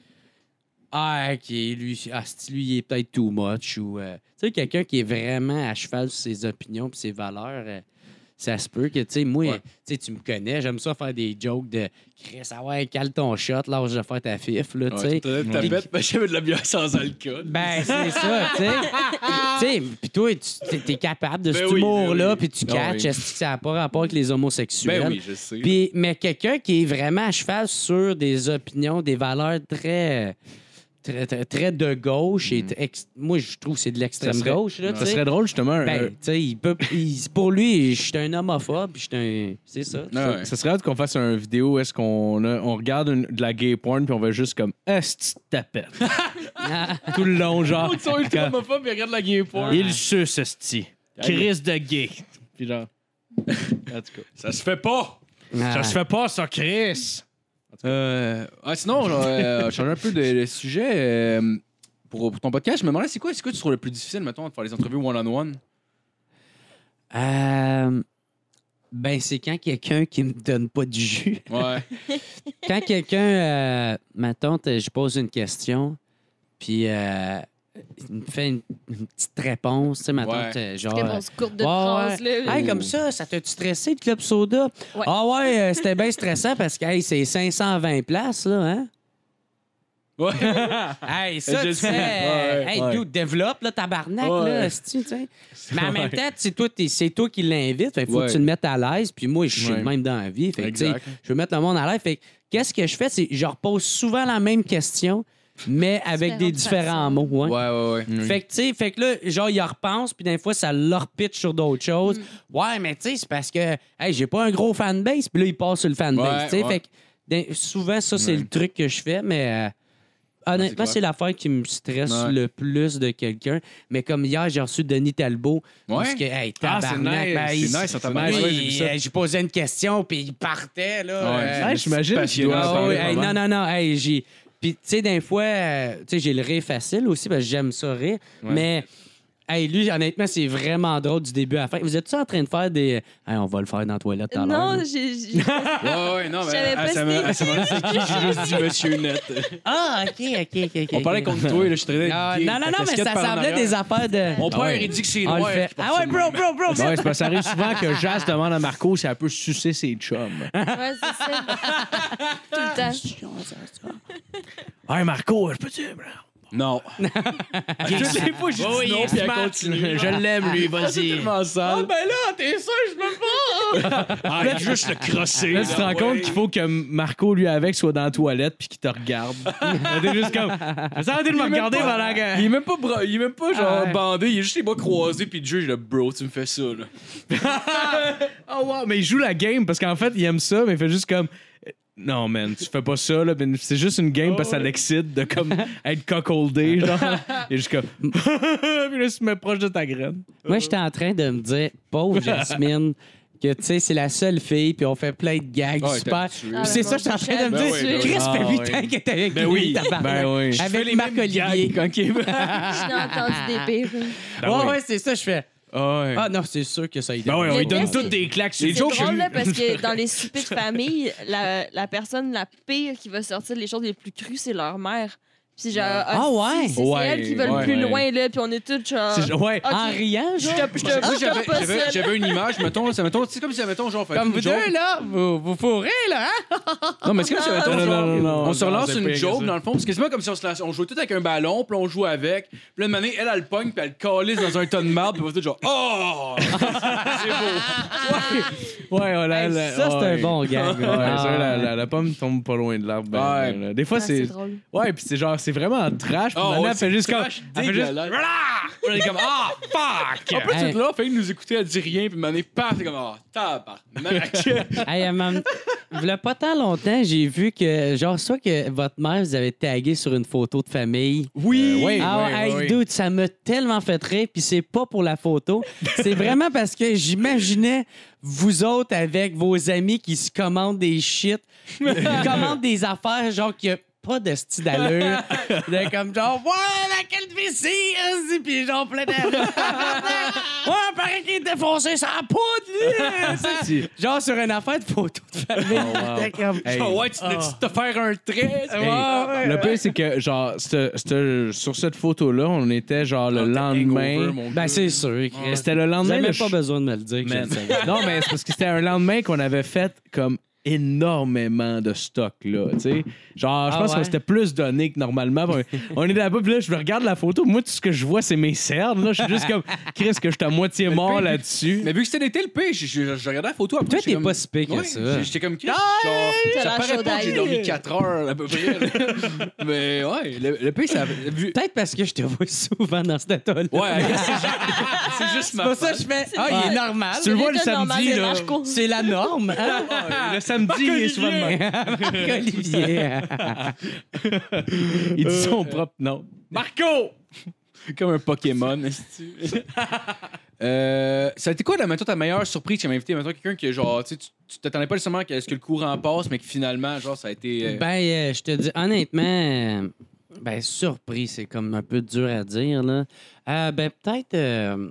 S4: Ah, ok, lui, ah, c'ti, lui, il est peut-être too much. Ou, euh, tu sais, quelqu'un qui est vraiment à cheval sur ses opinions et ses valeurs. euh, ça se peut que, tu sais, moi,
S3: Ouais.
S4: tu sais, tu me connais, j'aime ça faire des jokes de Chris, ah ouais, cale ton shot, lâche de faire ta fif, là, tu sais.
S3: Ouais, t'as- t'as bête, mais j'avais de la bière sans alcool.
S4: Ben, c'est ça, tu sais. tu sais, pis toi, tu- t'es- t'es capable de
S3: Ben
S4: cet
S3: oui, ben
S4: humour-là,
S3: oui.
S4: puis tu
S3: Ben
S4: catches,
S3: oui.
S4: est-ce que ça n'a pas rapport avec les homosexuels?
S3: Ben oui, je sais.
S4: Puis, mais quelqu'un qui est vraiment à cheval sur des opinions, des valeurs très, très, très, très de gauche,
S3: Mm.
S4: et ex- moi, je trouve que c'est de
S5: Ça
S4: l'extrême
S5: serait-
S4: gauche, là,
S5: Ça
S4: tu sais.
S5: serait drôle, justement. un-
S4: Ben, tu sais, il peut, il- pour lui, je suis un homophobe, je suis un. C'est ça. tu sais.
S3: Ah ouais.
S5: Ça serait hâte qu'on fasse une vidéo où est-ce qu'on a- on regarde une- de la gay porn puis on va juste comme Est-ce que tu tapes? Tout le long, genre.
S3: Ils sont ultra homophobes, ils regardent la gay porn.
S5: Il suce, Esti. Chris de gay. Puis genre. En tout cas.
S3: Ça se fait pas!
S5: Ça se fait pas, ça, Chris!
S3: Euh, ah, sinon, genre, euh, changer un peu de, de sujet. euh, pour, pour ton podcast, je me demandais, c'est quoi, c'est quoi que tu trouves le plus difficile, mettons, de faire les entrevues one-on-one?
S4: Euh, ben, c'est quand quelqu'un qui me donne pas du jus.
S3: Ouais.
S4: quand quelqu'un, euh, ma tante, je pose une question, puis euh, il me fait une, une petite réponse, tu sais, ma
S3: Ouais.
S4: tante, euh, genre.
S1: Réponse courte de
S4: Ouais,
S1: phrase,
S4: ouais.
S1: là.
S4: Hey,
S5: Mmh.
S4: comme ça, ça t'a-tu stressé, le club soda?
S1: Ouais.
S4: Ah ouais, euh, c'était bien stressant parce que hey, c'est 520 places, là, hein?
S3: Ouais.
S4: Hey, ça,
S5: Je
S4: tu
S5: le
S4: sais,
S5: sais.
S4: euh,
S5: Ouais,
S4: hey,
S5: ouais.
S4: dude, développe, là, tabarnak,
S3: Ouais.
S4: là, c'est-tu, tu sais. Mais en même temps, c'est toi, t'es- c'est toi qui l'invite, fait que faut
S3: Ouais.
S4: que tu le mettes à l'aise, puis moi, je suis
S5: Ouais.
S4: le même dans la vie, fait que, tu sais,
S3: Exact.
S4: je veux mettre le monde à l'aise, fait que, qu'est-ce que je fais, c'est, je repose souvent la même question, mais avec des
S1: Différentes
S4: différents
S1: façons.
S4: mots, ouais.
S3: Ouais, ouais, ouais.
S4: Fait que, tu sais, fait que là, genre, ils en repensent, puis des fois, ça leur pitch sur d'autres choses.
S5: Mm.
S4: Ouais, mais tu sais, c'est parce que, hey, j'ai pas un gros fanbase, puis là, ils passent sur le fanbase.
S3: Ouais,
S4: tu sais,
S3: ouais.
S4: Fait que, des- souvent, ça, c'est
S3: Ouais.
S4: le truc que je fais, mais euh,
S3: c'est
S4: honnêtement,
S3: clair.
S4: c'est l'affaire qui me stresse
S3: Ouais.
S4: le plus de quelqu'un. Mais comme hier, j'ai reçu Denis Talbot. Parce que, hey,
S5: Ah, c'est
S4: tabarnak,
S5: nice.
S4: ben,
S5: C'est
S4: il-
S5: nice,
S3: ça t'a
S4: lui,
S3: marqué.
S5: Ouais, j'ai vu ça.
S4: euh, j'ai posé une question, puis il partait, là.
S3: Ouais.
S4: euh,
S3: Ouais,
S5: Hey, J'imagine qu'il doit
S3: Ah,
S5: se
S4: ah oui,
S5: parler
S3: ouais,
S4: hey,
S5: pas
S4: non,
S5: mal.
S4: non, non. hey, j'ai... Puis, tu sais, d'un fois, euh, tu sais, j'ai le rire facile aussi, parce que j'aime ça rire. Mais, hey, lui, honnêtement, c'est vraiment drôle du début à la fin. Vous êtes-tu en train de faire des. Hey, on va le faire dans la toilette tout à l'heure?
S1: Non,
S4: là?
S1: j'ai. j'ai-
S3: Ouais, ouais, non,
S1: Je
S3: mais.
S1: savais pas
S3: ah, ça m'a-
S1: c'était
S3: ah, ça m'a- c'est qui? J'ai juste dit Monsieur Net.
S4: Ah, OK, OK, OK.
S3: On parlait contre toi, là, je suis très.
S4: Non, non, non, non, mais ça semblait des affaires de.
S3: Mon père,
S5: Ah ouais.
S3: il dit que c'est
S4: On le
S3: noir.
S4: fait.
S3: je pense
S4: Ah ouais,
S3: que
S4: bro, bro, bro,
S5: Ouais, c'est parce que ça arrive souvent que Jas demande à Marco si elle peut sucer ses chums.
S1: Ouais, c'est ça. Tout le temps.
S5: Hey Marco, je peux te
S3: c'est- Non. Toutes les fois, j'ai dit non, puis elle continue.
S5: Je l'aime, lui, vas-y.
S3: tellement sale.
S4: ben là, t'es sûr, je peux pas.
S3: Arrête juste le crosser.
S5: Là, tu te rends compte qu'il faut que Marco, lui, avec, soit dans la toilette puis qu'il te regarde. T'es juste comme. Ça a de me regarder pendant que.
S3: Il est même pas, bra- il est même pas genre
S5: Ah ouais.
S3: bandé, il est juste les bras croisés puis le juge le bro, tu me fais ça là.
S5: Oh wow, mais il joue la game parce qu'en fait, il aime ça, mais il fait juste comme euh, non man, tu fais pas ça là, Ben, c'est juste une game
S4: Oh,
S5: parce que ça l'excite de comme être cockholdé genre. Il est juste comme puis là, tu me proche de ta graine.
S4: Moi, j'étais en train de me dire, pauvre Jasmine, que tu sais, c'est la seule fille, puis on fait plein de gags
S3: Ouais, t'as
S4: super.
S3: tué.
S4: Puis c'est
S1: Ah,
S4: ça, que je suis en train de me
S3: ben
S4: dire.
S3: oui, ben oui.
S4: Chris,
S5: Ah,
S4: fait 8
S5: oui.
S4: ans que t'es avec
S3: Ben
S4: lui,
S3: oui, Ah
S4: tabarnak.
S5: ben oui. Je
S3: fais les
S4: Avec Marc
S3: mêmes
S4: Olivier.
S3: gags Ben quand il veut.
S1: Je n'ai entendu des pires.
S4: ouais,
S5: oui.
S4: ouais, c'est ça, je fais.
S5: ouais.
S4: Ah non, c'est sûr que ça y
S5: Ben ouais, on
S1: Mais
S5: lui donne
S1: qu'est-ce
S5: toutes
S1: qui-
S5: des claques sur
S1: C'est
S5: les jokes.
S1: drôle, là, parce que dans les soupers de famille, la, la personne la pire qui va sortir les choses les plus crues, c'est leur mère. Puis genre,
S4: Ah ouais?
S1: C'est c'est
S5: Ouais,
S1: elle qui va
S5: ouais,
S1: le plus
S5: ouais.
S1: loin, là, puis on est tous genre...
S5: C'est- Ouais.
S1: Ok.
S4: En riant,
S1: Je
S4: genre.
S1: te- je te-
S3: Moi,
S1: je te
S3: j'avais-
S1: pas
S3: j'avais-
S1: seule.
S3: J'avais une image, mettons, ça mettons, c'est comme si mettons genre fait une joke.
S4: là, vous, vous fourrez, là, hein?
S3: Non, mais c'est comme si mettons,
S5: Non, non,
S3: genre,
S5: non, non,
S3: on
S5: non,
S3: se relance
S5: c'est
S3: une
S5: pire que
S3: joke
S5: ça.
S3: dans le fond, parce que c'est pas comme si on se lance, on joue tout avec un ballon, puis on joue avec. Puis là, une année, elle elle le pogne, puis elle le calisse dans un ton de marde, puis on va tout genre oh. C'est beau.
S5: Ouais, ouais, la-
S4: Hey,
S5: la-
S4: ça, c'est un
S5: ouais.
S4: bon gag.
S5: Ouais, ça, la, la- la pomme tombe pas loin de l'arbre. ben,
S3: Ouais.
S5: ben, là. Des fois,
S1: Ah,
S5: c'est.
S1: c'est drôle.
S5: Ouais, puis c'est genre, c'est vraiment trash.
S4: Ah,
S5: puis
S3: Oh,
S5: Nana
S3: ouais,
S5: fait juste comme.
S3: trash,
S5: elle fait juste-
S3: dégueulasse.
S5: Elle est comme, ah, fuck!
S3: En plus,
S4: Hey.
S3: c'est là, fait nous écouter, elle dit rien, puis m'année, paf, c'est comme, ah, tabarnak.
S4: hey, euh, mam- v'là pas tant longtemps, j'ai vu que, genre, soit que votre mère vous avait tagué sur une photo de famille.
S5: Oui!
S3: Euh,
S5: oui,
S4: Ah,
S5: oui,
S4: hey,
S5: oui.
S4: dude, ça m'a tellement fait rire, puis c'est pas pour la photo. C'est vraiment parce que j'imaginais vous autres avec vos amis qui se commandent des shit, qui commandent des affaires, genre, qui pas de style d'allure. de comme genre, ouais, la calvitie, esti, puis genre plein d'air. ouais, pareil qu'il est défoncé, ça a poudre, lui. esti. genre sur une affaire de photo de famille. J'étais comme,
S5: Oh, Hey.
S4: genre, ouais,
S3: Ah tu t'es-tu te faire un trait?
S4: ouais,
S5: Hey,
S4: ouais,
S5: le
S4: ouais.
S5: pire, c'est que, genre, c'te- c'te- sur cette photo-là, on était, genre, le lendemain.
S4: Ben, c'est sûr,
S5: Mais
S4: Chris.
S5: C'était le lendemain.
S4: J'avais
S5: le ch-
S4: pas besoin de me le dire. que je
S5: Man.
S4: le savais.
S5: non, mais c'est parce que c'était un lendemain qu'on avait fait comme énormément de stock là, tu sais. Genre je
S4: Ah
S5: pense
S4: ouais?
S5: qu'on s'était plus donné que normalement. Puis On on est là-bas, puis là je regarde la photo, moi tout ce que je vois c'est mes cernes là, je suis juste comme Chris que je suis à moitié mort là-dessus.
S3: Mais vu que c'était l'été, le pire, je, je- je regardais la photo après.
S4: Toi,
S3: j'étais
S4: t'es
S3: comme-
S4: pas si pire que
S3: Ouais,
S4: ça.
S3: j'ai- J'étais comme Chris.
S1: T'as
S3: Genre,
S1: la
S3: ça paraît pas que j'ai
S1: chaudaille.
S3: dormi 4 heures à peu près. là. mais ouais, le, le pire, ça. Vu...
S4: Peut-être parce que je te vois souvent dans cet état-là.
S3: Ouais, c'est juste, c'est juste ma.
S4: Ah, C'est pour ça que je fais. Ah, il est normal.
S5: Tu le vois le
S1: L'état normal
S5: samedi
S1: de
S5: là.
S1: Marco.
S4: C'est la norme. Hein?
S5: Le samedi, il est souvent de même.
S4: Olivier.
S5: Il dit son propre nom. Marco.
S3: Comme un Pokémon. esti. euh, ça a été quoi, la, mettons, ta meilleure surprise qui m'a invité? Mettons, quelqu'un qui, genre, tu sais, tu tu t'attendais pas nécessairement à ce que le courant passe, mais que finalement, genre, ça a été. euh,
S4: Ben, euh, je te dis, honnêtement, euh, ben, surpris, c'est comme un peu dur à dire, là. Euh, ben, peut-être euh,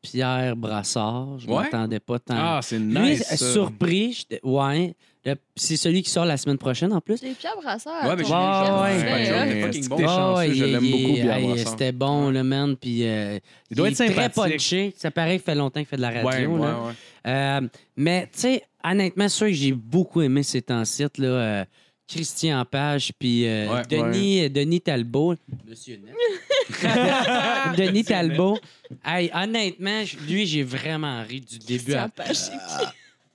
S4: Pierre Brassard, je
S3: Ouais.
S4: m'attendais pas tant.
S5: Ah, c'est
S4: Lui,
S5: nice.
S4: euh,
S5: ça.
S4: surpris, j'étais- ouais. Le- C'est celui qui sort la semaine prochaine, en plus.
S1: C'est Pierre Brasseur.
S3: Ouais, mais
S1: ton
S3: j'ai-
S4: ouais,
S1: Pierre
S4: ouais,
S1: Brasseur,
S4: ouais,
S1: là.
S5: ouais.
S3: fucking bon.
S5: Ben, T'es chanceux,
S4: ouais,
S5: je
S4: il-
S5: l'aime
S4: il-
S5: beaucoup, Pierre
S4: hey,
S5: Brassard.
S4: C'était bon, le man. Puis, euh, il
S5: doit
S4: est
S5: être
S4: très
S5: sympathique.
S4: punché. Ça paraît qu'il fait longtemps qu'il fait de la radio.
S5: Ouais,
S4: là.
S3: ouais.
S4: Euh, mais, tu sais, honnêtement, ceux que j'ai beaucoup aimé ces temps-ci, là, euh, Christian Page, puis euh,
S3: Ouais,
S4: Denis, Denis Talbot. Monsieur Denis Talbot. Hey, honnêtement, j- lui, j'ai vraiment ri du début à
S1: Pierre Paché.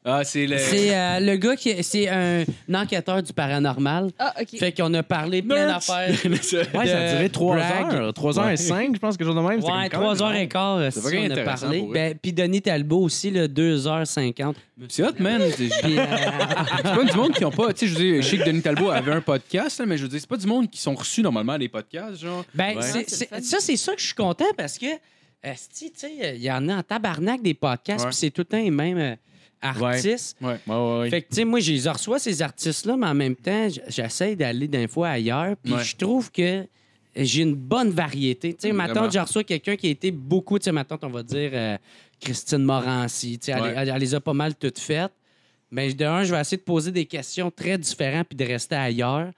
S3: Ah, c'est le.
S4: c'est euh, le gars qui c'est un, enquêteur du paranormal.
S1: Ah, OK.
S4: Fait qu'on a parlé plein
S5: Nerds.
S4: d'affaires.
S5: Ouais, ça a
S4: de
S5: duré 3
S4: brag.
S5: heures, 3 heures et 5, je pense que jour de même, c'était
S4: Ouais,
S5: comme quand
S4: 3
S5: même
S4: heures et quart, euh, si
S3: C'est pas
S4: on a
S3: intéressant
S4: parlé.
S3: pour eux.
S4: Ben, puis Denis Talbot aussi, le 2h50.
S3: C'est hot, man. C'est c'est
S4: Puis, euh,
S3: pas du monde qui ont pas. Tu sais, je veux dire, je sais que Denis Talbot avait un podcast, là, mais je veux dire, c'est pas du monde qui sont reçus normalement à des podcasts, genre.
S4: ben,
S3: Ouais.
S4: c'est-
S1: Ah, c'est le
S4: c'est-
S1: fun.
S4: ça, c'est ça que je suis content parce que, esti, tu sais, il y en a en tabarnak des podcasts,
S3: Ouais.
S4: puis c'est tout le temps les mêmes euh, artistes.
S5: Ouais, ouais, ouais.
S4: Fait que, tu sais, moi, je les reçois, ces artistes-là, mais en même temps, j- j'essaie d'aller d'un fois ailleurs. Puis
S3: Ouais.
S4: je trouve que j'ai une bonne variété. Tu sais,
S3: Vraiment.
S4: maintenant, je reçois quelqu'un qui a été beaucoup, tu sais, ma tante, on va dire euh, Christine Morancy. Tu sais, elle,
S3: Ouais.
S4: elle- elle les a pas mal toutes faites. Mais de un, je vais essayer de poser des questions très différentes puis de rester ailleurs.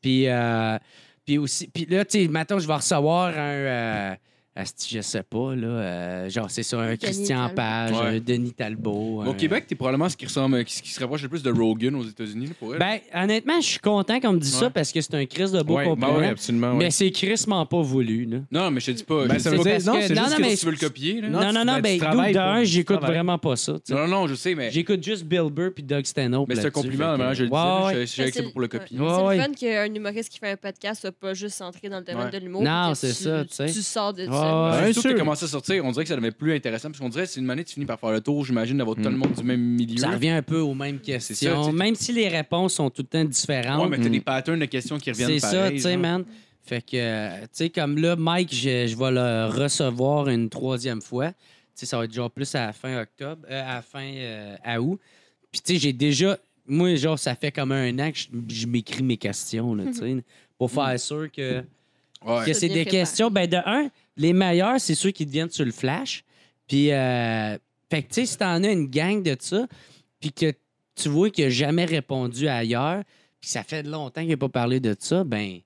S4: Puis, euh, puis aussi, puis là, tu sais, maintenant, je vais recevoir un. euh, asti, je sais pas, là. euh, genre, c'est ça, un
S1: Denis
S4: Christian
S1: Talbot.
S4: Page,
S3: Ouais.
S4: un Denis Talbot.
S3: Au
S4: un-
S3: Québec, t'es probablement ce qui ressemble, qui, qui se rapproche le plus de Rogan aux États-Unis, là, pour elle.
S4: Ben, honnêtement, je suis content qu'on me dise ça
S3: Ouais.
S4: parce que c'est un Chris de beau
S5: Ouais,
S4: compliment.
S5: bah ouais, absolument. ouais.
S4: Mais c'est Chris m'en pas voulu. Là.
S3: non, mais je te dis pas.
S5: Ben,
S3: je
S5: ça
S3: dis
S5: veut
S3: pas
S5: dire-
S3: parce
S5: non,
S3: que-
S5: c'est
S3: c'est
S4: juste
S3: juste
S4: que
S3: que
S4: mais-
S3: si tu veux le copier, là.
S5: Non,
S4: Non, non,
S5: tu-
S4: non,
S5: ben, tu
S4: mais
S5: travailles
S4: d'où d'un,
S5: pour-
S4: j'écoute
S5: travailles.
S4: vraiment pas ça. tu sais.
S3: Non, non, non, je sais, mais,
S4: J'écoute juste Bill Burr puis Doug Stanhope.
S3: mais c'est un
S4: là-dessus,
S3: compliment,
S4: fait que-
S3: mais je le dis,
S4: Ouais,
S3: là,
S4: ouais.
S3: je-
S4: Ben,
S3: je suis
S1: Mais
S3: avec ça pour le
S1: ouais.
S3: copier.
S1: C'est
S4: Ouais,
S1: le fun qu'un humoriste qui fait un podcast soit pas juste centré dans le domaine
S3: Ouais.
S1: de l'humour.
S4: Non,
S1: puis que
S4: c'est ça, tu sais.
S1: Tu sors de
S4: Ouais,
S1: ça.
S5: ouais.
S3: Surtout que
S5: sûr.
S3: t'as commencé à sortir, on dirait que ça devenait plus intéressant, parce qu'on dirait que c'est une manière tu finis par faire le tour, j'imagine, d'avoir
S5: Mm.
S3: tout le monde du même milieu.
S4: Ça revient un peu aux mêmes
S3: ça,
S4: questions,
S3: tu sais.
S4: même si les réponses sont tout le temps
S3: Ouais,
S4: différentes.
S3: mais t'as
S5: Mm.
S3: des patterns de questions qui reviennent
S4: hein. c'est ça,
S3: pareil,
S4: tu sais,
S3: genre.
S4: man. Fait que, euh, tu sais, comme là, Mike, je, je vais le recevoir une troisième fois. Tu sais, ça va être genre plus à la fin octobre, euh, à la fin euh, à août. Puis, tu sais, j'ai déjà. Moi, genre, ça fait comme un an que je, je m'écris mes questions, là, tu sais, pour faire sûr que,
S3: Ouais.
S4: que
S1: Ça
S4: c'est des
S1: défait pas.
S4: questions. Ben, de un, les meilleurs, c'est ceux qui deviennent sur le flash. Puis, euh, fait que, tu sais, si t'en as une gang de ça, puis que tu vois qu'il n'a jamais répondu ailleurs, puis ça fait longtemps qu'il n'a pas parlé de ça, ben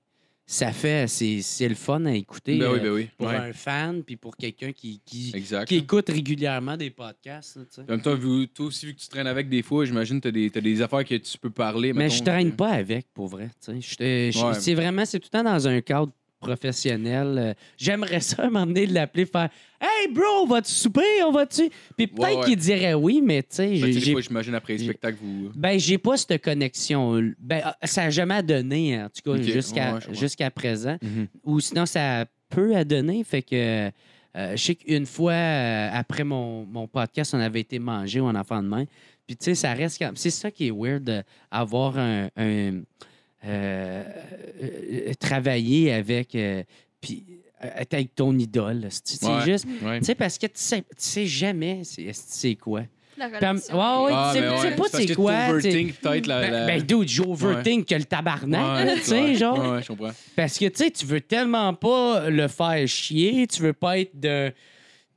S4: ça fait, c'est c'est le fun à écouter
S3: Ben oui,
S4: euh,
S3: ben oui.
S4: pour
S5: Ouais.
S4: un fan, puis pour quelqu'un qui, qui,
S3: Exact.
S4: qui écoute régulièrement des podcasts. là, tu sais.
S3: En même temps, vu- toi aussi, vu que tu traînes avec des fois, j'imagine que tu as, des affaires que tu peux parler.
S4: Mais
S3: mettons, euh,
S4: je traîne
S3: que-
S4: pas avec, pour vrai. tu sais. Je- euh, je-
S3: Ouais.
S4: C'est vraiment, c'est tout le temps dans un cadre professionnel. Euh, J'aimerais ça m'emmener de l'appeler faire Hey bro, vas-tu souper? On va-tu? Puis peut-être
S3: ouais.
S4: qu'il dirait oui, mais tu sais,
S3: Ben, tu
S4: j'ai-
S3: sais, des
S4: j'ai
S3: fois, j'imagine après les
S4: j'ai-
S3: spectacles, vous. euh.
S4: Ben, j'ai pas cette connexion. Ben, ah, ça n'a jamais donné, en tout cas,
S3: Ok,
S4: jusqu'à
S3: ouais, je vois.
S4: jusqu'à présent.
S5: Mhm.
S4: Ou sinon, ça peut à donner. Fait que euh, je sais qu'une fois, euh, après mon, mon podcast, on avait été mangé ou en enfant de main. Puis, tu sais, ça reste quand C'est ça qui est weird, euh, avoir un. un, euh, euh, travailler avec. euh, puis, euh, être avec ton idole. là. C'est c'est
S3: Ouais.
S4: juste.
S5: Ouais.
S4: Tu sais, parce que tu sais, tu sais jamais c'est c'est quoi.
S1: la
S4: Puis elle-
S1: relation.
S4: Ouais, ouais,
S3: Ah,
S4: tu sais-
S3: ben
S4: tu
S3: ouais,
S4: sais pas
S3: c'est parce
S4: c'est
S3: que
S4: quoi. tu sais.
S3: t'overthink peut-être la. Euh, la-
S4: Ben, ben dude, j'overthink que le tabarnak,
S3: Ouais,
S4: tu sais, genre.
S3: Ouais, ouais, je comprends.
S4: Parce que, tu sais, tu veux tellement pas le faire chier, tu veux pas être de... Tu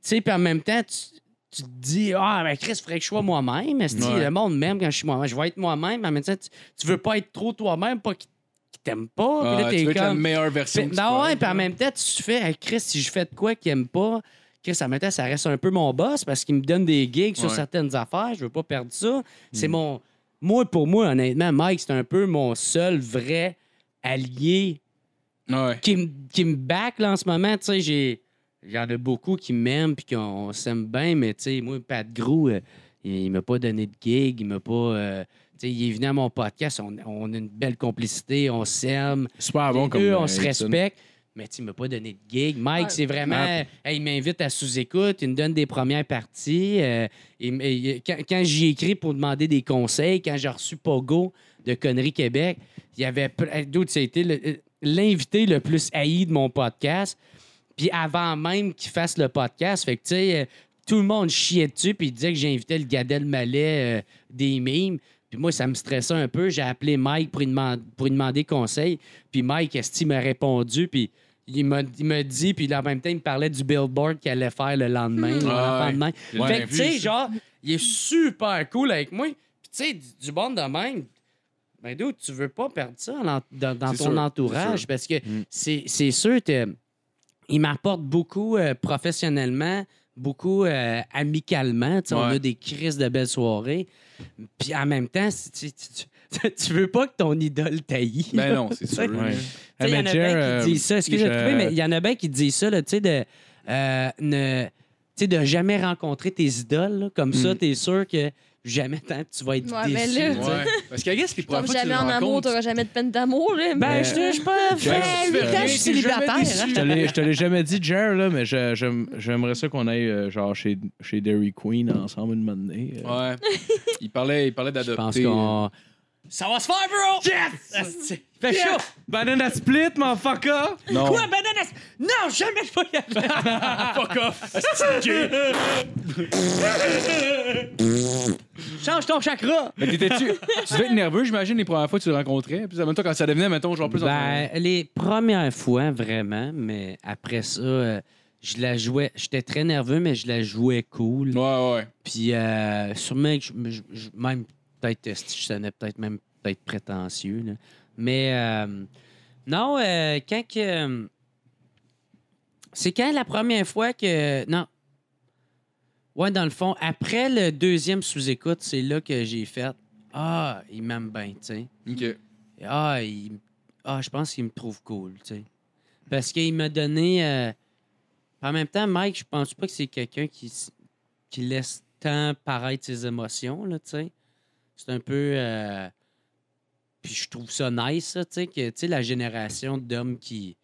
S4: sais, puis en même temps, tu, tu te dis, ah, ben Chris, faudrait que je sois moi-même. Est-ce que
S3: Ouais.
S4: le monde m'aime quand je suis moi-même? Je vais être moi-même, mais en même temps, tu, tu veux pas être trop toi-même, pas qu'il qu'il t'aime pas. puis
S3: Ah,
S4: là,
S3: tu veux
S4: t'es
S3: être la
S4: comme...
S3: meilleure version.
S4: Puis-
S3: que tu
S4: Ben
S3: peux
S4: ouais,
S3: être.
S4: puis en même temps, tu fais, Hey, Chris, si je fais de quoi qu'il aime pas, Chris, en même temps, ça reste un peu mon boss parce qu'il me donne des gigs sur
S3: Ouais. Hmm.
S4: certaines affaires, je veux pas perdre ça. C'est mon. Moi, pour moi, honnêtement, Mike, c'est un peu mon seul vrai allié
S3: Ouais.
S4: qui, me- qui me back là, en ce moment. Tu sais, j'ai. J'en ai beaucoup qui m'aiment puis qu'on s'aime bien, mais tu sais, moi, Pat Grou, euh, il, il m'a pas donné de gig, il m'a pas. euh, tu sais, il est venu à mon podcast, on, on a une belle complicité, on s'aime.
S5: Super bon
S4: Les
S5: comme
S4: deux, on
S5: euh,
S4: se
S5: Edson.
S4: respecte. Mais tu m'as pas donné de gig. Mike,
S1: Ouais.
S4: c'est vraiment.
S5: Ah.
S4: hey, il m'invite à sous-écoute, il me donne des premières parties. euh, il m- il- quand quand j'y ai écrit pour demander des conseils, quand j'ai reçu Pogo de Conneries Québec, il y avait. ple- D'autres, ça a été le- euh, l'invité le plus haï de mon podcast. Puis avant même qu'il fasse le podcast, fait que tu sais, euh, tout le monde chiait dessus, puis il disait que j'invitais le Gadel Malais euh, des mimes. Puis moi, ça me stressait un peu. J'ai appelé Mike pour lui, demand- pour lui demander conseil. Puis Mike, est-ce qu'il m'a répondu? Puis il m'a, il m'a dit, puis en même temps, il me parlait du billboard qu'il allait faire le lendemain. le
S3: Ah ouais.
S4: lendemain.
S3: J'ai
S4: Fait
S3: bien
S4: que,
S3: vu
S4: tu sais,
S3: ça.
S4: genre, il est super cool avec moi. Puis tu sais, du, du bon de même. Ben, d'où tu veux pas perdre ça dans, dans- dans
S3: C'est
S4: ton
S3: sûr, Mm. c'est
S4: entourage parce que c'est, c'est sûr que il m'apporte beaucoup euh, professionnellement, beaucoup euh, amicalement. Tu sais, On
S3: Ouais.
S4: a des crises de belles soirées. Puis en même temps, si tu, tu, tu- tu veux pas que ton idole taillit.
S3: Ben non, c'est sûr.
S5: Ouais.
S4: Il y
S5: Hey, mais
S4: en a bien
S3: euh,
S5: Jer,
S4: qui disent ça. Excusez,
S5: je-
S4: mais il y en a bien qui disent ça, là, tu sais, de, euh, ne- tu sais, de jamais rencontrer tes idoles. là. comme
S3: Mm.
S4: ça, t'es sûr que jamais tant tu vas être
S1: Ouais, mais
S4: déçu.
S1: là-
S4: tu sais.
S3: Ouais. Parce qu'à guess, les
S1: Comme
S3: premières fois que tu
S1: jamais
S3: le
S1: en amour,
S3: rencontres,
S1: t'auras jamais de peine d'amour. là, mais-
S4: Ben, je je suis pas.
S3: Jack,
S4: fait
S3: tu fais
S4: 8
S3: rien,
S4: ans, je
S3: t'es
S4: suis
S3: jamais
S4: célibataire.
S3: déçu.
S4: hein.
S5: Je te l'ai- je te l'ai jamais dit, Jer, là, mais je- j'aime- j'aimerais ça qu'on aille euh, genre chez, chez Dairy Queen ensemble une matinée. euh.
S3: Ouais. Il parlait, il parlait
S4: Je pense
S3: d'adopter. euh.
S4: qu'on. Ça va se faire, bro! Yes! Fait chaud!
S5: Banana split, mon fucker!
S3: Non.
S4: Quoi, banana? Non, jamais je vais y aller! Fuck off! Change ton chakra!
S3: Mais t'étais-tu. tu devais être nerveux, j'imagine, les premières fois que tu le rencontrais. Puis en même temps, quand ça devenait, mettons, genre plus.
S4: Ben, les premières fois, vraiment, mais après ça, euh, je la jouais. J'étais très nerveux, mais je la jouais cool.
S3: Ouais, ouais.
S4: Puis, euh, sûrement que je- je- je- même peut-être, euh, je sonnais peut-être même peut-être prétentieux. là. Mais euh, non, euh, quand que. c'est quand la première fois que. Non. Ouais, dans le fond, après le deuxième sous-écoute, c'est là que j'ai fait Ah, il m'aime bien, tu sais.
S3: Ok.
S4: Ah, il... ah je pense qu'il me trouve cool, tu sais. Parce qu'il m'a donné. euh, En même temps, Mike, je pense pas que c'est quelqu'un qui... s- qui laisse tant paraître ses émotions, là, tu sais. C'est un peu. euh, Puis je trouve ça nice, ça, tu sais, que tu sais, la génération d'hommes qui.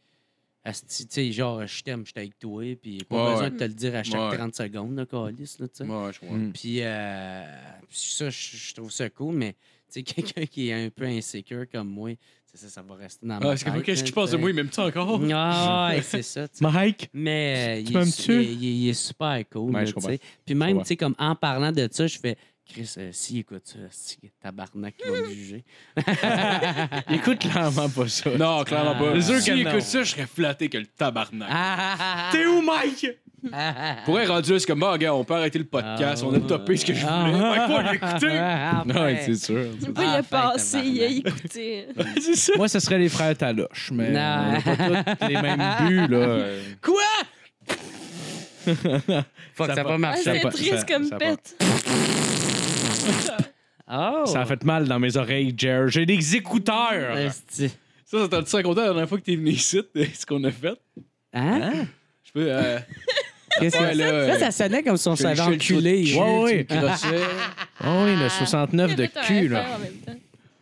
S4: asti, Tu sais, genre, je t'aime, je suis avec toi, puis pas
S3: Ouais,
S4: besoin
S3: ouais.
S4: de te le dire à chaque
S3: Ouais.
S4: 30 secondes, là, câlisse, là, tu sais.
S3: Ouais, je crois.
S5: Mm.
S4: Puis euh, ça, je je trouve ça cool, mais tu sais, quelqu'un qui est un peu insécure comme moi, c'est ça, ça va rester dans ma
S3: Ah, c'est comme,
S4: tête,
S3: qu'est-ce
S4: là,
S3: qu'il pense de
S4: tu
S3: moi, Oh! il m'aime tu encore?
S4: sais. Ah, ouais, c'est ça. tu sais.
S5: Mike!
S4: Mais euh,
S5: Tu
S4: il, est,
S5: m'aimes-tu?
S4: su- il, est- il est super cool.
S5: Ouais,
S4: là,
S5: je
S4: tu sais.
S5: comprends.
S4: Puis
S5: Je
S4: même,
S5: comprends.
S4: tu sais, comme en parlant de ça, je fais Chris, euh, si écoute ça, si tabarnak, il va me juger.
S5: Écoute clairement pas ça. Ah.
S3: Non, clairement pas.
S5: C'est sûr
S3: si
S5: que non.
S3: écoute ça, je serais flatté que le tabarnak.
S4: Ah,
S5: T'es où, Mike?
S4: ah,
S3: Pour être rendu là, c'est comme, bah, gars, on peut arrêter le podcast,
S4: Ah,
S3: on a topé ce que je
S4: ah,
S3: voulais. Fait quoi, l'écouter?
S4: ah, ah,
S5: Ouais,
S4: ouais.
S5: c'est sûr.
S1: Il a
S4: Ah,
S1: passé,
S4: fait,
S1: il a écouté.
S5: Moi, ce serait les frères Taloche, mais
S4: Non.
S5: on n'a pas tous les mêmes buts, là. Euh,
S4: Quoi? Fuck,
S5: Ça
S4: ça va
S5: va.
S4: pas
S1: Ah,
S4: marcher.
S5: ça
S1: c'est
S5: pas-
S1: triste
S5: ça-
S1: comme
S5: ça va.
S1: pète.
S4: Oh!
S5: Ça a fait mal dans mes oreilles, Jer. J'ai des écouteurs.
S4: Esti.
S3: Ça, ça t'a-tu raconté la dernière fois que t'es venu ici, ce qu'on a fait?
S4: Hein?
S3: Je peux. euh,
S4: Qu'est-ce que-
S3: Ouais, là,
S4: là,
S3: ouais.
S4: ça sonnait comme si on
S3: que
S4: s'avait
S3: je le
S4: enculé.
S3: cul,
S5: Ouais,
S3: tu
S5: ouais.
S3: me crossais.
S5: Oh oui, le 69 de
S1: Il a fait un
S5: cul,
S1: affaire
S5: là.
S1: en même temps.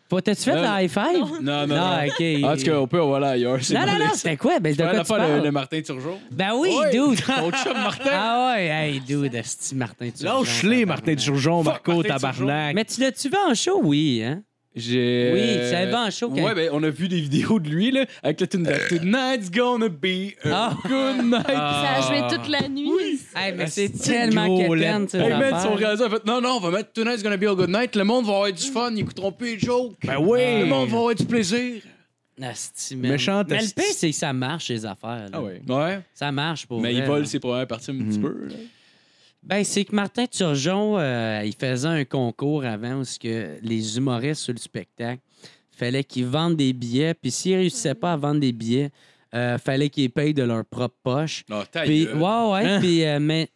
S4: Pas- T'as-tu fait
S3: Non.
S4: le high five?
S3: Non, non,
S4: Non,
S3: non.
S4: ok.
S3: En tout cas, on peut avoir là ailleurs. c'est
S4: non, non,
S3: bon.
S4: non, c'était quoi? Ben, de
S3: Ouais,
S4: quoi tu
S3: l'affaire de-
S4: parles?
S3: de Martin Turgeon.
S4: Ben oui,
S3: Ouais.
S4: dude!
S3: Mon chum Martin.
S4: ah ouais, hey, dude, esti Martin Turgeon.
S5: Lâche-les,
S4: tabarnak.
S5: Martin Turgeon,
S3: Fuck,
S5: Marco,
S3: Martin Turgeon.
S5: tabarnak.
S4: Mais tu l'as-tu vu en show? Oui, hein?
S3: J'ai.
S4: Oui,
S3: euh,
S4: ça avait un show quand-
S3: Ouais, ben, on a vu des vidéos de lui, là, avec la tune de Tonight's gonna be a
S4: Ah.
S3: good night.
S1: Ça a joué
S5: Ah.
S1: toute la nuit.
S4: Hey, mais c'est
S3: c'est
S4: tellement
S5: gros
S4: quétaine,
S5: lait.
S4: ces
S3: Hey, man,
S4: affaires.
S3: son réalisateur a fait Non, non, on va mettre Tonight's gonna be a good night. Le monde va avoir du fun, ils écouteront plus les jokes.
S5: Ben oui!
S3: Le monde va avoir du plaisir.
S4: Asti, man.
S5: Méchante
S4: Mais le
S5: asti.
S4: pire, c'est que ça marche, les affaires. là.
S5: Ah ouais.
S3: Ouais.
S4: Ça marche pour
S3: Mais
S4: vrai, hein. Mhm.
S3: il vole
S4: là.
S3: ses premières parties un petit peu. là.
S4: Ben, c'est que Martin Turgeon, euh, il faisait un concours avant où ce que les humoristes sur le spectacle, fallait qu'ils vendent des billets. Puis s'ils réussissaient pas à vendre des billets, euh, fallait qu'ils payent de leur propre poche.
S3: Ah, ta
S4: Puis, ouais,
S3: gueule.
S4: ouais,
S5: Hein?
S4: puis, euh, mais.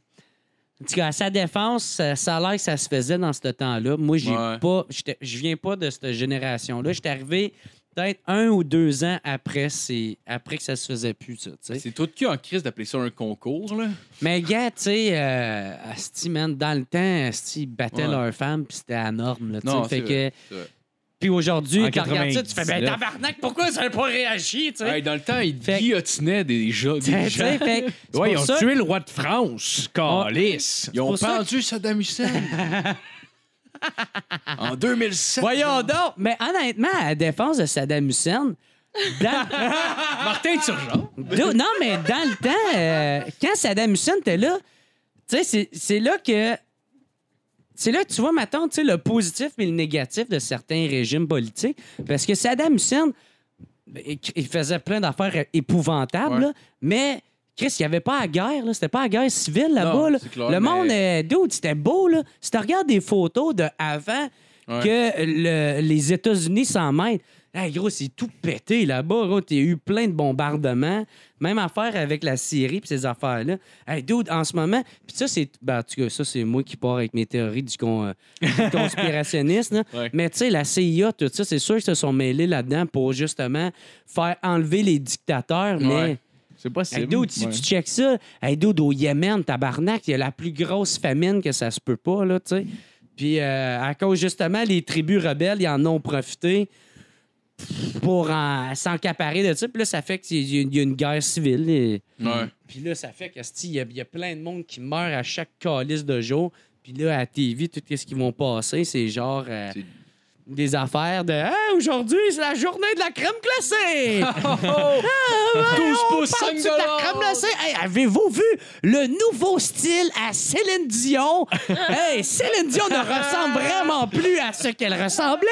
S4: en tout cas, à sa défense, ça, ça a l'air que ça se faisait dans ce temps-là. Moi, j'ai
S3: Ouais.
S4: pas, j'étais- je viens pas de cette génération-là. J'étais arrivé peut-être un ou deux ans après, c'est, après que ça se faisait plus, ça, tu sais.
S3: C'est tout de cul en crise d'appeler ça un concours, là.
S4: Mais gars, tu sais, euh, asti, man, dans le temps, asti, ils battaient
S3: Ouais.
S4: leurs femmes, puis c'était la norme, là, tu sais,
S3: Non, c'est
S4: fait
S3: vrai,
S4: que...
S3: c'est vrai.
S4: Puis aujourd'hui,
S5: En
S4: quand tu regardes ça, tu fais, ben
S5: 99.
S4: tabarnak, pourquoi ça n'a pas réagi, tu sais?
S3: Hey, dans le temps, il
S4: Fait-
S3: guillotinait des gens.
S4: Ben, Tu
S3: Des
S4: sais,
S3: gens.
S4: fait que c'est
S5: Ouais, ils
S4: pour
S5: ont
S4: ça-
S5: tué le roi de France, Calice.
S3: Ah. Ils ont
S4: pour ça
S3: pendu Saddam Hussein. en 2007.
S4: Voyons donc! Mais honnêtement, à la défense de Saddam Hussein, dans-
S3: Martin Turgeon.
S4: D'où- non, mais dans le temps, euh, quand Saddam Hussein était là, tu sais, c'est- c'est là que. C'est là que tu vois, maintenant, tu sais, le positif et le négatif de certains régimes politiques. Parce que Saddam Hussein, ben, il- il faisait plein d'affaires épouvantables,
S3: Ouais.
S4: là, mais. Chris, il n'y avait pas la guerre, là. C'était pas la guerre civile là-bas.
S3: Non,
S4: là.
S3: c'est clair,
S4: le
S3: mais-
S4: monde, euh, dude, c'était beau, là. Si tu regardes des photos de avant
S3: Ouais.
S4: que le- les États-Unis s'en mêlent. Hey, gros, c'est tout pété là-bas. Gros, t'as eu plein de bombardements. Même affaire avec la Syrie puis ces affaires-là. Hey, dude, en ce moment... Puis ça, c'est... Ben, en tout cas, ça, c'est moi qui pars avec mes théories du, con, euh, du conspirationniste. là.
S3: Ouais.
S4: Mais tu sais, la CIA, tout ça, c'est sûr qu'ils se sont mêlés là-dedans pour, justement, faire enlever les dictateurs. Mais...
S3: Ouais.
S5: C'est possible.
S4: Hey, dude, si
S5: Ouais.
S4: tu checkes ça, hey, dude, au Yémen, tabarnak, il y a la plus grosse famine que ça se peut pas, là, tu sais. Puis euh, à cause, justement, les tribus rebelles, ils en ont profité pour en- s'encaparer de ça. Puis là, ça fait qu'il y a- il y a une guerre civile. et-
S3: Ouais.
S4: Puis là, ça fait qu'il y, a- il y a plein de monde qui meurt à chaque calice de jour. Puis là, à TV, tout ce qu'ils vont passer, c'est genre... euh,
S3: C'est-
S4: Des affaires de Ah, aujourd'hui, c'est la journée de la crème glacée!
S3: Oh,
S4: Ah,
S3: 12 pouces,
S4: Parle-tu
S3: 5
S4: de la crème glacée? Hey, avez-vous vu le nouveau style à Céline Dion? hey, Céline Dion ne ressemble vraiment plus à ce qu'elle ressemblait,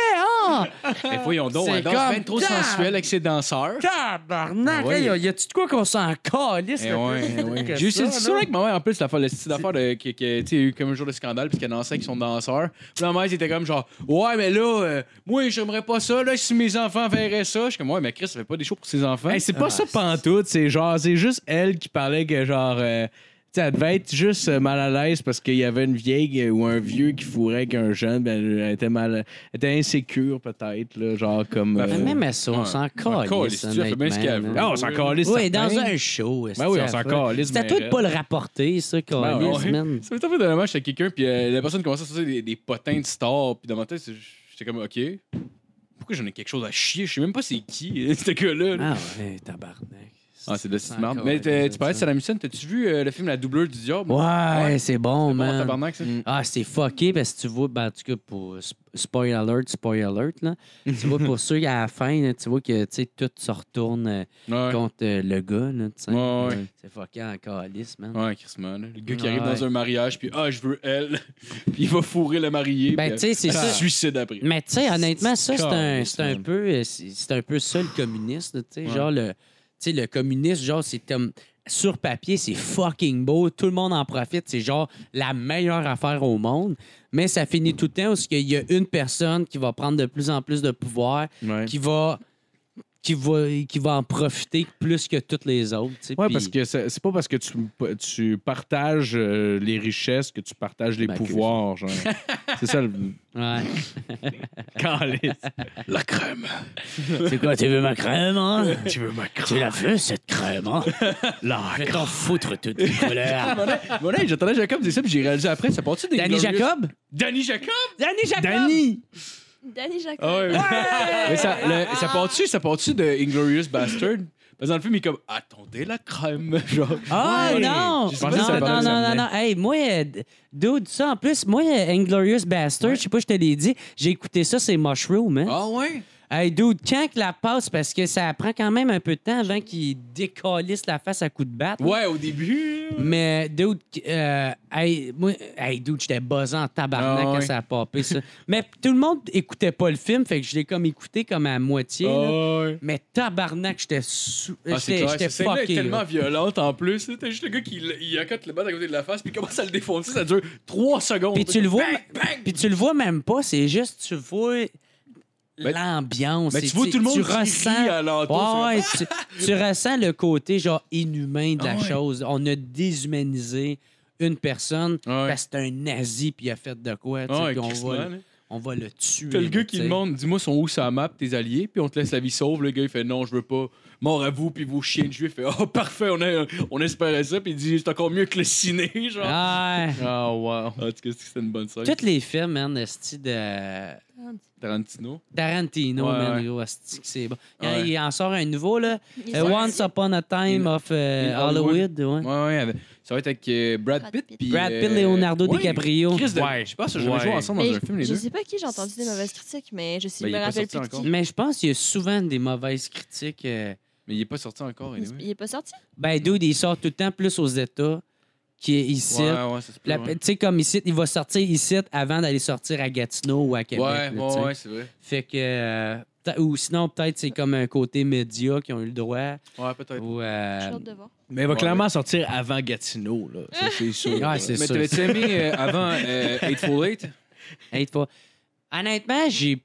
S3: Ah,
S4: hein?
S3: Mais voyons donc,
S4: C'est
S3: elle danse
S4: comme
S3: bien trop
S4: ça.
S3: sensuelle avec ses danseurs.
S4: Tabarnak!
S3: Ouais.
S4: hey, y a-tu de quoi qu'on s'en calisse?
S3: Eh
S4: là,
S3: ouais,
S4: plus
S3: eh ouais.
S4: que
S3: J'ai eu
S4: ça,
S3: cette
S4: là?
S3: histoire avec ma mère en plus, l'affaire, le style d'affaire de, qui, qui- tu sais, il y a eu comme un jour de scandale puisqu'elle dansait avec son danseur. Puis la mère, c'était comme genre, ouais, mais là, euh, moi, j'aimerais pas ça, là, si mes enfants verraient ça. Je suis comme, ouais, mais Chris, ça fait pas des shows pour ses enfants. Ah.
S5: Hey, c'est pas ça pantoute, c'est genre, c'est juste elle qui parlait que genre, euh, tu sais, elle devait être juste euh, mal à l'aise parce qu'il y avait une vieille euh, ou un vieux qui fourrait qu'un jeune, ben, elle était mal, elle était insécure peut-être, là, genre comme.
S4: Bah, Mais
S5: euh,
S4: même à ça, on
S3: ouais. On
S4: s'en
S3: s'en
S4: calisse.
S3: calisse, tu as fait bien ce qu'elle
S4: honnêtement,
S3: veut.
S5: Ah,
S4: là.
S5: on s'en calisse.
S4: Oui,
S5: certain.
S4: dans un show. est-ce
S5: Ben oui,
S4: que
S5: on
S4: ça
S5: s'en
S4: fait?
S5: calisse,
S4: C'était
S5: mais
S4: tout de
S5: raide.
S4: pas le rapporter, ça,
S5: Ben
S4: calisse,
S3: Ah, ouais.
S4: man.
S3: Ça m'est un peu de la match avec quelqu'un, puis euh, la personne commençait à sortir des, des potins de stars, puis dans ma tête, c'est- j'étais comme, OK, pourquoi j'en ai quelque chose à chier? Je sais même pas c'est qui, ce gars-là. là.
S4: Ah ouais, tabarnak.
S3: Ah, c'est de la
S4: Sans
S3: merde. Mais t'es-
S4: calisse,
S3: tu parlais de
S4: ça.
S3: Saddam Hussein, t'as-tu vu euh, le film La doubleur du diable?
S4: Ouais,
S3: Ouais.
S4: c'est bon,
S3: Bon,
S4: man.
S3: Oh, tabarnak, ça.
S4: Ah, c'est fucké parce que tu vois, ben, en tout cas, pour sp- spoil alert, spoil alert, là, tu vois, pour ceux à la fin, là, tu vois que tu sais, tout se retourne euh,
S3: Ouais.
S4: contre euh, le gars. Là, tu sais.
S3: Ouais, ouais.
S4: C'est fucké en calice, man.
S3: Ouais, Chris Mann, là. Le gars qui
S4: Ouais.
S3: arrive dans un mariage, puis ah, je veux elle. puis il va fourrer la mariée.
S4: Ben,
S3: puis
S4: tu sais, c'est
S3: elle
S4: ça.
S3: se suicide après.
S4: Mais tu sais, honnêtement, ça, c'est un,
S5: Caliste,
S4: c'est un
S5: man.
S4: peu euh, c'est c'est un peu ça, le communiste. là, Tu sais,
S3: Ouais.
S4: genre, le, tu sais, le communiste, genre, c'est comme. Sur papier, c'est fucking beau. Tout le monde en profite. C'est genre la meilleure affaire au monde. Mais ça finit tout le temps où il y a une personne qui va prendre de plus en plus de pouvoir,
S5: Ouais.
S4: qui va qui va qui va en profiter plus que toutes les autres. tu sais,
S5: Ouais,
S4: puis-
S5: parce que c'est c'est pas parce que tu, tu partages euh, les richesses que tu partages les
S4: Ben, que-
S5: pouvoirs. genre. c'est ça le.
S4: Ouais.
S5: Calice.
S3: La crème.
S4: C'est quoi, tu veux ma crème, hein? Tu veux ma crème? Tu la veux, cette crème, hein? Là, je vais t'en foutre toute les couleurs.
S3: Voilà, j'attendais Jacob dire ça, puis j'ai réalisé après, ça part-tu des.
S4: Danny
S3: Glorious-
S4: Jacob?
S3: Danny Jacob?
S4: Danny Jacob!
S5: Danny!
S1: Danny Jacob.
S3: Ah ouais. Mais ça, le- ça part-tu, ça part-tu de Inglorious Bastard? Parce que dans le film, il est comme Attendez la crème. Genre.
S4: Ah
S5: Ouais.
S4: non!
S5: Je
S4: Non,
S5: pensais que c'était
S4: non,
S5: pas
S4: non,
S5: ça,
S4: non,
S5: mais-
S4: non. Hey, moi, euh, dude, ça en plus, moi, euh, Inglorious Bastard, je sais pas, je te l'ai dit, j'ai écouté ça, c'est Mushroom, hein?
S3: Ah ouais?
S4: Hey, dude, quand que la passe, parce que ça prend quand même un peu de temps avant qu'il décalisse la face à coups de batte.
S3: Ouais, au début.
S4: Mais, dude, euh, hey, moi, hey, dude, j'étais buzzant en tabarnak
S5: Ah,
S4: quand
S5: ouais.
S4: ça a popé, ça. Mais tout le monde écoutait pas le film, fait que je l'ai comme écouté comme à moitié. là.
S3: Ah ouais.
S4: Mais tabarnak, j'étais sou...
S3: Ah, c'est
S4: j'étais
S3: clair,
S4: j'étais
S3: cette scène-là est
S4: fucké.
S3: tellement
S4: là.
S3: violente en plus. là. T'as juste le gars qui l- il accote le bat à côté de la face, puis il commence à le défoncer. Ça dure 3 secondes. Ben,
S4: Puis tu le vois,
S3: Bang, bang!
S4: puis tu le vois même pas, c'est juste tu vois l'ambiance.
S3: Mais
S4: C'est-
S3: tu vois tout le monde
S4: tu
S3: qui
S4: ressens,
S3: rit alentour,
S4: Ouais, ouais, tu, tu ressens le côté genre inhumain de la
S3: Ah ouais.
S4: chose. On a déshumanisé une personne
S5: Ah ouais.
S4: parce que c'est un nazi puis il a fait de quoi, tu sais,
S3: Ah ouais,
S4: puis on
S3: Chris
S4: va,
S3: Mann, hein.
S4: on va le tuer.
S3: T'as le gars
S4: là,
S3: qui
S4: tu sais.
S3: demande, dis-moi, sont où sa map, tes alliés, puis on te laisse la vie sauve. Le gars, il fait non, je veux pas. Mort à vous, puis vos chiens de juifs. Il fait oh, parfait, on, a- on espérait ça, puis il dit, c'est encore mieux que le ciné, genre. Ah,
S4: Ah, ouais.
S5: Ah, wow.
S3: en tout cas, c'est une bonne scène.
S4: Tous les films, man, esti de
S3: Tarantino.
S4: Tarantino,
S3: Ouais,
S4: man,
S3: ouais.
S4: gros, esti que c'est bon. Quand
S3: Ouais.
S4: il en sort un nouveau, là,
S1: Il
S4: euh,
S1: est
S4: Once Upon a Time
S3: In-
S4: of euh,
S3: In
S4: Hollywood, ouais.
S3: Ouais, ouais, avec- ça va être avec euh, Brad Pitt. puis,
S4: Brad Pitt,
S3: euh,
S4: Leonardo
S3: ouais,
S4: DiCaprio.
S3: Chris de-
S5: Ouais.
S3: Je pense que je
S5: Ouais.
S3: vais jouer ensemble dans
S1: Mais
S3: un film, les
S1: je
S3: deux.
S1: sais pas à qui j'ai entendu des mauvaises critiques, mais je sais,
S3: Ben, il
S1: je
S3: est
S1: me
S3: pas
S1: rappelle
S3: sorti
S1: plus de
S3: encore.
S1: qui.
S4: Mais je pense qu'il y a souvent des mauvaises critiques. euh.
S3: Mais il est pas sorti encore. anyway.
S1: Il est pas sorti?
S4: Ben, dude, il sort tout le temps plus aux États qu'ici.
S3: Ouais, ouais, ça se peut,
S4: La-
S3: ouais.
S4: Tu sais, comme ici, il va sortir ici avant d'aller sortir à Gatineau ou à Québec.
S3: Ouais,
S4: là,
S3: ouais,
S4: tu sais.
S3: ouais, c'est vrai.
S4: Fait que. euh, peut- Ou sinon, peut-être c'est comme un côté média qui ont eu le droit.
S3: Ouais, peut-être.
S4: Ou, euh,
S1: Je suis hâte de voir.
S5: Mais il va
S3: Ouais.
S5: clairement sortir avant Gatineau, là. Ça, c'est sûr.
S4: Ouais, Ah, c'est
S3: Mais
S4: sûr.
S3: t'avais-tu aimé euh, avant euh, Eightful Eight?
S4: Hey, t'es pas- Honnêtement, j'ai p-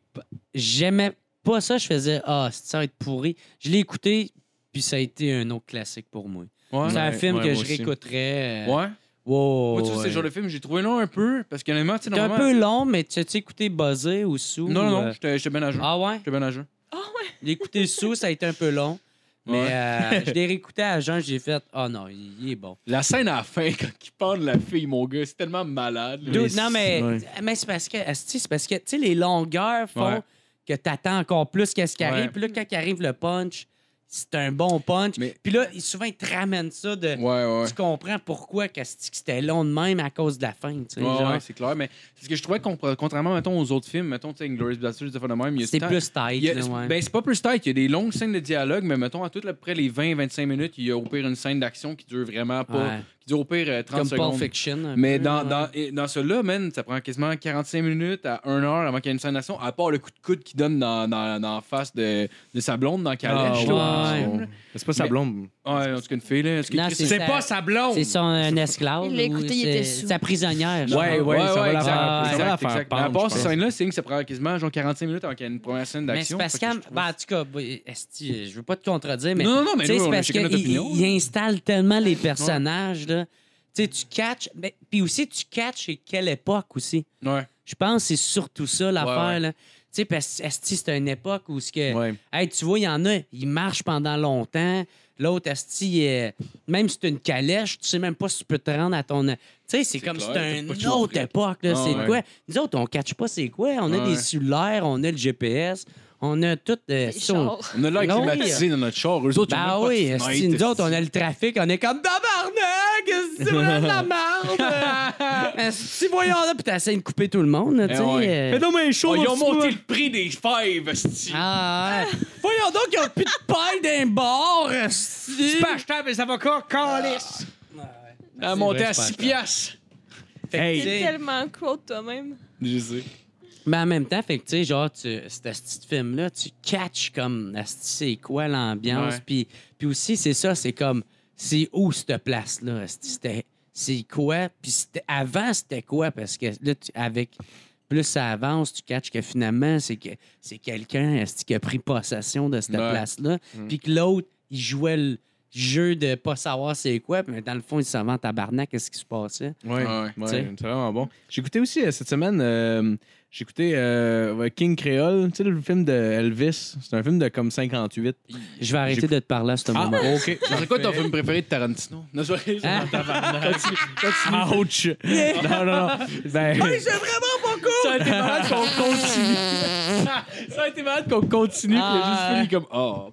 S4: j'aimais pas ça. Je faisais Ah, ça va être pourri. Je l'ai écouté, puis ça a été un autre classique pour moi.
S3: Ouais.
S4: c'est un
S5: Ouais,
S4: film
S5: ouais,
S4: que
S5: moi
S4: je
S5: aussi.
S4: réécouterais. euh,
S3: Ouais.
S4: wow,
S3: Moi, tu sais,
S4: ouais.
S3: ce genre de film, j'ai trouvé long un peu, parce qu'honnêtement, tu sais,
S4: C'est un
S3: normalement...
S4: peu long, mais tu as écouté Buzzé ou Sous?
S3: Non, non,
S4: ou,
S3: non,
S4: euh,
S3: j'étais j'étais bien à jour.
S4: Ah ouais?
S3: J'étais bien à jour.
S4: L'écouter Sous, ça a été un peu long. Mais
S3: Ouais.
S4: euh, je l'ai réécouté à Jean, j'ai fait Ah non, il il est bon.
S3: La scène à la fin, quand il parle de la fille, mon gars, c'est tellement malade. là.
S4: Dude, non, mais,
S5: ouais.
S4: mais c'est parce que, esti, c'est parce que, tu sais, les longueurs font
S3: Ouais.
S4: que t'attends encore plus qu'est-ce qui
S3: Ouais.
S4: arrive. Puis là, quand il arrive le punch, c'est un bon punch.
S3: Mais-
S4: Puis là, il- souvent, ils te ramènent ça de.
S3: Ouais, ouais.
S4: Tu comprends pourquoi qu'esti, que c'était long de même à cause de la fin, tu sais.
S3: Ouais,
S4: genre,
S3: ouais, c'est clair, mais c'est ce que je trouvais, compre- contrairement, mettons, aux autres films, mettons, tu sais, Inglourious Basterds, des affaires de même, il y a
S4: c'est
S3: tant-
S4: plus tight,
S3: il y a-
S4: là, ouais.
S3: Ben, c'est pas plus tight, il y a des longues scènes de dialogue, mais mettons, à tout à peu près les 20-25 minutes, il y a au pire une scène d'action qui dure vraiment pas...
S4: Ouais.
S3: qui dure au pire euh, 30
S4: Comme
S3: secondes.
S4: Pulp Fiction. un
S3: Mais
S4: peu,
S3: dans,
S4: ouais.
S3: dans, et dans celui-là, man, ça prend quasiment 45 minutes à 1 heure avant qu'il y ait une scène d'action, à part le coup de coude qu'il donne dans, dans, dans la face de, de sa blonde dans Calèche.
S4: Ah,
S3: là,
S4: ouais.
S3: dans le film,
S5: C'est pas sa
S3: Mais-
S5: blonde.
S3: là. Ouais, en tout cas, une fille, là. en tout cas,
S4: Non,
S3: Chris-
S4: c'est sa-
S5: sa blonde!
S4: C'est son euh, un esclave.
S1: Il l'a
S4: ou
S1: écouté, il
S4: c'est-
S1: était
S4: c'est
S1: sous.
S4: Sa prisonnière. genre.
S5: Ouais, ouais, ça va la
S3: exact,
S5: faire-
S4: ça va
S3: exact,
S5: la faire
S3: exact.
S5: pendre,
S3: Mais à part
S5: je
S3: cette
S5: pense.
S3: scène-là, c'est que ça prend quasiment genre 45 minutes avant qu'il y ait une première scène
S4: Mais c'est
S3: d'action.
S4: parce
S3: fait que
S4: que,
S3: je trouve-
S4: ben, en tout cas, ben, esti, je veux pas te contredire, mais.
S3: Non, non, non, mais
S4: Tu sais,
S3: nous,
S4: c'est
S3: on a
S4: parce
S3: chacun notre
S4: qu'il
S3: opinion.
S4: il installe tellement les personnages, là. Tu sais, tu catches. ben, Puis aussi, tu catches chez quelle époque aussi.
S3: Ouais.
S4: Je pense que c'est surtout ça l'affaire,
S3: Ouais, ouais.
S4: là. Tu sais, parce que esti, c'est une époque où ce que.
S5: Ouais.
S4: Hey, tu vois, il y en a, il marche pendant longtemps. L'autre, esti, il est- même si c'est une calèche, tu sais même pas si tu peux te rendre à ton. Tu sais, c'est
S3: C'est
S4: comme si
S3: clair,
S4: c'était
S3: t'as pas de
S4: une
S3: choix,
S4: autre
S3: frère.
S4: époque. Là,
S3: Ah,
S4: c'est
S3: ouais.
S4: quoi? Nous autres, on ne catch pas c'est quoi. On a
S3: Ah,
S4: des
S3: ouais.
S4: cellulaires, on a le GPS, on a tout. euh,
S1: Les
S4: ça,
S1: chars.
S3: On a l'air
S4: Non,
S3: climatisé dans notre char. Eux autres, ils ont
S4: Ben
S3: même pas de
S4: oui,
S3: fenêtre,
S4: esti, nous autres, on a le trafic, on est comme tabarnak, esti, c'est vraiment de la merde. Esti, voyons là, puis t'essaies de couper tout le monde, là, tu
S3: Eh
S4: sais.
S3: ouais.
S4: euh.
S5: Mais non, mais
S3: Oh,
S5: chaud,
S3: ils ont monté le prix des fives, esti.
S4: Ah, ouais. Voyons donc, ils ont plus de paille d'un bar, esti.
S5: achetable, mais ça va quoi? Calice!
S3: À monter
S4: vrai,
S3: à
S4: c'est pas
S3: 6
S4: cher.
S3: piastres.
S1: T'es
S4: T'sais.
S1: tellement quote toi-même.
S3: Je sais.
S4: Mais en même temps, fait que, tu sais, genre, tu, ce petit film-là, tu catches comme, esti, c'est quoi l'ambiance.
S3: Ouais.
S4: Puis, puis aussi, c'est ça, c'est comme, c'est où cette place-là? esti, C'était, c'est quoi? Puis c'était- avant, c'était quoi? Parce que là, tu- avec plus ça avance, tu catches que finalement, c'est que c'est quelqu'un esti, qui a pris possession de cette
S3: Ouais. Mm.
S4: place-là. Puis que l'autre, il jouait le jeu de pas savoir c'est quoi. Puis dans le fond, il s'en va en tabarnak, qu'est-ce qui se passait?
S5: Ouais,
S3: Ah
S5: ouais,
S3: ouais.
S4: T'sais.
S5: c'est vraiment bon. J'ai écouté aussi euh, cette semaine, euh, j'ai écouté euh, King Creole, tu sais, le film de Elvis. C'est un film de comme 58.
S4: Je vais arrêter de te parler à
S3: Ah!
S4: ce moment-là.
S5: ok.
S3: Ça serait quoi ton film préféré de Tarantino? Non, c'est vrai,
S4: Hein?
S3: c'est- Continue, continue.
S5: Ouch! non, non, non. Ben,
S4: c'est vraiment pas cool!
S3: Ça a été malade qu'on continue. ça a été malade qu'on continue. puis il a juste
S4: Ah,
S3: fini comme. Oh.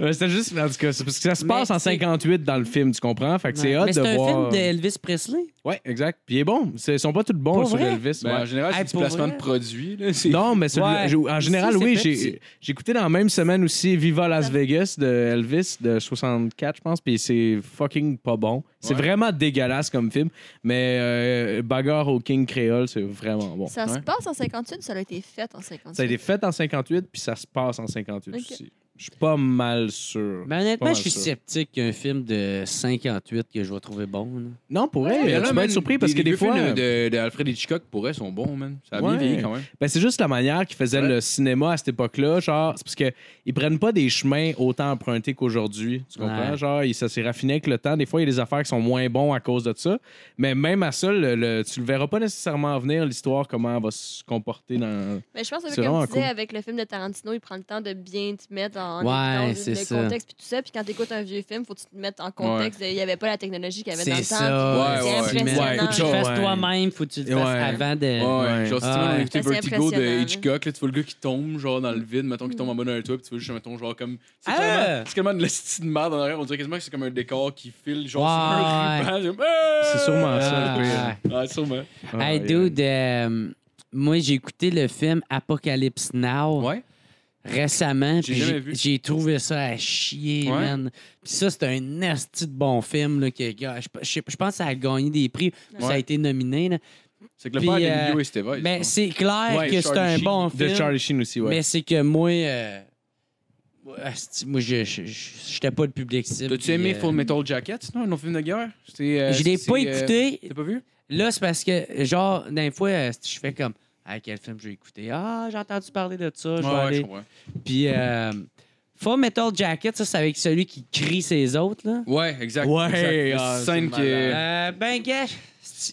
S5: Ouais, C'était juste, en tout cas, c'est parce que ça se
S4: Mais
S5: passe en
S4: c'est-
S5: 58 dans le film, tu comprends? Fait que c'est hot
S4: Mais
S5: de
S4: c'est un
S5: voir. euh,
S4: film d'Elvis Presley.
S5: Ouais, exact. Puis il est bon. C'est- Ils sont pas tous bons
S4: Pour
S5: sur
S4: vrai?
S5: Elvis.
S3: Ben,
S5: ouais.
S3: en général, c'est
S4: Hey,
S3: du
S4: pour
S3: placement
S4: vrai?
S3: de produit. là. C'est-
S5: Non, mais celui-
S4: Ouais.
S5: j'ai- en
S4: Ici,
S5: général,
S4: c'est
S5: oui,
S4: Pepsi.
S5: j'ai j'ai écouté dans la même semaine aussi Viva Las Vegas de Elvis de 64, je pense, puis c'est fucking pas bon. C'est
S3: Ouais.
S5: vraiment dégueulasse comme film, mais euh, Bagarre au King Creole, c'est vraiment bon.
S1: Ça se
S3: ouais.
S1: passe en 58, ça a été fait en 58.
S5: Ça a été fait en 58, puis ça se passe en 58
S1: Ok.
S5: aussi. Je suis pas mal sûr.
S3: Ben,
S5: Pas
S4: Mais Ben, honnêtement,
S5: mal
S4: je suis
S5: sûr.
S4: sceptique qu'il y ait un film de 58 que je vais trouver bon. là.
S5: Non, pour vrai,
S3: Mais
S5: tu vas
S3: man,
S5: être surpris parce que des
S3: vieux
S5: fois...
S3: films de, de Alfred Hitchcock pour eux sont bons, man. Ça a
S5: Ouais.
S3: bien vieilli quand même.
S5: Ben, c'est juste la manière qu'ils faisaient
S3: Ouais.
S5: le cinéma à cette époque-là. Genre, c'est parce qu'ils prennent pas des chemins autant empruntés qu'aujourd'hui. Tu comprends?
S4: Ouais.
S5: Genre, ils- ça s'est raffiné avec le temps. Des fois, il y a des affaires qui sont moins bons à cause de ça. Mais même à ça, le, le- tu le verras pas nécessairement venir, l'histoire, comment elle va se comporter dans.
S1: Mais je pense que
S5: C'est
S1: comme
S5: vraiment
S1: tu disais,
S5: cool.
S1: avec le film de Tarantino, il prend le temps de bien te mettre en
S4: Ouais,
S1: évidence
S4: c'est
S1: le
S4: ça.
S1: contexte puis tout ça. Puis quand tu écoutes un vieux film, faut que tu te mettes en contexte. de- Il n'y avait pas la technologie qu'il y avait dans
S4: C'est
S1: le
S4: ça.
S1: temps. puis
S3: Ouais,
S1: c'est
S3: ouais.
S4: Faut
S1: impressionnant.
S4: que tu
S5: Ouais.
S4: le fasses toi-même, faut que tu le fasses
S5: Ouais.
S4: avant de.
S3: Ouais, ouais. Genre, si tu
S4: Ah,
S3: on a
S4: ouais.
S3: écouté
S1: Ça, c'est
S3: Vertigo de
S1: impressionnant,
S3: Hitchcock, là, tu vois le gars qui tombe, genre, dans le vide, mettons, qui tombe en bas d'un toit, puis tu vois juste, mettons, genre, comme. C'est
S4: Ah!
S3: tellement- c'est tellement de la style de merde en arrière, on dirait quasiment que c'est comme un décor qui file, genre, sur un
S4: Ouais.
S3: ruban. j'ai comme, Ah!
S5: C'est sûrement ça. le
S4: Ah.
S5: pire.
S3: Ah, sûrement.
S5: Ah,
S4: Hey, dude, euh, moi, j'ai écouté le film Apocalypse Now
S3: Ouais.
S4: récemment.
S3: J'ai
S4: puis
S3: jamais
S4: J'ai
S3: vu.
S4: j'ai trouvé ça à chier,
S3: Ouais.
S4: man. Puis ça, c'est un asti de bon film. Là, que, gars, je, je- je pense que ça a gagné des prix. puis Ça a
S3: Ouais.
S4: été nominé. là.
S3: C'est que le
S4: Puis,
S3: père
S4: euh,
S3: d'Emilio et Esteva.
S4: Mais c'est clair
S3: Ouais,
S4: que c'est
S3: Charlie
S4: un
S3: Sheen.
S4: bon
S5: De
S4: film.
S5: Charlie Sheen aussi, ouais.
S4: Mais c'est que moi... euh, asti, moi, je je- je- j'étais pas le public cible.
S3: T'as-tu
S4: puis,
S3: aimé euh,
S4: euh,
S3: Full Metal Jacket, sinon, un autre film de guerre Je
S4: Je l'ai pas écouté.
S3: T'as pas vu
S4: Là, c'est parce que, genre, d'un fois, euh, je fais comme, ah, quel film je vais écouter? Ah, j'ai entendu parler de ça, je vais
S3: Ouais, ouais, je
S4: aller.
S3: comprends.
S4: Puis, euh, Full Metal Jacket, ça, c'est avec celui qui crie ses autres, là.
S3: Ouais, exact.
S5: Ouais,
S3: exact.
S5: ah,
S3: La scène
S5: c'est
S3: qui est.
S4: Euh, ben, gars, je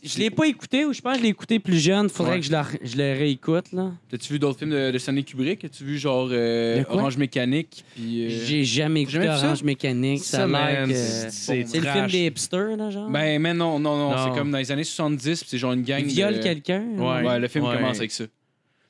S4: je l'ai pas écouté ou je pense que je l'ai écouté plus jeune. Faudrait
S3: Ouais.
S4: que je le, re- je le réécoute, là.
S3: T'as-tu vu d'autres films de, de Stanley Kubrick As-tu vu genre euh,
S4: De quoi?
S3: Orange Mécanique puis euh,
S4: J'ai jamais écouté
S3: jamais vu ça?
S4: Orange Mécanique. Ça,
S5: Ça,
S4: a l'air
S5: man,
S4: que-
S5: c'est- c'est
S4: C'est le film
S5: trash.
S4: des hipsters, là, genre.
S3: Ben mais non, non, non,
S5: Non.
S3: c'est comme dans les années 70, puis c'est genre une gang
S4: Ils violent
S3: de...
S4: quelqu'un. là.
S3: Ouais, le film
S5: Ouais.
S3: commence avec ça.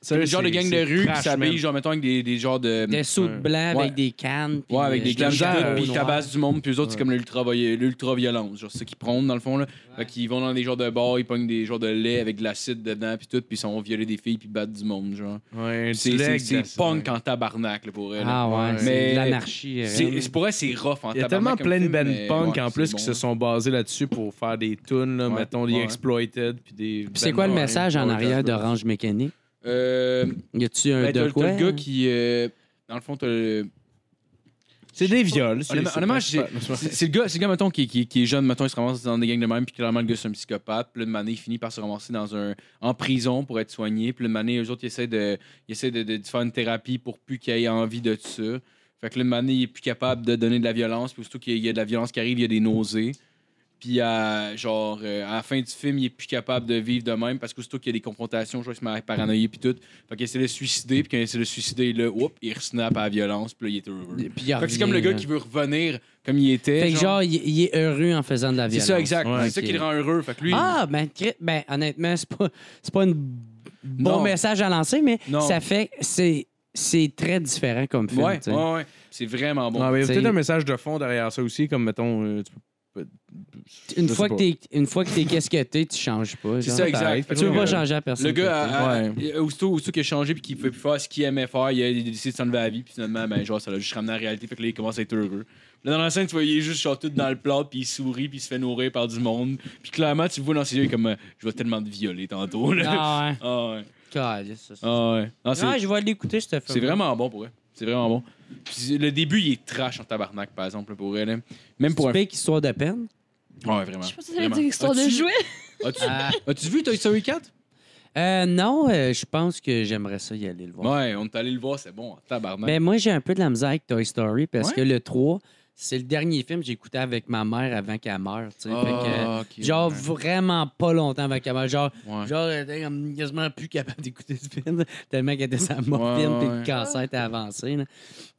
S5: Ça,
S3: C'est le genre de gang de
S5: c'est
S3: rue qui
S5: trash, man.
S3: s'habille genre mettons avec des, des genres de
S4: Des sauts
S5: Ouais.
S4: blancs
S3: Ouais.
S4: avec des cannes. puis,
S3: Ouais, avec
S4: euh,
S3: des
S5: gens
S4: chapeaux
S3: glandes
S5: euh,
S3: puis ils
S4: noirs.
S3: tabassent du monde, puis eux autres, c'est
S5: Ouais.
S3: comme l'ultra-violence. Genre, c'est ça qu'ils prônent, dans le fond, là. Fait qu'ils vont dans des genres de bars, ils pognent des genres de lait avec de l'acide dedans, puis tout, puis ils sont violer des filles, puis battent du monde, genre.
S5: Ouais, du
S3: C'est
S5: leg,
S3: c'est-
S5: de la-
S3: c'est punk en tabarnak, là, pour elle.
S4: Ah ouais, c'est
S3: Mais-
S4: de l'anarchie. euh,
S3: C'est
S4: vraiment.
S3: c'est- pour elle, c'est rough en
S5: Il y a
S3: tabarnak
S5: tellement
S3: comme
S5: plein de
S3: film,
S5: bands
S3: mais
S5: punk
S3: ouais,
S5: en
S3: c'est
S5: plus
S3: bon,
S5: qui
S3: là.
S5: se sont basés là-dessus pour faire des tunes, là,
S3: Ouais.
S5: mettons, les
S3: Ouais.
S5: Exploited. Puis des.
S4: Puis c'est
S3: Ben,
S4: quoi le message en arrière d'Orange Mécanique?
S3: Euh,
S4: Y a-tu un
S3: ben, t'as
S4: de
S3: le-
S4: quoi?
S3: t'as le gars qui. euh, Dans le fond, t'as le.
S5: C'est des viols.
S3: Honnêtement- honnêtement, j'ai- C'est c'est le gars, c'est le gars, mettons, qui, qui- qui est jeune, mettons, il se ramasse dans des gangs de même, puis clairement, le gars, c'est un psychopathe. Puis là, une manée, il finit par se ramasser dans un, en prison pour être soigné. Puis là, une manée, eux autres, ils essaient de, ils essaient de, de- de faire une thérapie pour plus qu'il ait envie de ça. Fait que là, une manée, il est plus capable de donner de la violence. Puis surtout qu'il y a de la violence qui arrive, il y a des nausées. Puis, à, genre, euh, à la fin du film, il est plus capable de vivre de même parce que surtout qu'il y a des confrontations, genre, il se met à paranoïer, puis tout. Fait qu'il essaie de se suicider, puis quand il essaie de se suicider, là, oups, il resnappe à la violence, puis là, il est heureux.
S4: Puis il
S3: Fait que c'est comme le
S4: revient,
S3: gars
S4: là.
S3: qui veut revenir comme il était.
S4: euh, Fait que genre, il, il est heureux en faisant de la
S3: c'est
S4: violence.
S3: ça, exact.
S5: Ouais,
S3: c'est ça
S4: ok.
S3: qui le rend heureux. Fait que lui,
S4: Ah, ben, cri- ben honnêtement, c'est pas, c'est pas un bon
S3: Non.
S4: message à lancer, mais
S3: Non.
S4: ça fait... C'est, c'est très différent comme film.
S3: ouais,
S4: tu sais.
S3: ouais, ouais. C'est vraiment bon.
S5: il y a
S4: c'est-
S5: peut-être un message de fond derrière ça aussi, comme mettons. euh, tu peux- je
S4: Une,
S5: sais
S4: fois que
S5: pas.
S4: t'es, une fois que t'es qu'est-ce que t'es, tu changes pas.
S3: C'est
S4: genre.
S3: ça, exact.
S5: Fait que
S4: Tu veux
S5: Ouais.
S4: pas changer à personne.
S3: Le gars, a, a-
S5: Ouais.
S3: a- aussitôt, aussitôt qu'il a changé puis qu'il pouvait plus faire ce qu'il aimait faire, il a, il a décidé de s'enlever la vie. Puis finalement, ben, genre, ça l'a juste ramené à la réalité. Fait que là, il commence à être heureux. Là, dans la scène, tu vois, il est juste genre tout dans le plat, puis il sourit, puis il se fait nourrir par du monde. Puis clairement, tu le vois dans ses yeux comme euh, Je vais tellement te violer tantôt. Là.
S4: Ah ouais.
S3: Ah ouais.
S4: Calisse, ça, ça.
S3: Ah ouais. Non, c'est-
S4: Ah, je vais l'écouter, ce film.
S3: C'est vraiment bon pour vrai. C'est vraiment bon. Puis le début, il est trash en tabarnak, par exemple, pour elle. hein. Même pour un.
S4: Tu piques histoire de peine?
S3: Ouais, vraiment.
S1: Je pense que ça veut
S3: Vraiment.
S1: dire histoire de
S3: As-tu-
S1: jouer.
S3: As-tu
S4: Ah.
S3: as-tu vu Toy Story 4?
S4: Euh, non, euh, je pense que j'aimerais ça y aller le voir.
S3: Ouais, on est allé le voir, c'est bon, en tabarnak.
S4: Mais moi, j'ai un peu de la misère avec Toy Story parce
S3: ben. Ouais?
S4: que le 3, c'est le dernier film que j'écoutais avec ma mère avant qu'elle meure. tu sais. Ben, Fait que,
S3: Ah, ok,
S4: genre,
S3: ouais.
S4: vraiment pas longtemps avant qu'elle meure. Genre,
S3: Ouais.
S4: genre elle était comme quasiment plus capable d'écouter ce film tellement qu'elle était sa morphine
S3: Ouais,
S4: puis
S3: ouais.
S4: le cancer était avancé. là.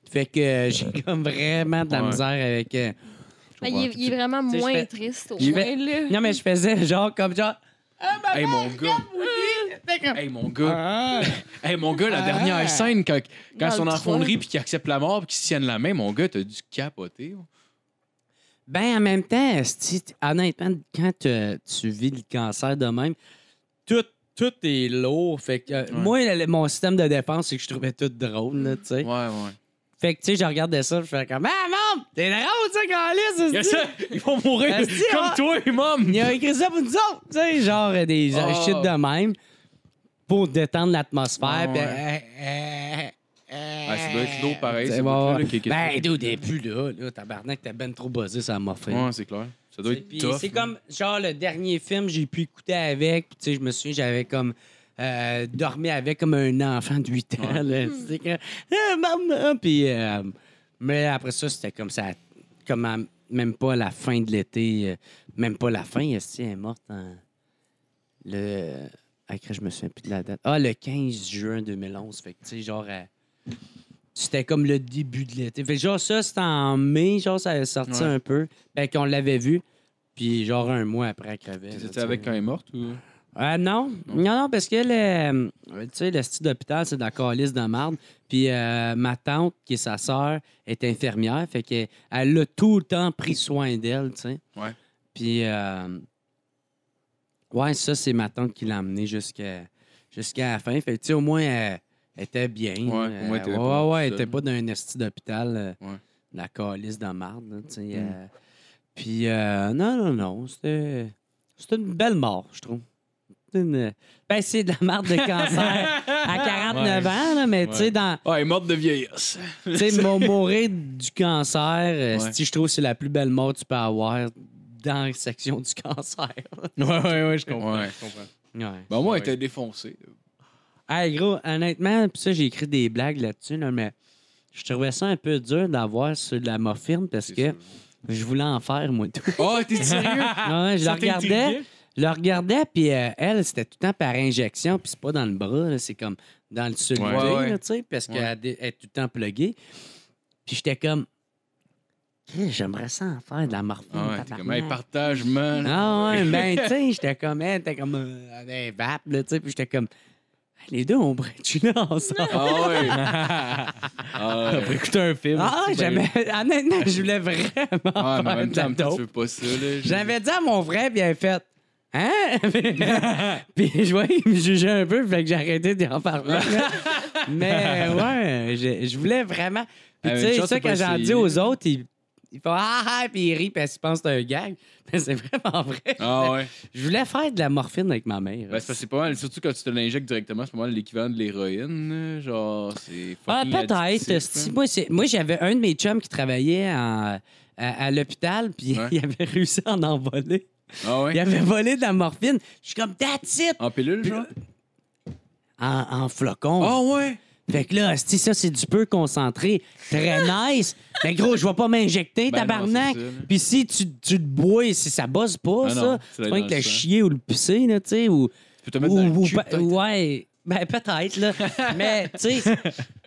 S4: Fait que euh, j'ai comme vraiment de la
S3: Ouais.
S4: misère avec. euh,
S1: Mais il, est- il est vraiment
S4: Tu sais, je
S1: moins
S4: fais-
S1: triste au
S4: je
S1: moins.
S4: fais-
S1: Là.
S4: Non, mais je faisais genre comme genre.
S3: Hey, mon gars.
S4: Fait
S5: était comme.
S3: Hey, mon gars.
S5: Ah.
S3: Hey, mon gars, la dernière
S5: Ah.
S3: scène, quand, quand
S1: Dans
S3: son
S1: le
S3: enfonderie
S1: trône.
S3: puis qu'il accepte la mort puis qu'il se tienne la main, mon gars, t'as dû capoter.
S4: Ben, en même temps, si t- honnêtement, quand euh, tu vis le cancer de même, tout, tout est lourd. Fait que, euh, Moi, le- mon système de défense, c'est que je trouvais tout drôle, là, tu
S3: Ouais,
S4: sais.
S3: ouais.
S4: Fait que, tu sais, je regardais ça, je fais comme, ah, maman, t'es drôle, ça, Calis!
S3: Yes, sir! Ils vont mourir
S4: Esti,
S3: comme
S1: hein?
S4: ah.
S3: toi, mom!
S4: Il a écrit ça pour nous autres, tu sais, genre euh, des
S3: Oh.
S4: euh, shit de même pour détendre l'atmosphère.
S3: Ouais,
S4: puis,
S3: Ah, ouais.
S4: euh, euh, euh,
S3: Ah, ça doit être lourd, pareil,
S4: C'est
S3: ce
S4: bon.
S3: bout-là, là, qui- qui-
S4: Ben, d'où des plus là, là, tabarnak, t'as ben trop buzzé, ça m'a fait.
S3: Ouais, c'est clair. Ça doit être
S4: Puis
S3: tough.
S4: c'est
S3: là.
S4: comme, genre, le dernier film, j'ai pu écouter avec. Puis, tu sais, je me souviens, j'avais comme. euh, dormi avec comme un enfant de 8 ans. là. C'était que, Ah, maman! Puis, euh, mais après ça, c'était comme ça. Comme à- même pas à la fin de l'été. euh, même pas la fin. esti, Elle est morte en. Le. Ah, crée, je me souviens plus de la date. Ah, le 15 juin 2011. Fait que, tu sais, genre. euh, c'était comme le début de l'été. Fait que, genre, ça, c'était en mai. Genre, ça avait sorti
S3: Ouais.
S4: un peu. Fait qu'on l'avait vu. Puis, genre, un mois après, elle crevait. là, tu
S3: T'étais
S4: sais.
S3: avec quand elle est morte ou.
S4: Euh, non. non, non, parce que le, euh, tu sais, le style d'hôpital, c'est de la calice de marde. Puis euh, ma tante, qui est sa sœur, est infirmière. Fait qu'elle elle a tout le temps pris soin d'elle, tu sais.
S3: Ouais.
S4: Puis, euh, ouais, ça, c'est ma tante qui l'a amenée jusqu'à jusqu'à la fin. Fait que, tu sais, au moins, elle, elle était bien. Euh,
S3: Ouais, au moins, elle était
S4: ouais,
S3: pas
S4: ouais,
S3: toute
S4: elle était
S3: seule.
S4: pas dans un esti d'hôpital, euh,
S3: Ouais. Mm.
S4: de la calice de marde, là, tu sais. euh, puis, euh, non, non, non, c'était... C'est une belle mort, je trouve. C'est une- Ben, c'est de la marde de cancer à 49
S5: Ouais.
S4: ans, là, mais tu sais, dans...
S3: Ah, elle est morte de vieillesse.
S4: tu sais, mo- mourir du cancer, euh,
S3: Ouais.
S4: si je trouve que c'est la plus belle mort que tu peux avoir dans la section du cancer.
S5: Ouais, ouais, ouais, je comprends.
S3: Ouais.
S5: je comprends.
S4: ouais.
S3: Ben, moi, elle
S5: Ouais.
S3: était défoncée.
S4: Hey, gros, honnêtement, pis ça, j'ai écrit des blagues là-dessus, là, mais je trouvais ça un peu dur d'avoir sur de la morphine parce que je voulais en faire, moi, tout.
S3: Oh, t'es sérieux?
S4: Non, ouais, je la
S5: Ça t'intriguait?
S4: regardais. Je la regardais, puis euh, elle, c'était tout le temps par injection, puis c'est pas dans le bras, là, c'est comme dans le sulté,
S3: Ouais, ouais.
S4: là, tu sais, parce
S3: Ouais.
S4: qu'elle dé- elle est tout le temps pluguée. Puis j'étais comme, Hey, j'aimerais ça en faire de la morphine.
S3: Ah, ouais, t'es comme,
S4: tabarnak.
S3: hey, partage-moi. là.
S4: Ah ouais, ben, tu sais, j'étais comme, elle était comme euh, des vapes, là, tu sais, puis j'étais comme, Hey, les deux, on pourrait être là ensemble.
S3: Ah, ouais. Ah, ouais.
S5: Après écouter un film.
S4: Ah,
S5: c'est
S4: j'aimais, honnêtement, je voulais vraiment.
S3: Ah, mais en même temps, en
S4: faire de la
S3: même temps,
S4: dope.
S3: tu veux pas ça, là.
S4: J'avais dit à mon frère, puis il avait fait. Hein? puis je voyais, il me jugeait un peu, fait que j'ai arrêté d'en parler. Mais euh, ouais, je, je voulais vraiment. Puis
S3: Ah,
S4: tu
S3: une
S4: sais,
S3: chose,
S4: ça,
S3: c'est
S4: quand
S3: pas
S4: j'en dis
S3: essayer.
S4: aux autres, ils, ils font Ah ah, puis ils rient parce qu'ils pensent que c'est un gag. Mais c'est vraiment vrai.
S3: Ah, ouais.
S4: Je voulais faire de la morphine avec ma mère.
S3: Ben, c'est parce que c'est pas mal. Surtout quand tu te l'injectes directement, c'est pas mal l'équivalent de l'héroïne. là. Genre, c'est.
S4: Ah,
S3: fucking addictif, hein.
S4: peut-être.
S3: là.
S4: si- Moi, c'est- moi, j'avais un de mes chums qui travaillait en- à, à l'hôpital, puis
S3: Ouais.
S4: il avait réussi à en envoler.
S3: Ah,
S4: Il
S3: ouais.
S4: avait volé de la morphine. Je suis comme, that's it!
S3: En pilule, genre?
S4: euh, en, en flocon.
S3: Ah, ouais.
S4: Fait que là, si ça, c'est du peu concentré. Très nice. Mais gros, je vais pas m'injecter,
S3: Ah! Ben non,
S4: tabarnak.
S3: c'est ça, là.
S4: Puis si tu, tu te bois, si ça bosse pas,
S3: Ah non,
S4: ça,
S3: tu l'as
S4: c'est pas
S3: dans
S4: que t'as
S3: le sang.
S4: chié ou le pissé, là, tu sais, ou...
S3: Tu peux te mettre dans
S4: ou-
S3: le
S4: ou
S3: cul,
S4: pa-
S3: peut-être.
S4: ouais. Ben, peut-être, là. Mais, tu sais...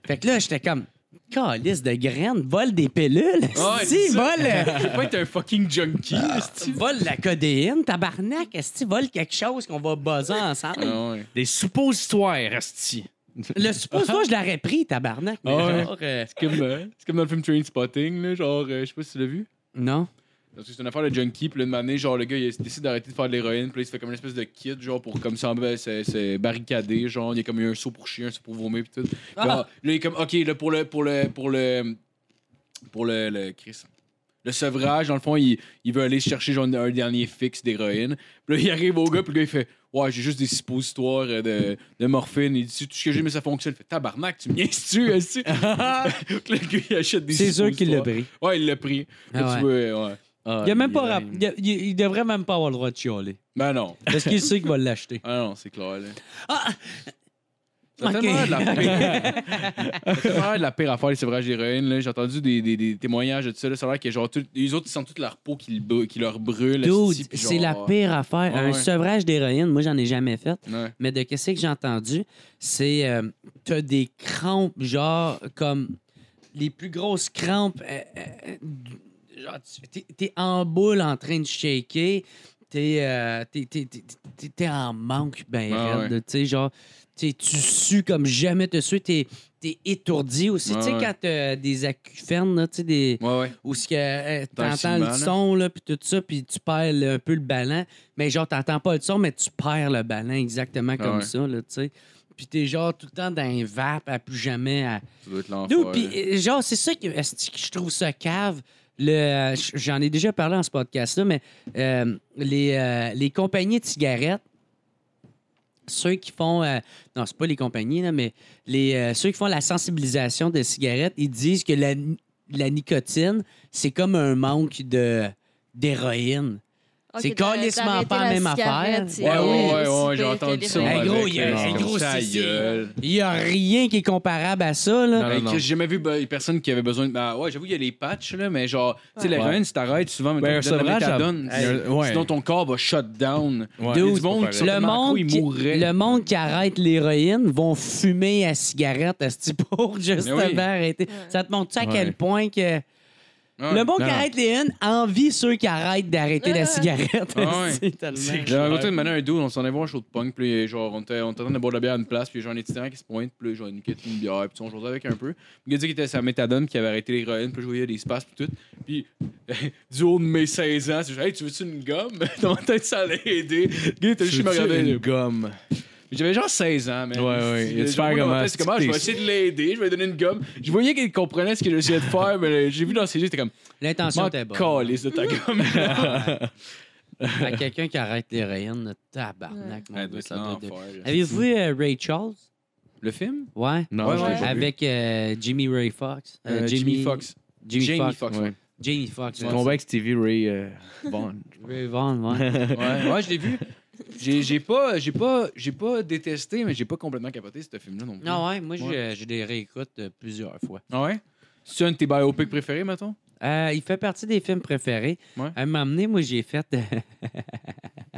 S4: Fait que là, j'étais comme... Calice de graines, vole des pilules.
S3: Ouais, c'est
S4: si,
S3: ça.
S4: vole... euh,
S3: Tu peux pas être un fucking junkie, là,
S4: Tu voles la codéine, tabarnak. Est-ce que tu voles quelque chose qu'on va buzzer ensemble?
S3: Ah, ouais.
S5: Des suppositoires, Asti.
S4: Le suppositoire, je l'aurais pris, tabarnak. mais
S3: Ah ouais.
S4: genre, euh,
S3: C'est comme, euh, c'est comme dans le film Train Spotting, là, genre, euh, je sais pas si tu l'as vu.
S4: Non.
S3: Parce que c'est une affaire de junkie, puis là, une année, genre, le gars, il décide d'arrêter de faire de l'héroïne, puis là, il se fait comme une espèce de kit, genre, pour comme s'en se, se barricader, genre, il y a comme eu un seau pour chier, un seau pour vomir, puis tout. Puis, ah, là, il est comme, ok, là, pour le, pour le, pour le, pour le, le, Chris, le sevrage, dans le fond, il, il veut aller chercher, genre, un dernier fixe d'héroïne. Puis là, il arrive au gars, puis le gars, il fait, ouais, j'ai juste des suppositoires euh, de, de morphine, il dit, tout ce que j'ai, mais ça fonctionne. Il fait, tabarnak, tu me niaises-tu, est-ce que- Puis le gars, il achète des
S4: Ah. C'est sûr qu'il l'a
S3: suppositoires.
S4: pris.
S3: Ouais, il l'a pris.
S4: Ah
S3: Là, tu vois, ouais.
S4: Il, a même pas rap- il, a- il- il devrait même pas avoir le droit de chialer.
S3: Ben non.
S4: Parce qu'il sait qu'il va l'acheter.
S3: Ah non, c'est clair, là.
S4: Ah!
S3: Ça a
S4: Ok.
S3: tellement de la pire. Ça a tellement de la pire affaire, les sévrages d'héroïne. là. J'ai entendu des, des, des témoignages de ça. Là. Ça a l'air que genre, tout- les autres, ils sentent toute leur peau qui, le brûle- qui leur brûle.
S4: Dude,
S3: esti, puis
S4: c'est la
S3: genre-
S4: pire affaire.
S3: Ouais,
S4: Un
S3: ouais.
S4: sevrage d'héroïne, moi, j'en ai jamais fait.
S3: Ouais.
S4: Mais de qu'est-ce que j'ai entendu? C'est. euh, T'as des crampes, genre, comme. Les plus grosses crampes. euh, euh, euh, genre, tu- t'es- t'es en boule en train de shaker. t'es euh, t'es- t'es- t'es- t'es- t'es en manque, ben,
S3: Ah
S4: raide, tu sais, genre, t'sais, tu sues comme jamais te sues, t'es es étourdi aussi.
S3: Ah
S4: tu sais,
S3: ouais.
S4: quand t'as des acufènes, là, tu sais, des...
S3: Ouais, ouais.
S4: Où ce que euh,
S3: Dans le ciment,
S4: t'entends le
S3: là.
S4: son, là, puis tout ça, puis tu perds le- un peu le ballon. Mais genre, t'entends pas le son, mais tu perds le ballon exactement
S3: Ah
S4: comme
S3: ouais.
S4: ça, là, tu sais. Puis t'es genre tout le temps dans un vape à plus jamais à...
S3: Ça doit être l'enfer.
S4: Dude, pis, euh, genre, c'est ça que, esti que je trouve ça cave. Le, euh, j- j'en ai déjà parlé en ce podcast-là, mais euh, les, euh, les compagnies de cigarettes, ceux qui font. euh, non, c'est pas les compagnies, là, mais les, euh, ceux qui font la sensibilisation des cigarettes, ils disent que la, ni- la nicotine, c'est comme un manque de, d'héroïne.
S1: Ah,
S4: C'est
S1: que d'a-
S4: calissement
S1: d'arrêter
S4: pas la même
S1: cigarette,
S4: affaire.
S1: c'est
S3: Ouais, ouais,
S1: aussi
S3: ouais, ouais,
S1: pire
S3: j'ai
S1: que
S3: entendu
S1: les
S3: ça.
S1: règles.
S4: Hey, gros,
S3: avec,
S4: il y a-
S3: euh,
S4: hey, gros,
S3: ta
S4: c'est- c'est-
S3: gueule.
S4: Il n'y a rien qui est comparable à ça. Là.
S5: Non, non,
S3: Hey,
S5: non.
S3: Chris, J'ai jamais vu ben, personne qui avait besoin de. Bah, ouais, j'avoue, il y a les patchs, là, mais genre, tu sais,
S1: Ouais.
S3: l'héroïne, si t'arrêtes, souvent, mais
S5: Ben,
S3: tu donnes la
S5: sevrage, ça-
S3: méthadone,
S5: Hey,
S3: sinon-
S5: ouais.
S3: Sinon, ton corps va shut down.
S5: Ouais.
S3: Il y a
S5: Dude,
S3: du monde qui
S5: c'est
S3: sont
S5: pas
S4: le
S3: tellement
S4: monde,
S3: cons, ils
S4: qui,
S3: mourraient.
S4: le monde qui arrête l'héroïne vont fumer à cigarette à ce pour justement
S3: Mais oui.
S4: arrêter. Ça te montre à quel
S5: Ouais.
S4: point que.
S3: Ouais.
S4: Le monde
S5: Non,
S4: qui
S5: non.
S4: arrête l'héroïne envie ceux qui arrêtent d'arrêter la
S1: Ah.
S4: cigarette.
S3: Ah ouais.
S4: C'est tellement-
S3: J'avais rencontré une manière un dude, on s'en est voir un show de punk, puis genre, on était on était en train de boire de la bière à une place, puis genre, un itinérant qui se pointe, puis là, genre, une quête, une bière, puis on jouait avec un peu. Il a dit qu'il était sa méthadone, qu'il avait arrêté l'héroïne, puis je voyais des spaces, puis tout. Puis, du haut de mes 16 ans, c'est genre, hey, tu veux-tu une gomme? Dans ma tête, ça allait aider. Le gars, t'as
S5: Tu
S3: juste me
S5: veux-tu
S3: regarder.
S5: une gomme.
S3: J'avais genre 16 ans, mais.
S5: Ouais, ouais. Il a dû faire comme, ah,
S3: C'est comment? Je vais
S5: c'est-
S3: essayer de l'aider, je vais lui donner une gomme. Je voyais qu'il comprenait ce que j'essayais de faire, mais euh, j'ai vu dans ses yeux, c'était comme,
S4: L'intention
S3: man,
S4: était bonne.
S3: calisse de ta gomme.
S4: À quelqu'un qui arrête l'héroïne, tabarnak. mon
S3: Ouais,
S4: Dieu,
S3: doit être
S4: ça doit être-
S3: l'enfer.
S4: Avez-vous vu euh, Ray Charles?
S3: Le film?
S4: Ouais.
S5: Non,
S3: Ouais,
S5: je l'ai
S3: ouais.
S5: pas vu.
S4: Avec euh, Jimmy Ray Fox. Euh,
S3: Euh, Jimmy Fox.
S4: Jimmy
S3: Jamie
S4: Fox.
S3: Fox.
S5: Ouais.
S3: ouais.
S4: Jamie Fox.
S5: C'est
S4: ouais.
S5: combat avec Stevie Ray euh, Vaughan.
S4: Ray Vaughan, ouais.
S3: Ouais, ouais, je l'ai vu. J'ai, j'ai pas, j'ai pas, j'ai pas détesté, mais j'ai pas complètement capoté ce film-là non plus.
S4: Non, Ah ouais, moi, je-
S3: Mm. Ouais.
S4: je les réécoute euh, plusieurs fois.
S3: Ah ouais? C'est un de tes biopics préférés, mettons?
S4: Euh, il fait partie des films préférés.
S3: Ouais.
S4: À un moment donné, moi, j'ai fait euh,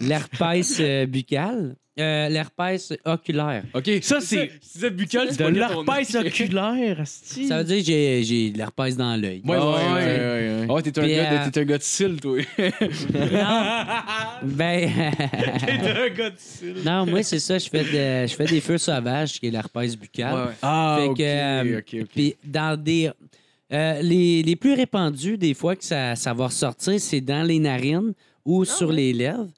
S4: l'herpès euh, buccal, euh, l'herpès oculaire.
S3: Ok.
S5: Ça, c'est-
S3: Si c'est buccal,
S5: De l'arpèce oculaire, asti.
S4: Ça veut dire que j'ai, j'ai de l'herpès dans l'œil.
S3: Ah Ouais, ouais, ouais.
S5: ouais.
S3: Ah, ouais, t'es un,
S4: Puis,
S3: gars
S4: euh,
S3: de, t'es un gars de cils, toi.
S4: Ben, non, moi, c'est ça. Je fais, de- je fais des feux sauvages, qui est l'herpès buccal.
S5: Ah,
S4: Fait
S5: ok,
S4: que, euh,
S5: ok, ok.
S4: Puis dans des. euh, les, les plus répandus, des fois, que ça, ça va ressortir, c'est dans les narines ou sur
S1: ouais.
S4: les lèvres.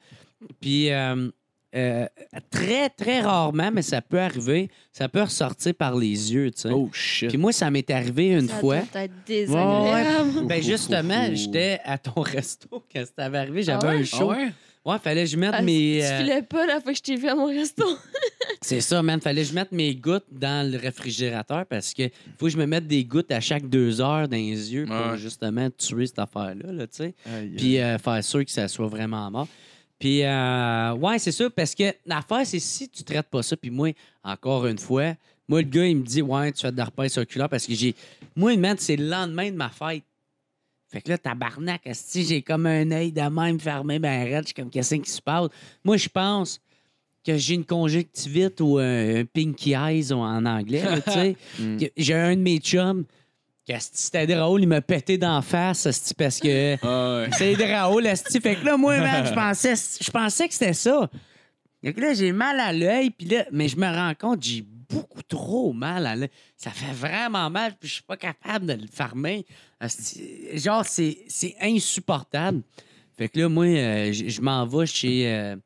S4: Puis euh, euh, très, très rarement, mais ça peut arriver, ça peut ressortir par les yeux, tu sais.
S5: Oh shit.
S4: Puis moi, ça m'est arrivé une
S1: Ça
S4: fois.
S1: doit être désagréable.
S4: Ben justement,
S3: Ouh, ouh, ouh.
S4: j'étais à ton resto quand ça m'est arrivé, j'avais
S1: Ah ouais?
S4: un
S3: Ah
S4: show.
S3: ouais?
S4: ouais? fallait que je mette
S1: Ah,
S4: mes...
S1: Tu
S4: euh,
S1: filais pas la fois que je t'ai vu à mon resto.
S4: C'est ça, man. Fallait que je mette mes gouttes dans le réfrigérateur parce que faut que je me mette des gouttes à chaque deux heures dans les yeux pour
S3: Ouais.
S4: justement tuer cette affaire-là, là, tu sais.
S5: Aïe,
S4: Puis euh, faire sûr que ça soit vraiment mort. Puis, euh, ouais, c'est ça, parce que l'affaire, c'est si tu traites pas ça, puis moi, encore une fois, moi, le gars, il me dit, ouais, tu fais de la repasse oculaire parce que j'ai. Moi, man, c'est le lendemain de ma fête. Fait que là, tabarnak, si j'ai comme un œil de même fermé, ben raide, je suis comme, qu'est-ce qui se passe? Moi, je pense que j'ai une conjonctivite ou un, un pinky eyes ou en anglais, là, tu sais.
S5: Mm.
S4: Que J'ai un de mes chums, que asti, c'était drôle, il m'a pété d'en face, asti, parce que.
S3: Ah ouais.
S4: C'est drôle, asti. Fait que là, moi, man, je pensais, je pensais que c'était ça. Fait que là, j'ai mal à l'œil, puis là, mais je me rends compte, j'ai beaucoup trop mal à l'œil. Ça fait vraiment mal, puis je suis pas capable de le fermer. Asti, Genre, c'est c'est insupportable. Fait que là, moi, euh, je je m'en vais chez euh,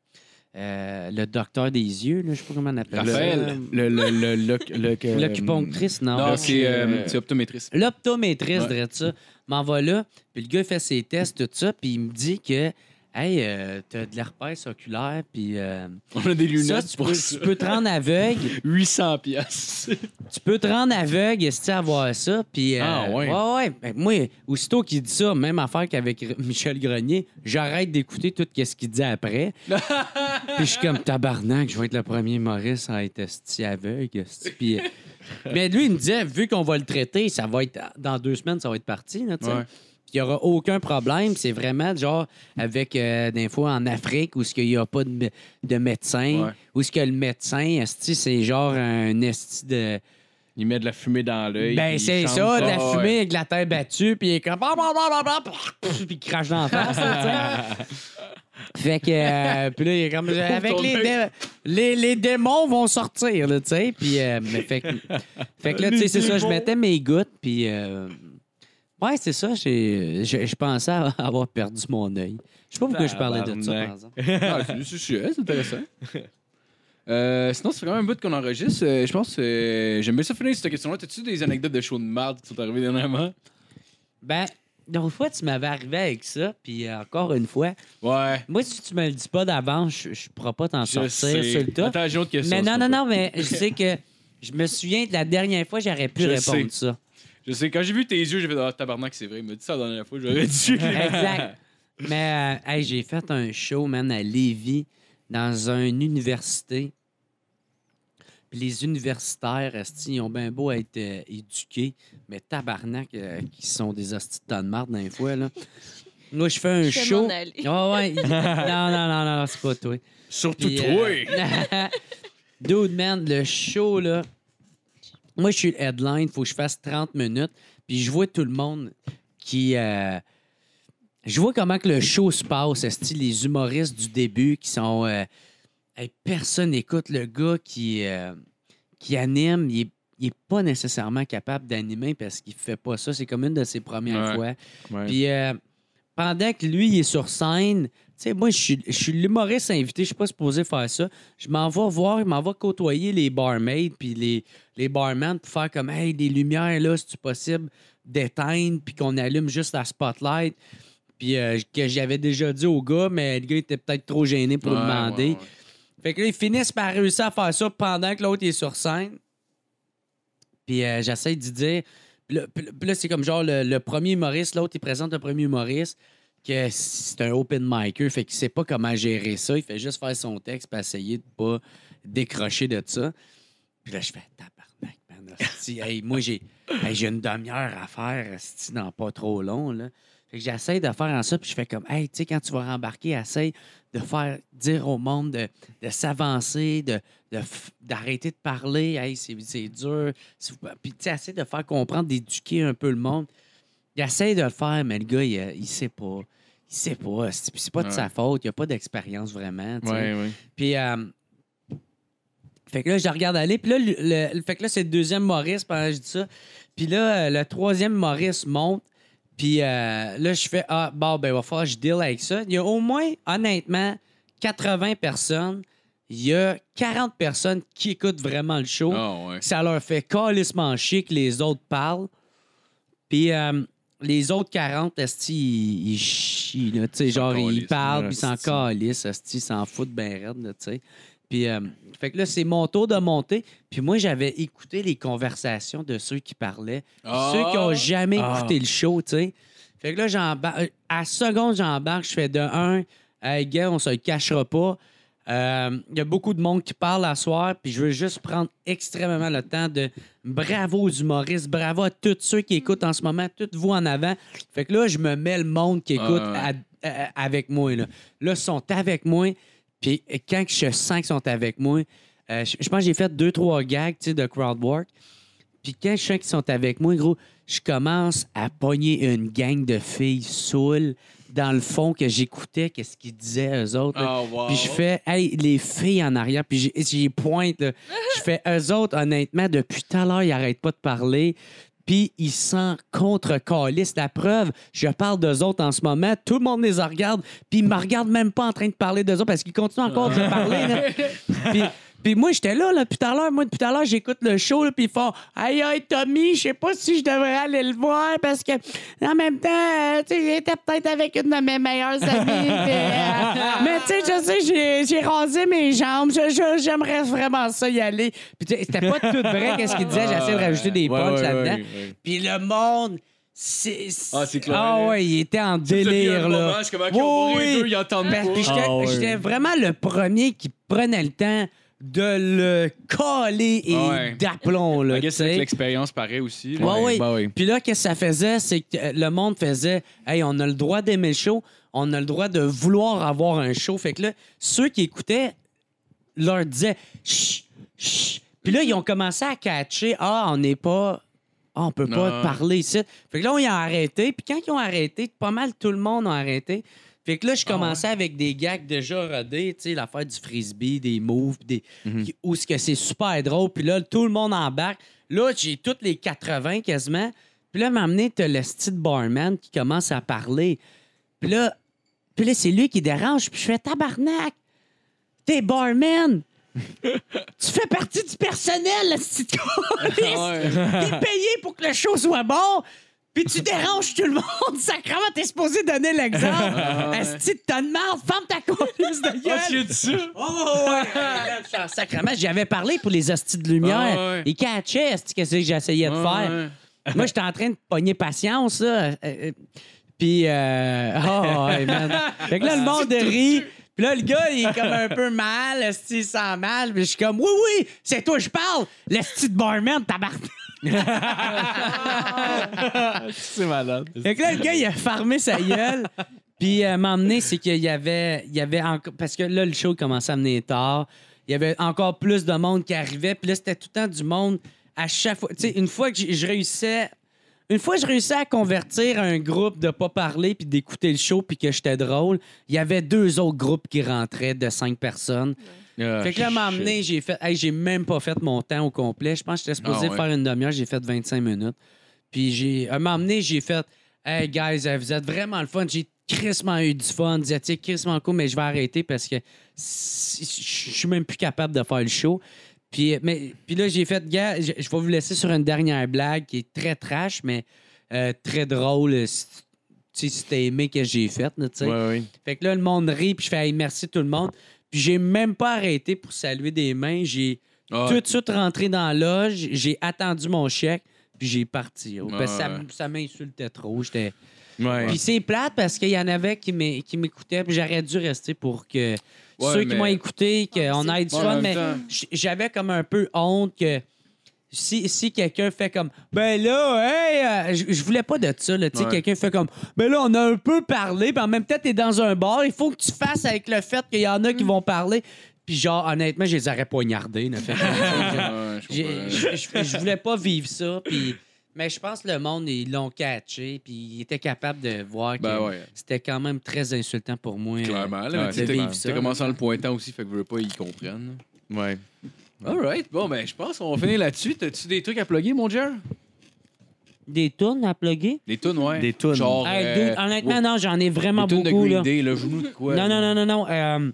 S4: euh, le docteur des yeux, là, je sais pas comment on appelle
S3: Raphaël.
S4: ça. Euh,
S5: Le, le, le, le, le, que-
S4: L'acupunctrice, non.
S3: Non, c'est,
S5: euh,
S3: euh, c'est optométriste.
S4: L'optométriste,
S3: Ouais.
S4: dirait ça. M'en va là, puis le gars fait ses tests, tout ça, puis il me dit que, hey, euh, t'as de l'herpès oculaire, puis euh,
S3: On a des
S4: ça,
S3: lunettes
S4: tu
S3: pour
S4: peux,
S3: ça.
S4: tu peux te rendre aveugle.
S3: 800 piastres.
S4: Tu peux te rendre aveugle et si avoir ça, puis. euh,
S5: Ah, ouais.
S4: Ouais, ouais. Ben, moi, aussitôt qu'il dit ça, même affaire qu'avec R- Michel Grenier, j'arrête d'écouter tout ce qu'il dit après. puis je suis comme tabarnak, je vais être le premier Maurice à être esti aveugle. esti. Puis. euh, Mais lui, il me disait, vu qu'on va le traiter, ça va être dans deux semaines, ça va être parti. Là, tu sais.
S3: Ouais.
S4: Puis Il n'y aura aucun problème. C'est vraiment genre avec euh, des fois en Afrique où il n'y a pas de, mé- de médecin,
S3: Ouais.
S4: où ce que le médecin, esti, c'est genre un esti de.
S5: Il met de la fumée dans l'œil.
S4: Ben,
S5: puis il
S4: c'est
S5: chante.
S4: ça, de la
S3: Ah,
S4: fumée avec la tête battue, puis il est comme. blablabla, Puis il crache dans la face, là, tu sais. Fait que. euh, puis là, il est comme. Avec les, dé- les, les démons vont sortir, là, tu sais. Puis. euh, mais fait, que- fait que là, tu sais, c'est ça, je mettais mes gouttes, puis. euh, ouais, c'est ça, j'ai- je je pensais avoir perdu mon œil. Je sais pas pourquoi je parlais de ça,
S5: Tabarnak.
S4: par exemple.
S3: Ah, c'est- c'est- c'est c'est intéressant. Euh, sinon, c'est quand même un bout qu'on enregistre. Euh, je pense euh, j'aime bien ça finir sur cette question-là. T'as-tu des anecdotes de show de marde qui sont arrivées dernièrement?
S4: Ben, l'autre fois, tu m'avais arrivé avec ça, puis euh, encore une fois,
S3: Ouais.
S4: moi, si tu me le dis pas d'avance, je je pourrais pas t'en
S3: Je
S4: sortir
S3: sais.
S4: sur le tas.
S3: Attends, j'ai autre question.
S4: Mais
S3: c'est
S4: non,
S3: pas
S4: non,
S3: ça.
S4: non, mais je sais que je me souviens de la dernière fois, j'aurais pu
S3: Je
S4: répondre
S3: sais.
S4: ça.
S3: Je sais, quand j'ai vu tes yeux, j'ai fait Ah, tabarnak, c'est vrai. Il m'a dit ça la dernière fois, j'aurais dû.
S4: Exact. Mais euh, hey, j'ai fait un show, man, à Lévis, dans une université. Puis les universitaires, esti, ils ont bien beau être euh, éduqués, mais tabarnak, euh, qui sont des hosties de temps de marde d'un fois, là. Moi, je fais un
S1: Je vais
S4: show.
S1: m'en aller.
S4: Ah ouais. non, non, non, non, non, c'est pas toi.
S5: Surtout
S4: Puis, euh, Dude, man, le show, là. Moi, je suis le headline, faut que je fasse 30 minutes. Puis je vois tout le monde qui. euh, je vois comment que le show se passe. esti, les humoristes du début qui sont. euh, hey, personne n'écoute le gars qui, euh, qui anime. Il est, il est pas nécessairement capable d'animer parce qu'il fait pas ça. C'est comme une de ses premières
S3: Ouais.
S4: fois.
S5: Ouais.
S4: Puis euh, pendant que lui, il est sur scène, tu sais, moi, je suis- je suis l'humoriste invité, je suis pas supposé faire ça. Je m'en vais voir, je m'en vais côtoyer les barmaids puis les, les barmen pour faire comme, hey, des lumières, là, c'est-tu possible d'éteindre puis qu'on allume juste la spotlight? Puis euh, que j'avais déjà dit au gars, mais le gars était peut-être trop gêné pour le
S3: Ouais,
S4: demander.
S3: ouais, ouais.
S4: Fait que là, ils finissent par réussir à faire ça pendant que l'autre est sur scène. Puis euh, j'essaie d'y dire. Puis là, puis là- puis là, c'est comme genre le, le premier humoriste, l'autre, il présente le premier humoriste, que c'est un open micer, fait qu'il sait pas comment gérer ça. Il fait juste faire son texte puis essayer de pas décrocher de ça. Puis là, je fais tabarnak, man. hostie. Hey, moi, j'ai hey, j'ai une demi-heure à faire, hostie, dans pas trop long, là. Fait que j'essaie de faire en ça, puis je fais comme, hey, tu sais, quand tu vas rembarquer, essaye de faire dire au monde de, de s'avancer, de, de f- d'arrêter de, parler, hey, c'est, c'est dur. Si vous- Puis, tu sais, essaye de faire comprendre, d'éduquer un peu le monde. Il essaie de le faire, mais le gars, il, euh, il sait pas. Il sait pas. hostie. Puis c'est pas de
S3: Ouais.
S4: sa faute, il a pas d'expérience vraiment, tu sais.
S5: Ouais, ouais.
S4: Puis, euh, fait que là, je la regarde aller. Puis là, le, le- fait que là, c'est le deuxième Maurice pendant que je dis ça. Puis là, euh, le troisième Maurice monte. Puis euh, là, je fais Ah, bon, ben, il va falloir que je deal avec ça. Il y a au moins, honnêtement, 80 personnes. Il y a 40 personnes qui écoutent vraiment le show.
S3: Ah, ouais.
S4: Ça leur fait calissement chier que les autres parlent. Puis euh, les autres 40, esti, ils, ils chient, là, tu sais, genre, ils
S3: calissent,
S4: parlent,
S5: là,
S4: puis ils s'en
S5: esti.
S4: calissent, esti, ils s'en foutent bien raide, là, tu sais. Puis, euh, fait que là, c'est mon tour de monter. Puis moi, j'avais écouté les conversations de ceux qui parlaient. Puis
S3: Ah!
S4: Ceux qui ont jamais
S5: Ah.
S4: écouté le show, tu sais. Fait que là, j'embarque. euh, À seconde, j'embarque. Je fais de un. Hey, gars, on se le cachera pas. Euh, Il y a beaucoup de monde qui parle à soir. Puis je veux juste prendre extrêmement le temps de bravo aux humoristes, bravo à tous ceux qui écoutent en ce moment, toutes vous en avant. Fait que là, je me mets le monde qui écoute
S3: Ah, ouais.
S4: à- à- avec moi. Là, là ils sont avec moi. Puis quand je sens qu'ils sont avec moi, euh, je, je pense que j'ai fait deux, trois gags tu sais, de crowd work. Puis quand je sens qu'ils sont avec moi, gros, je commence à pogner une gang de filles saoules dans le fond que j'écoutais, qu'est-ce qu'ils disaient eux autres. là.
S3: Ah, wow.
S4: Puis je fais, hey, les filles en arrière, puis j'y- j'y pointe. là. Je fais, eux autres, honnêtement, depuis tout à l'heure, ils arrêtent pas de parler. Puis ils s'en contre-calissent. La preuve, je parle d'eux autres en ce moment, tout le monde les regarde, puis ils me regardent même pas en train de parler d'eux autres parce qu'ils continuent encore de parler. là. Puis, puis moi, j'étais là, là, depuis tout à l'heure, moi, depuis tout à l'heure, j'écoute le show, là, puis ils font « Aïe, aïe, Tommy, je sais pas si je devrais aller le voir, parce que, en même temps, euh, tu sais, il était peut-être avec une de mes meilleures amies, puis, euh, mais tu sais, je sais, j'ai- j'ai rasé mes jambes, Je- je- j'aimerais vraiment ça y aller. » Puis tu sais, c'était pas tout vrai qu'est-ce qu'ils disaient, j'essaie de rajouter des
S5: Ouais,
S4: punchs
S5: ouais,
S4: là-dedans.
S5: ouais, ouais.
S4: Puis le monde... c'est
S3: Ah, c'est clair.
S4: Ah ouais, il était en délire, là. Oui, oui.
S3: Ils entendent
S4: Ben, puis
S3: pas.
S4: j'étais
S5: Ah ouais.
S4: j'étais vraiment le premier qui prenait le temps de le coller et
S3: Ouais.
S4: d'aplomb. là,
S3: I guess
S4: tu sais.
S3: c'est que l'expérience paraît aussi. là.
S4: Ouais, ouais.
S5: bah oui.
S4: Puis là, qu'est-ce que ça faisait? C'est que euh, le monde faisait Hey, on a le droit d'aimer le show, on a le droit de vouloir avoir un show. Fait que là, ceux qui écoutaient leur disaient Chut, chut. Puis là, ils ont commencé à catcher Ah, on n'est pas. Ah, on peut pas
S3: Non.
S4: parler ici. Fait que là, on y a arrêté. Puis quand ils ont arrêté, pas mal tout le monde a arrêté. Puis Fait que là, je commençais avec des gags déjà rodés, tu sais, l'affaire du frisbee, des moves, pis des... qui- où ce que c'est super drôle. Puis là, tout le monde embarque. Là, j'ai toutes les 80 quasiment. Puis là, m'amener, t'as le style barman qui commence à parler. Puis là, puis là c'est lui qui dérange. Puis je fais tabarnak! T'es barman! tu fais partie du personnel, petit
S3: Ah,
S4: T'es payé pour que le show soit bon! Puis tu déranges tout le monde! Sacrement, t'es supposé donner l'exemple!
S3: Ah,
S4: Asti de tonne de marde! Ferme ta colisse de gueule! Oh, ouais! Ah, Sacrement, j'avais parlé pour les hosties de lumière.
S3: Ah, ouais.
S4: Ils catchaient ce que c'est que j'essayais de
S3: Ah,
S4: faire.
S3: ouais.
S4: Moi, j'étais en train de pogner patience, là. Euh, euh, Puis, euh... oh, ouais, man. Fait que
S3: Ah,
S4: là, le monde rit. Puis là, le gars, il est comme un peu mal, esti, il sent mal. Puis je suis comme, oui, oui, c'est toi, je parle. Le style barman, tabarnak.
S5: C'est malade.
S4: Fait que là, le gars, il a farmé sa gueule. Puis euh, m'emmener, c'est qu'il y avait, il y avait encore. Parce que là, le show commençait à mener tard. Il y avait encore plus de monde qui arrivait. Puis là, c'était tout le temps du monde à chaque fois. Tu sais, une fois que j- je réussissais. Une fois que je réussissais à convertir un groupe de pas parler puis d'écouter le show puis que j'étais drôle, il y avait deux autres groupes qui rentraient de cinq personnes.
S3: Euh,
S4: fait que là,
S3: Ah,
S4: m'emmener, j'ai fait. Hey, j'ai même pas fait mon temps au complet. Je pense que j'étais supposé
S3: Ah ouais.
S4: faire une demi-heure, j'ai fait 25 minutes. Puis j'ai. À un moment donné, j'ai fait Hey guys, euh, vous êtes vraiment le fun. J'ai crissement eu du fun. Vous étiez crissement cool, mais je vais arrêter parce que si- je je suis même plus capable de faire le show. Puis, euh, mais, puis là, j'ai fait, gars, je, je vais vous laisser sur une dernière blague qui est très trash, mais euh, très drôle euh, si, tu sais, si t'as aimé ce que j'ai fait. là, tu sais.
S5: oui.
S4: Fait que là, le monde rit, puis je fais Hey, merci tout le monde. Puis j'ai même pas arrêté pour saluer des mains. J'ai
S3: Ah,
S4: tout de suite rentré dans la loge, j'ai attendu mon chèque, puis j'ai parti. oh, parce que ça,
S3: Ah, ouais.
S4: ça m'insultait trop. J'étais.
S5: Ouais.
S4: Puis c'est plate parce qu'il y en avait qui m'é- qui m'écoutaient, puis j'aurais dû rester pour que
S3: Ouais,
S4: ceux qui
S3: Ah, mais-
S4: m'ont écouté, qu'on
S1: Ouais,
S4: ait du
S3: en
S4: fun,
S3: même
S4: mais
S3: temps.
S4: j- j'avais comme un peu honte que si, si quelqu'un fait comme ben là hey, euh, je- je voulais pas de ça là, tu sais
S3: Ouais.
S4: quelqu'un fait comme ben là on a un peu parlé, puis en même temps t'es dans un bar, il faut que tu fasses avec le fait qu'il y en a qui
S3: Mm.
S4: vont parler. Puis genre honnêtement, je les aurais poignardés, ne fait
S3: ouais, je comprends.
S4: j'ai- Je je- je voulais pas vivre ça, puis... Mais je pense que le monde, ils l'ont catché, puis ils étaient capables de voir que
S3: Ben ouais.
S4: c'était quand même très insultant pour moi. euh,
S3: Clairement, là,
S5: Ouais,
S3: mais tu sais,
S4: de
S3: t'as-
S4: vivre
S3: t'as
S4: ça.
S3: commencé en le pointant aussi, fait que je veux pas, ils comprennent.
S5: Ouais.
S3: All right, bon, ben, je pense qu'on va finir là-dessus. T'as-tu des trucs à plugger, mon Jer?
S4: Des tunes à plugger?
S3: Des tunes, ouais.
S5: Des tunes.
S3: Genre,
S4: Hey,
S3: euh,
S4: dude, honnêtement,
S3: des
S4: non, j'en ai vraiment
S3: tunes
S4: beaucoup.
S3: de Green
S4: Là.
S3: Day, le genou de quoi?
S4: Non, non, non, non, non. euh,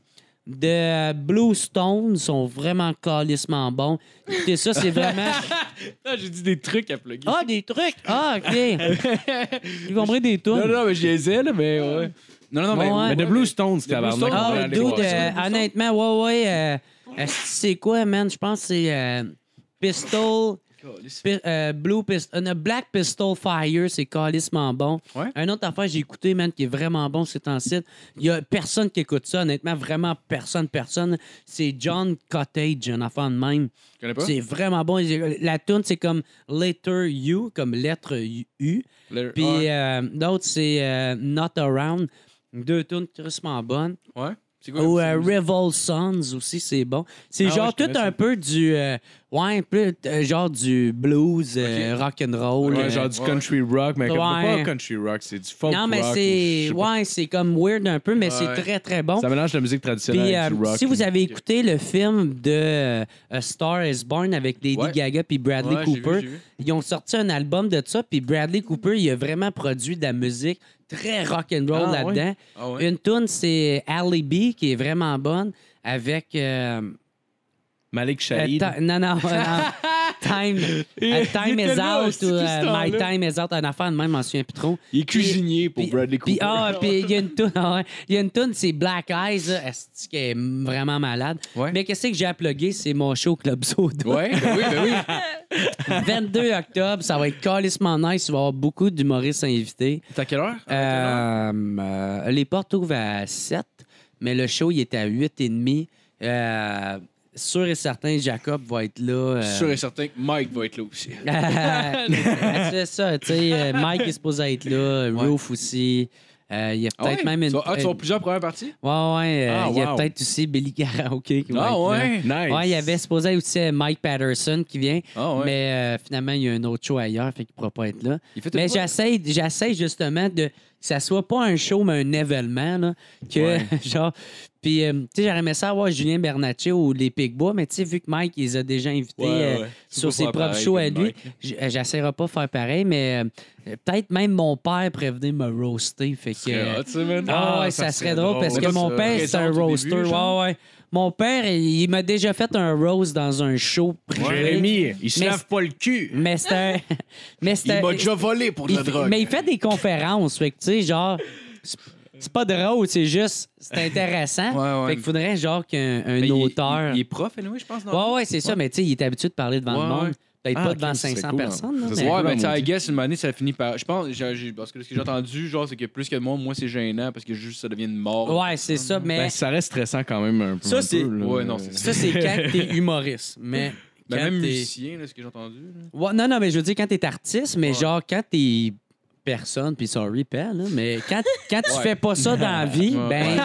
S4: de Blue Stone sont vraiment calissement bons. Écoutez, ça, c'est vraiment.
S3: Ah, J'ai dit des trucs à plugger.
S4: Ah, des trucs! Ah, OK! Ils vont prendre des tunes.
S3: Non, non, mais je les ai, là, mais ouais. Non, non, mais.
S4: Ouais, ouais.
S5: Mais de Blue Stones,
S3: Blue
S5: tabarnak.
S3: Stones,
S5: on va
S4: Ah,
S3: ouais,
S5: aller
S4: dude,
S5: voir ça.
S4: euh, honnêtement, ouais, ouais. euh, euh, c'est quoi, man? Je pense que c'est euh, Pistol, pi- euh, Blue Pistol, Black Pistol Fire, c'est calissement bon.
S5: Ouais.
S4: Un autre affaire que j'ai écouté, man, qui est vraiment bon, c'est en site. Il y a personne qui écoute ça, honnêtement, vraiment personne, personne. C'est John Cottage, un enfant de même.
S3: Tu connais pas?
S4: C'est vraiment bon. La tune, c'est comme Letter U, comme lettre U.
S3: Le-
S4: Puis
S3: ouais.
S4: euh, l'autre, c'est euh, Not Around. Deux tunes tristement bonnes.
S3: Ouais. C'est quoi?
S4: Ou
S3: c'est-
S4: euh, Rival Sons aussi, c'est bon. C'est
S5: Ah ouais,
S4: genre
S5: je connais
S4: tout
S5: ça.
S4: un peu du. euh, ouais, un peu euh, genre du blues, euh, rock'n'roll.
S5: Ouais,
S4: euh,
S5: genre du
S3: Ouais.
S5: country rock, mais comme-
S4: Ouais.
S5: pas country rock, c'est du folk rock.
S4: non, mais
S5: ou je
S4: c'est.
S5: sais pas.
S4: Ouais, c'est comme weird un peu, mais c'est
S3: Ouais.
S4: très, très bon.
S5: Ça mélange la musique traditionnelle
S4: Puis
S5: avec
S4: euh,
S5: du rock.
S4: si vous avez écouté le film de euh, A Star is Born avec Lady
S3: Ouais.
S4: Gaga puis Bradley
S3: Ouais, j'ai vu,
S4: Cooper,
S3: j'ai vu.
S4: ils ont sorti un album de ça, puis Bradley Cooper, il a vraiment produit de la musique très rock and roll
S5: Ah,
S4: là-dedans.
S3: Ah ouais?
S4: Une tune c'est Ally B qui est vraiment bonne avec euh,
S5: Malik
S4: euh,
S5: Shahid.
S4: ti- non non, euh, non. time euh, time
S5: était
S4: is
S5: là,
S4: out
S5: c'est
S4: ou,
S5: tout ce
S4: euh, my
S5: temps-là.
S4: time is out un affaire de même, je m'en souviens plus trop.
S3: Il est cuisinier pour
S4: Puis-
S3: Bradley Cooper.
S4: Puis, ah, puis il y a une toune, ah ouais. il y a une toune, c'est Black Eyes, là. Esti qui est vraiment malade.
S3: Ouais.
S4: Mais qu'est-ce que j'ai à plugger? C'est mon show Club Soda.
S3: Ouais, ben oui, ben oui.
S4: 22 octobre, ça va être calissement nice. Il va y avoir beaucoup d'humoristes invités.
S3: T'es à Ah, quelle heure?
S4: Euh, euh, les portes ouvrent à 7, mais le show, il est à 8h30. Euh, sûr et certain, Jacob va être là. euh,
S3: Sûr et certain que Mike va être là aussi.
S4: c'est ça, tu sais. euh, Mike est supposé être là, Roof aussi. Euh, Il y a peut-être
S3: ouais?
S4: même une.
S3: Tu vas- Ah, tu vas plusieurs premières parties?
S4: Ouais, ouais. euh,
S5: Ah,
S4: Il y a
S5: wow.
S4: peut-être aussi Billy Karaoke qui va
S3: Ah,
S4: être là.
S3: ouais?
S5: Nice.
S4: Ouais, il y avait supposé aussi euh, Mike Patterson qui vient,
S3: Ah, ouais.
S4: mais euh, finalement, il y a un autre show ailleurs, fait qu'il ne pourra pas être là.
S3: Il fait tout
S4: Mais
S3: quoi?
S4: j'essaie, j'essaie justement de que ça soit pas un show, mais un événement, là, que genre... Puis, euh, tu sais, j'aurais aimé ça avoir Julien Bernatchez ou les Picbois, mais tu sais, vu que Mike, il les a déjà invités
S3: Ouais,
S4: euh,
S3: ouais. Tu peux
S4: sur ses
S3: faire
S4: propres
S3: pareil
S4: shows à
S3: comme
S4: lui,
S3: Mike,
S4: j- euh, j'essaierai pas de faire pareil, mais euh, peut-être même mon père prévenait me roaster, fait que...
S3: là.
S4: euh,
S3: Tu sais, man.
S4: Ah, ouais,
S5: Ah, ça
S4: ça, serait
S5: serait
S4: drôle
S5: drôle.
S4: parce
S3: Mais
S4: que
S3: toi,
S4: mon
S3: tu
S4: père, c'est
S3: présentes
S4: un
S3: au début,
S4: roaster.
S3: genre?
S4: ouais, ouais. Mon père, il, il m'a déjà fait un roast dans un show privé.
S5: Jérémy, il se
S4: Mais-
S5: lave pas le cul.
S4: Mais c'était. un- mais c'était-
S3: volé pour
S4: il fait- Mais il fait des conférences. fait que, tu sais, genre. c'est- C'est pas drôle, c'est juste. C'est intéressant.
S3: Ouais, ouais.
S4: Fait qu'il faudrait, genre, qu'un un
S3: Mais il-
S5: Ah.
S4: auteur.
S3: Il, il est prof, anyway, je pense. dans-
S4: Ouais, ouais, c'est ça, mais tu sais, il est habitué de parler devant
S3: Ouais,
S4: le monde.
S3: ouais.
S4: Peut-être
S5: Ah,
S4: pas
S5: ok,
S4: devant
S5: ce serait
S4: 500
S5: cool, hein.
S4: personnes. là,
S5: Ça
S4: mais-
S5: serait
S3: Ouais,
S5: cool,
S3: mais tu sais,
S5: mon
S3: I
S5: Dieu.
S3: guess, une année, ça finit par. Je pense, j'ai- j'ai- parce que ce que j'ai entendu, genre, c'est que plus que moi, moi, c'est gênant parce que juste ça devient une mort.
S4: Ouais, c'est ça, mais.
S5: Ben, ça reste stressant quand même un peu.
S4: Ça,
S5: un
S4: c'est-
S5: peu, là.
S3: Ouais, non, c'est
S4: ça, c'est quand t'es humoriste. Mais.
S3: Mais
S4: quand
S3: Ben, même
S4: t'es-
S3: musicien, là, ce que j'ai entendu. là.
S4: Ouais, non, non, mais je veux dire, quand t'es artiste, mais
S3: Ouais.
S4: genre, quand t'es personne, puis sorry, pelle, là, mais quand, quand tu
S3: Ouais.
S4: fais pas ça dans la vie,
S3: Ouais.
S4: ben.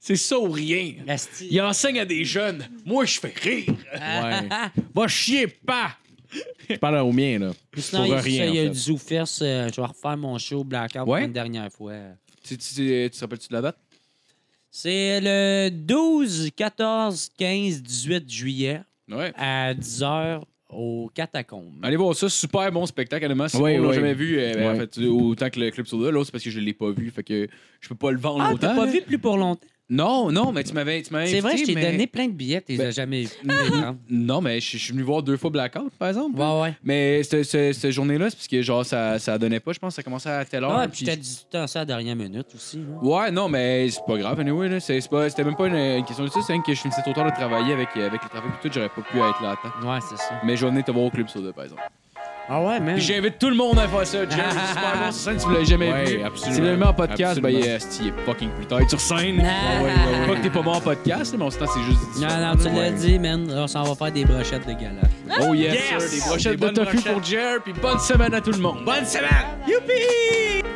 S3: C'est ça ou rien.
S4: asti.
S3: Il enseigne à des jeunes. Moi, je fais rire.
S5: Ouais. Va chier, pas! Je parle au mien, là.
S4: Sinon,
S5: Pour
S4: il,
S5: rien,
S4: ça, il y a
S5: en
S4: eu
S5: fait.
S4: du Zoufest. euh, je vais refaire mon show Blackout pour
S3: Ouais?
S4: une dernière fois.
S3: Tu, tu- tu- tu te rappelles-tu de la date?
S4: C'est le 12, 14, 15, 18 juillet
S3: Ouais.
S4: à 10h au Catacombe.
S3: Allez voir ça, super bon spectacle, honnêtement. Si
S5: Ouais,
S3: on l'a
S5: ouais.
S3: jamais vu, euh, ben, en
S5: Ouais.
S3: fait, autant que le Club Soda, l'autre, c'est parce que je l'ai pas vu. Fait que je peux pas le vendre
S4: Ah,
S3: autant.
S4: t'as pas
S3: là.
S4: vu plus pour longtemps?
S3: Non, non, mais tu m'avais tu m'avais
S4: C'est vrai, je
S3: invité,
S4: t'ai
S3: mais-
S4: donné plein de billets, tu les
S3: Ben-
S4: as jamais vus.
S3: Non, mais je je suis venu voir deux fois Blackout, par exemple.
S4: ouais, ouais.
S3: Mais ce- ce- cette journée-là, c'est parce que genre ça, ça donnait pas, je pense, ça commençait à telle heure.
S4: Ah,
S3: puis-
S4: puis t'as dit tout ça à la dernière minute aussi. là.
S3: Ouais, non, mais c'est pas grave, anyway, là. C'est, c'est pas, c'était même pas une, une question de ça, c'est même que je finissais trop tard de travailler avec, euh, avec le trafic et tout, j'aurais pas pu être là à temps.
S4: Ouais, c'est ça.
S3: Mais je venais te voir au Club Soda, par exemple.
S4: Ah ouais, man.
S3: Puis j'invite tout le monde à faire ça, Jerry. c'est super bon sur scène, si vous l'avez jamais
S5: Ouais,
S3: vu.
S5: absolument.
S3: Si vous l'avez mis en podcast,
S5: Absolument.
S3: ben, euh, si, il est fucking plus tard sur scène.
S4: Ah.
S3: Ouais, ouais, ouais. Pas que t'es pas mort en podcast, mais en ce temps, c'est juste.
S4: Non,
S3: différent,
S4: non, tu
S3: là.
S4: l'as
S3: Ouais.
S4: dit, man. On s'en va faire des brochettes de gala.
S3: Oh yes,
S5: Yes!
S3: sir, des brochettes
S5: Des
S3: de
S5: bonnes
S3: tofu
S5: brochettes.
S3: pour Jer, puis bonne semaine à tout le monde.
S5: Bonne semaine! Youpi!